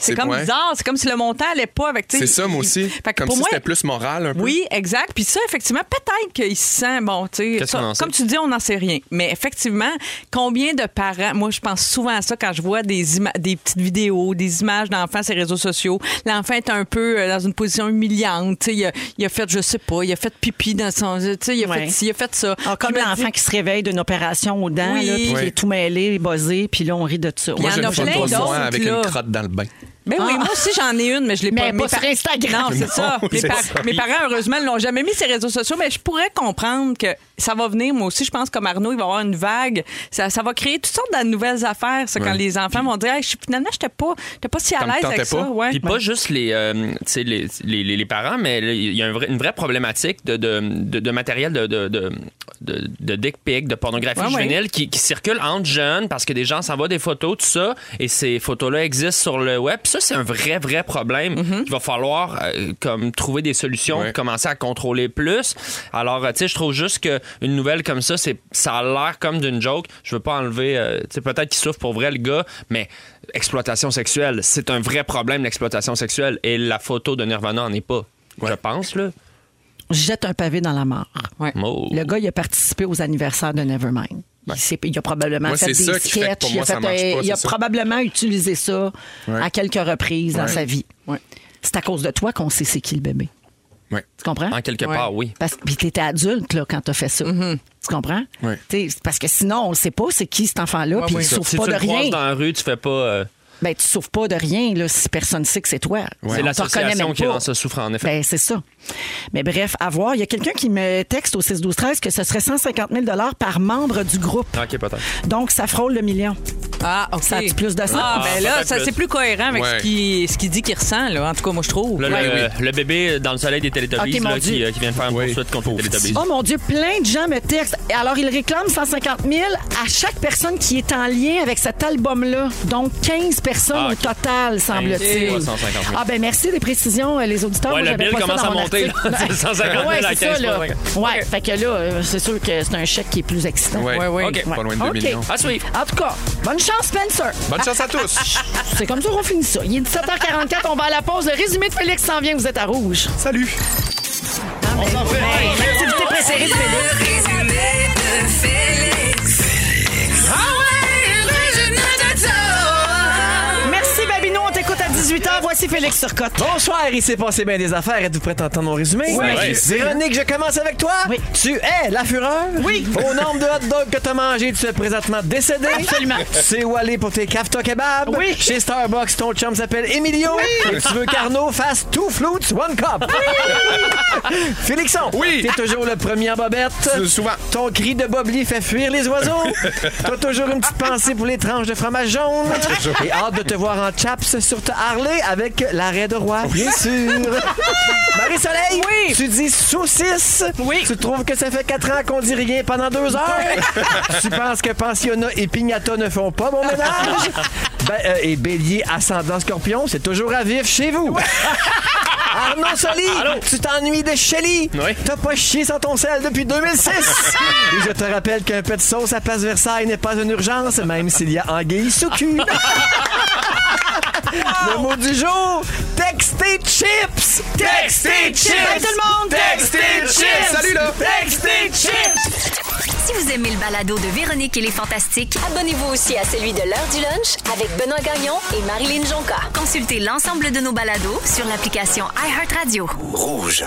Speaker 2: C'est
Speaker 3: c'est comme
Speaker 2: ouais.
Speaker 3: bizarre. C'est comme si le montant allait pas avec. tu sais,
Speaker 2: C'est ça, moi aussi.
Speaker 3: Fait que
Speaker 2: Comme
Speaker 3: pour
Speaker 2: si
Speaker 3: moi-
Speaker 2: c'était plus moral un peu.
Speaker 3: Oui, exact. Puis ça, effectivement, peut-être qu'il se sent, bon, tu sais,
Speaker 2: Qu'est-ce
Speaker 3: ça,
Speaker 2: qu'on en sait?
Speaker 3: comme tu dis, on n'en sait rien. Mais effectivement, combien de parents, moi, je pense souvent à ça quand je vois des, ima- des petites vidéos, des images d'enfants sur les réseaux sociaux. L'enfant est un peu euh, dans une position humiliante. Tu sais, il a, il a fait, je sais pas, il a fait pipi dans son. Tu sais, il a
Speaker 1: Ouais.
Speaker 3: fait ci, il a fait ça.
Speaker 1: Ah, comme
Speaker 3: Je me
Speaker 1: l'enfant
Speaker 3: dis-
Speaker 1: qui se réveille d'une opération aux dents,
Speaker 3: Oui.
Speaker 1: là, puis qui
Speaker 3: Oui.
Speaker 1: est tout mêlé, buzzé, puis là, on rit de ça.
Speaker 3: Moi, Il y je en le a fais plein pas souvent d'autres, avec une là.
Speaker 2: crotte dans le bain.
Speaker 3: Ben oui,
Speaker 1: Ah.
Speaker 3: moi aussi j'en ai une, mais je l'ai pas,
Speaker 1: Mais
Speaker 3: mes
Speaker 1: pas sur
Speaker 3: par-
Speaker 1: Instagram.
Speaker 3: Non,
Speaker 1: Non,
Speaker 3: c'est ça. Mes,
Speaker 1: c'est
Speaker 3: par-
Speaker 1: ça.
Speaker 3: mes parents, heureusement, ne l'ont jamais mis sur les réseaux sociaux, mais je pourrais comprendre que ça va venir. Moi aussi, je pense comme Arnaud, il va y avoir une vague. Ça, ça va créer toutes sortes de nouvelles affaires. C'est quand
Speaker 4: Ouais.
Speaker 3: les enfants vont dire Hey, je suis- finalement, je n'étais pas, j'étais pas si à
Speaker 4: Ça me
Speaker 3: l'aise
Speaker 4: tentait
Speaker 3: avec ça.
Speaker 4: pas.
Speaker 3: Ouais.
Speaker 4: Puis pas juste les, euh, tu sais, les, les, les- les parents, mais là, il y a un vrai- une vraie problématique de, de, de- de matériel de, de, de, de- de dick pic, de pornographie
Speaker 12: Ouais, ouais.
Speaker 4: juvénile Qui, qui circule entre jeunes parce que des gens s'envoient des photos, tout ça, et ces photos-là existent sur le web. Puis ça, c'est un vrai, vrai problème.
Speaker 1: Mm-hmm.
Speaker 4: Il va falloir euh, comme trouver des solutions, puis commencer à contrôler plus. Alors, euh, tu sais, je trouve juste qu'une nouvelle comme ça, c'est ça a l'air comme d'une joke. Je veux pas enlever, euh, tu sais, peut-être qu'il souffre pour vrai le gars, mais exploitation sexuelle, c'est un vrai problème, l'exploitation sexuelle. Et la photo de Nirvana en est pas. Je pense, là.
Speaker 1: Jette un pavé dans la mort.
Speaker 4: Oh.
Speaker 1: Le gars, il a participé aux anniversaires de Nevermind. Il, s'est- il a probablement
Speaker 4: Moi,
Speaker 1: fait des
Speaker 4: c'est ça qui
Speaker 1: sketchs.
Speaker 4: fait que pour
Speaker 1: il a,
Speaker 4: moi, ça
Speaker 1: fait
Speaker 4: marche
Speaker 1: un-
Speaker 4: pas,
Speaker 1: il a
Speaker 4: c'est ça.
Speaker 1: probablement utilisé ça
Speaker 2: Ouais.
Speaker 1: à quelques reprises dans
Speaker 4: Ouais.
Speaker 1: sa vie. C'est à cause de toi qu'on sait c'est qui le bébé. Tu comprends?
Speaker 4: En quelque part, oui.
Speaker 1: Parce que tu étais adulte là, quand tu as fait ça.
Speaker 3: Mm-hmm.
Speaker 1: Tu comprends?
Speaker 4: Oui.
Speaker 1: T'sais, c'est Parce que sinon, on ne sait pas c'est qui cet enfant-là, puis il ne souffre
Speaker 4: si
Speaker 1: pas
Speaker 4: tu
Speaker 1: de
Speaker 4: le croises
Speaker 1: rien.
Speaker 4: dans la rue, tu fais pas. euh,
Speaker 1: Ben, tu souffres pas de rien là, si personne ne sait que c'est toi.
Speaker 4: Ouais.
Speaker 1: On
Speaker 4: C'est
Speaker 1: te
Speaker 4: l'association
Speaker 1: reconnaît même
Speaker 4: qui est
Speaker 1: pas.
Speaker 4: dans ce souffrant, en effet.
Speaker 1: Ben, c'est ça. Mais bref, à voir. Il y a quelqu'un qui me texte au 6-12-13 que ce serait 150 000 par membre du groupe.
Speaker 4: Ok, peut-être.
Speaker 1: Donc, ça frôle le million.
Speaker 3: Ah, OK.
Speaker 1: Ça a-tu plus de sens?
Speaker 3: Ah, ben là,
Speaker 4: peut-être
Speaker 3: ça,
Speaker 4: plus.
Speaker 3: c'est plus cohérent avec
Speaker 4: Ouais.
Speaker 3: ce qu'il ce qu'il dit qu'il ressent, là. En tout cas, moi, je trouve.
Speaker 4: Là, le, le bébé dans le soleil des Teletubbies
Speaker 1: Ok, mon
Speaker 4: là, qui,
Speaker 1: Dieu.
Speaker 4: euh, qui vient de faire une poursuite contre les Teletubbies.
Speaker 1: Oh mon Dieu, plein de gens me textent. Et Alors, ils réclament 150 000 à chaque personne qui est en lien avec cet album-là. Donc, 15 personnes
Speaker 4: Ah,
Speaker 1: au total, semble-t-il.
Speaker 4: fois 150 000.
Speaker 1: Ah ben merci des précisions, euh, les auditeurs.
Speaker 4: Ouais,
Speaker 1: Moi,
Speaker 4: le
Speaker 1: j'avais
Speaker 4: bill
Speaker 1: pas ça
Speaker 4: commence
Speaker 1: dans
Speaker 4: à
Speaker 1: mon
Speaker 4: monter,
Speaker 1: article.
Speaker 4: là. C'est 150 000
Speaker 1: Ah Ouais,
Speaker 4: à
Speaker 1: c'est ça,
Speaker 4: 15
Speaker 1: là.
Speaker 4: fois.
Speaker 1: Ouais, fait que là, euh, c'est sûr que c'est un chèque qui est plus excitant.
Speaker 2: Ouais. Ouais, ouais. Ok. Pas loin de deux
Speaker 1: Ok. Ah.
Speaker 2: millions.
Speaker 4: À suivre.
Speaker 1: En tout cas, bonne chance, Spencer.
Speaker 2: Bonne chance à tous.
Speaker 1: c'est comme ça qu'on finit ça. Il est 17h44, on va à la pause. Le résumé de Félix s'en vient, vous êtes à rouge.
Speaker 2: Salut.
Speaker 1: On s'en fait. L'activité préférée de Félix.
Speaker 8: Le résumé de Félix. Ah ouais, le résumé de ça.
Speaker 1: Merci Babino, on t'écoute à 18h. Voici Félix Turcotte.
Speaker 13: Bonsoir, il s'est passé bien des affaires. Êtes-vous prête à entendre mon résumé?
Speaker 1: Oui. Oui.
Speaker 13: Véronique, je commence avec toi. Tu es la fureur. Oui. Au nombre de hot dogs que t'as mangé, tu es présentement décédé.
Speaker 1: Absolument.
Speaker 13: Tu sais où aller pour tes kafta kebab.
Speaker 1: Oui.
Speaker 13: Chez Starbucks, ton chum s'appelle Emilio.
Speaker 8: Oui.
Speaker 13: Et tu veux qu'Arnaud fasse two flutes, one cup. Oui. Félixon. Oui. T'es toujours le premier en bobette.
Speaker 2: Souvent.
Speaker 13: Ton cri de bobli fait fuir les oiseaux. t'as toujours une petite pensée pour les tranches de fromage jaune.
Speaker 8: Toujours.
Speaker 13: Et hâte de te voir en chaps sur ta Harley avec l'arrêt de roi, bien sûr. Marie-Soleil, tu dis saucisse. Tu trouves que ça fait 4 ans qu'on dit rien pendant 2 heures. tu penses que pensionnat et pignata ne font pas mon ménage. Ben, euh, et Bélier ascendant scorpion, c'est toujours à vivre chez vous. Arnaud Soli, tu t'ennuies de Shelly. T'as pas chié sans ton sel depuis 2006. et je te rappelle qu'un peu de sauce à Place Versailles n'est pas une urgence, même s'il y a anguille sous cul. Le mot du jour, textez chips!
Speaker 8: Textez chips! Salut tout le monde! Textez chips! Salut, là!
Speaker 10: Textez chips! Si vous aimez le balado de Véronique et les Fantastiques, abonnez-vous aussi à celui de l'heure du lunch avec Benoît Gagnon et Marilyn Jonca. Consultez l'ensemble de nos balados sur l'application iHeartRadio.
Speaker 9: Rouge.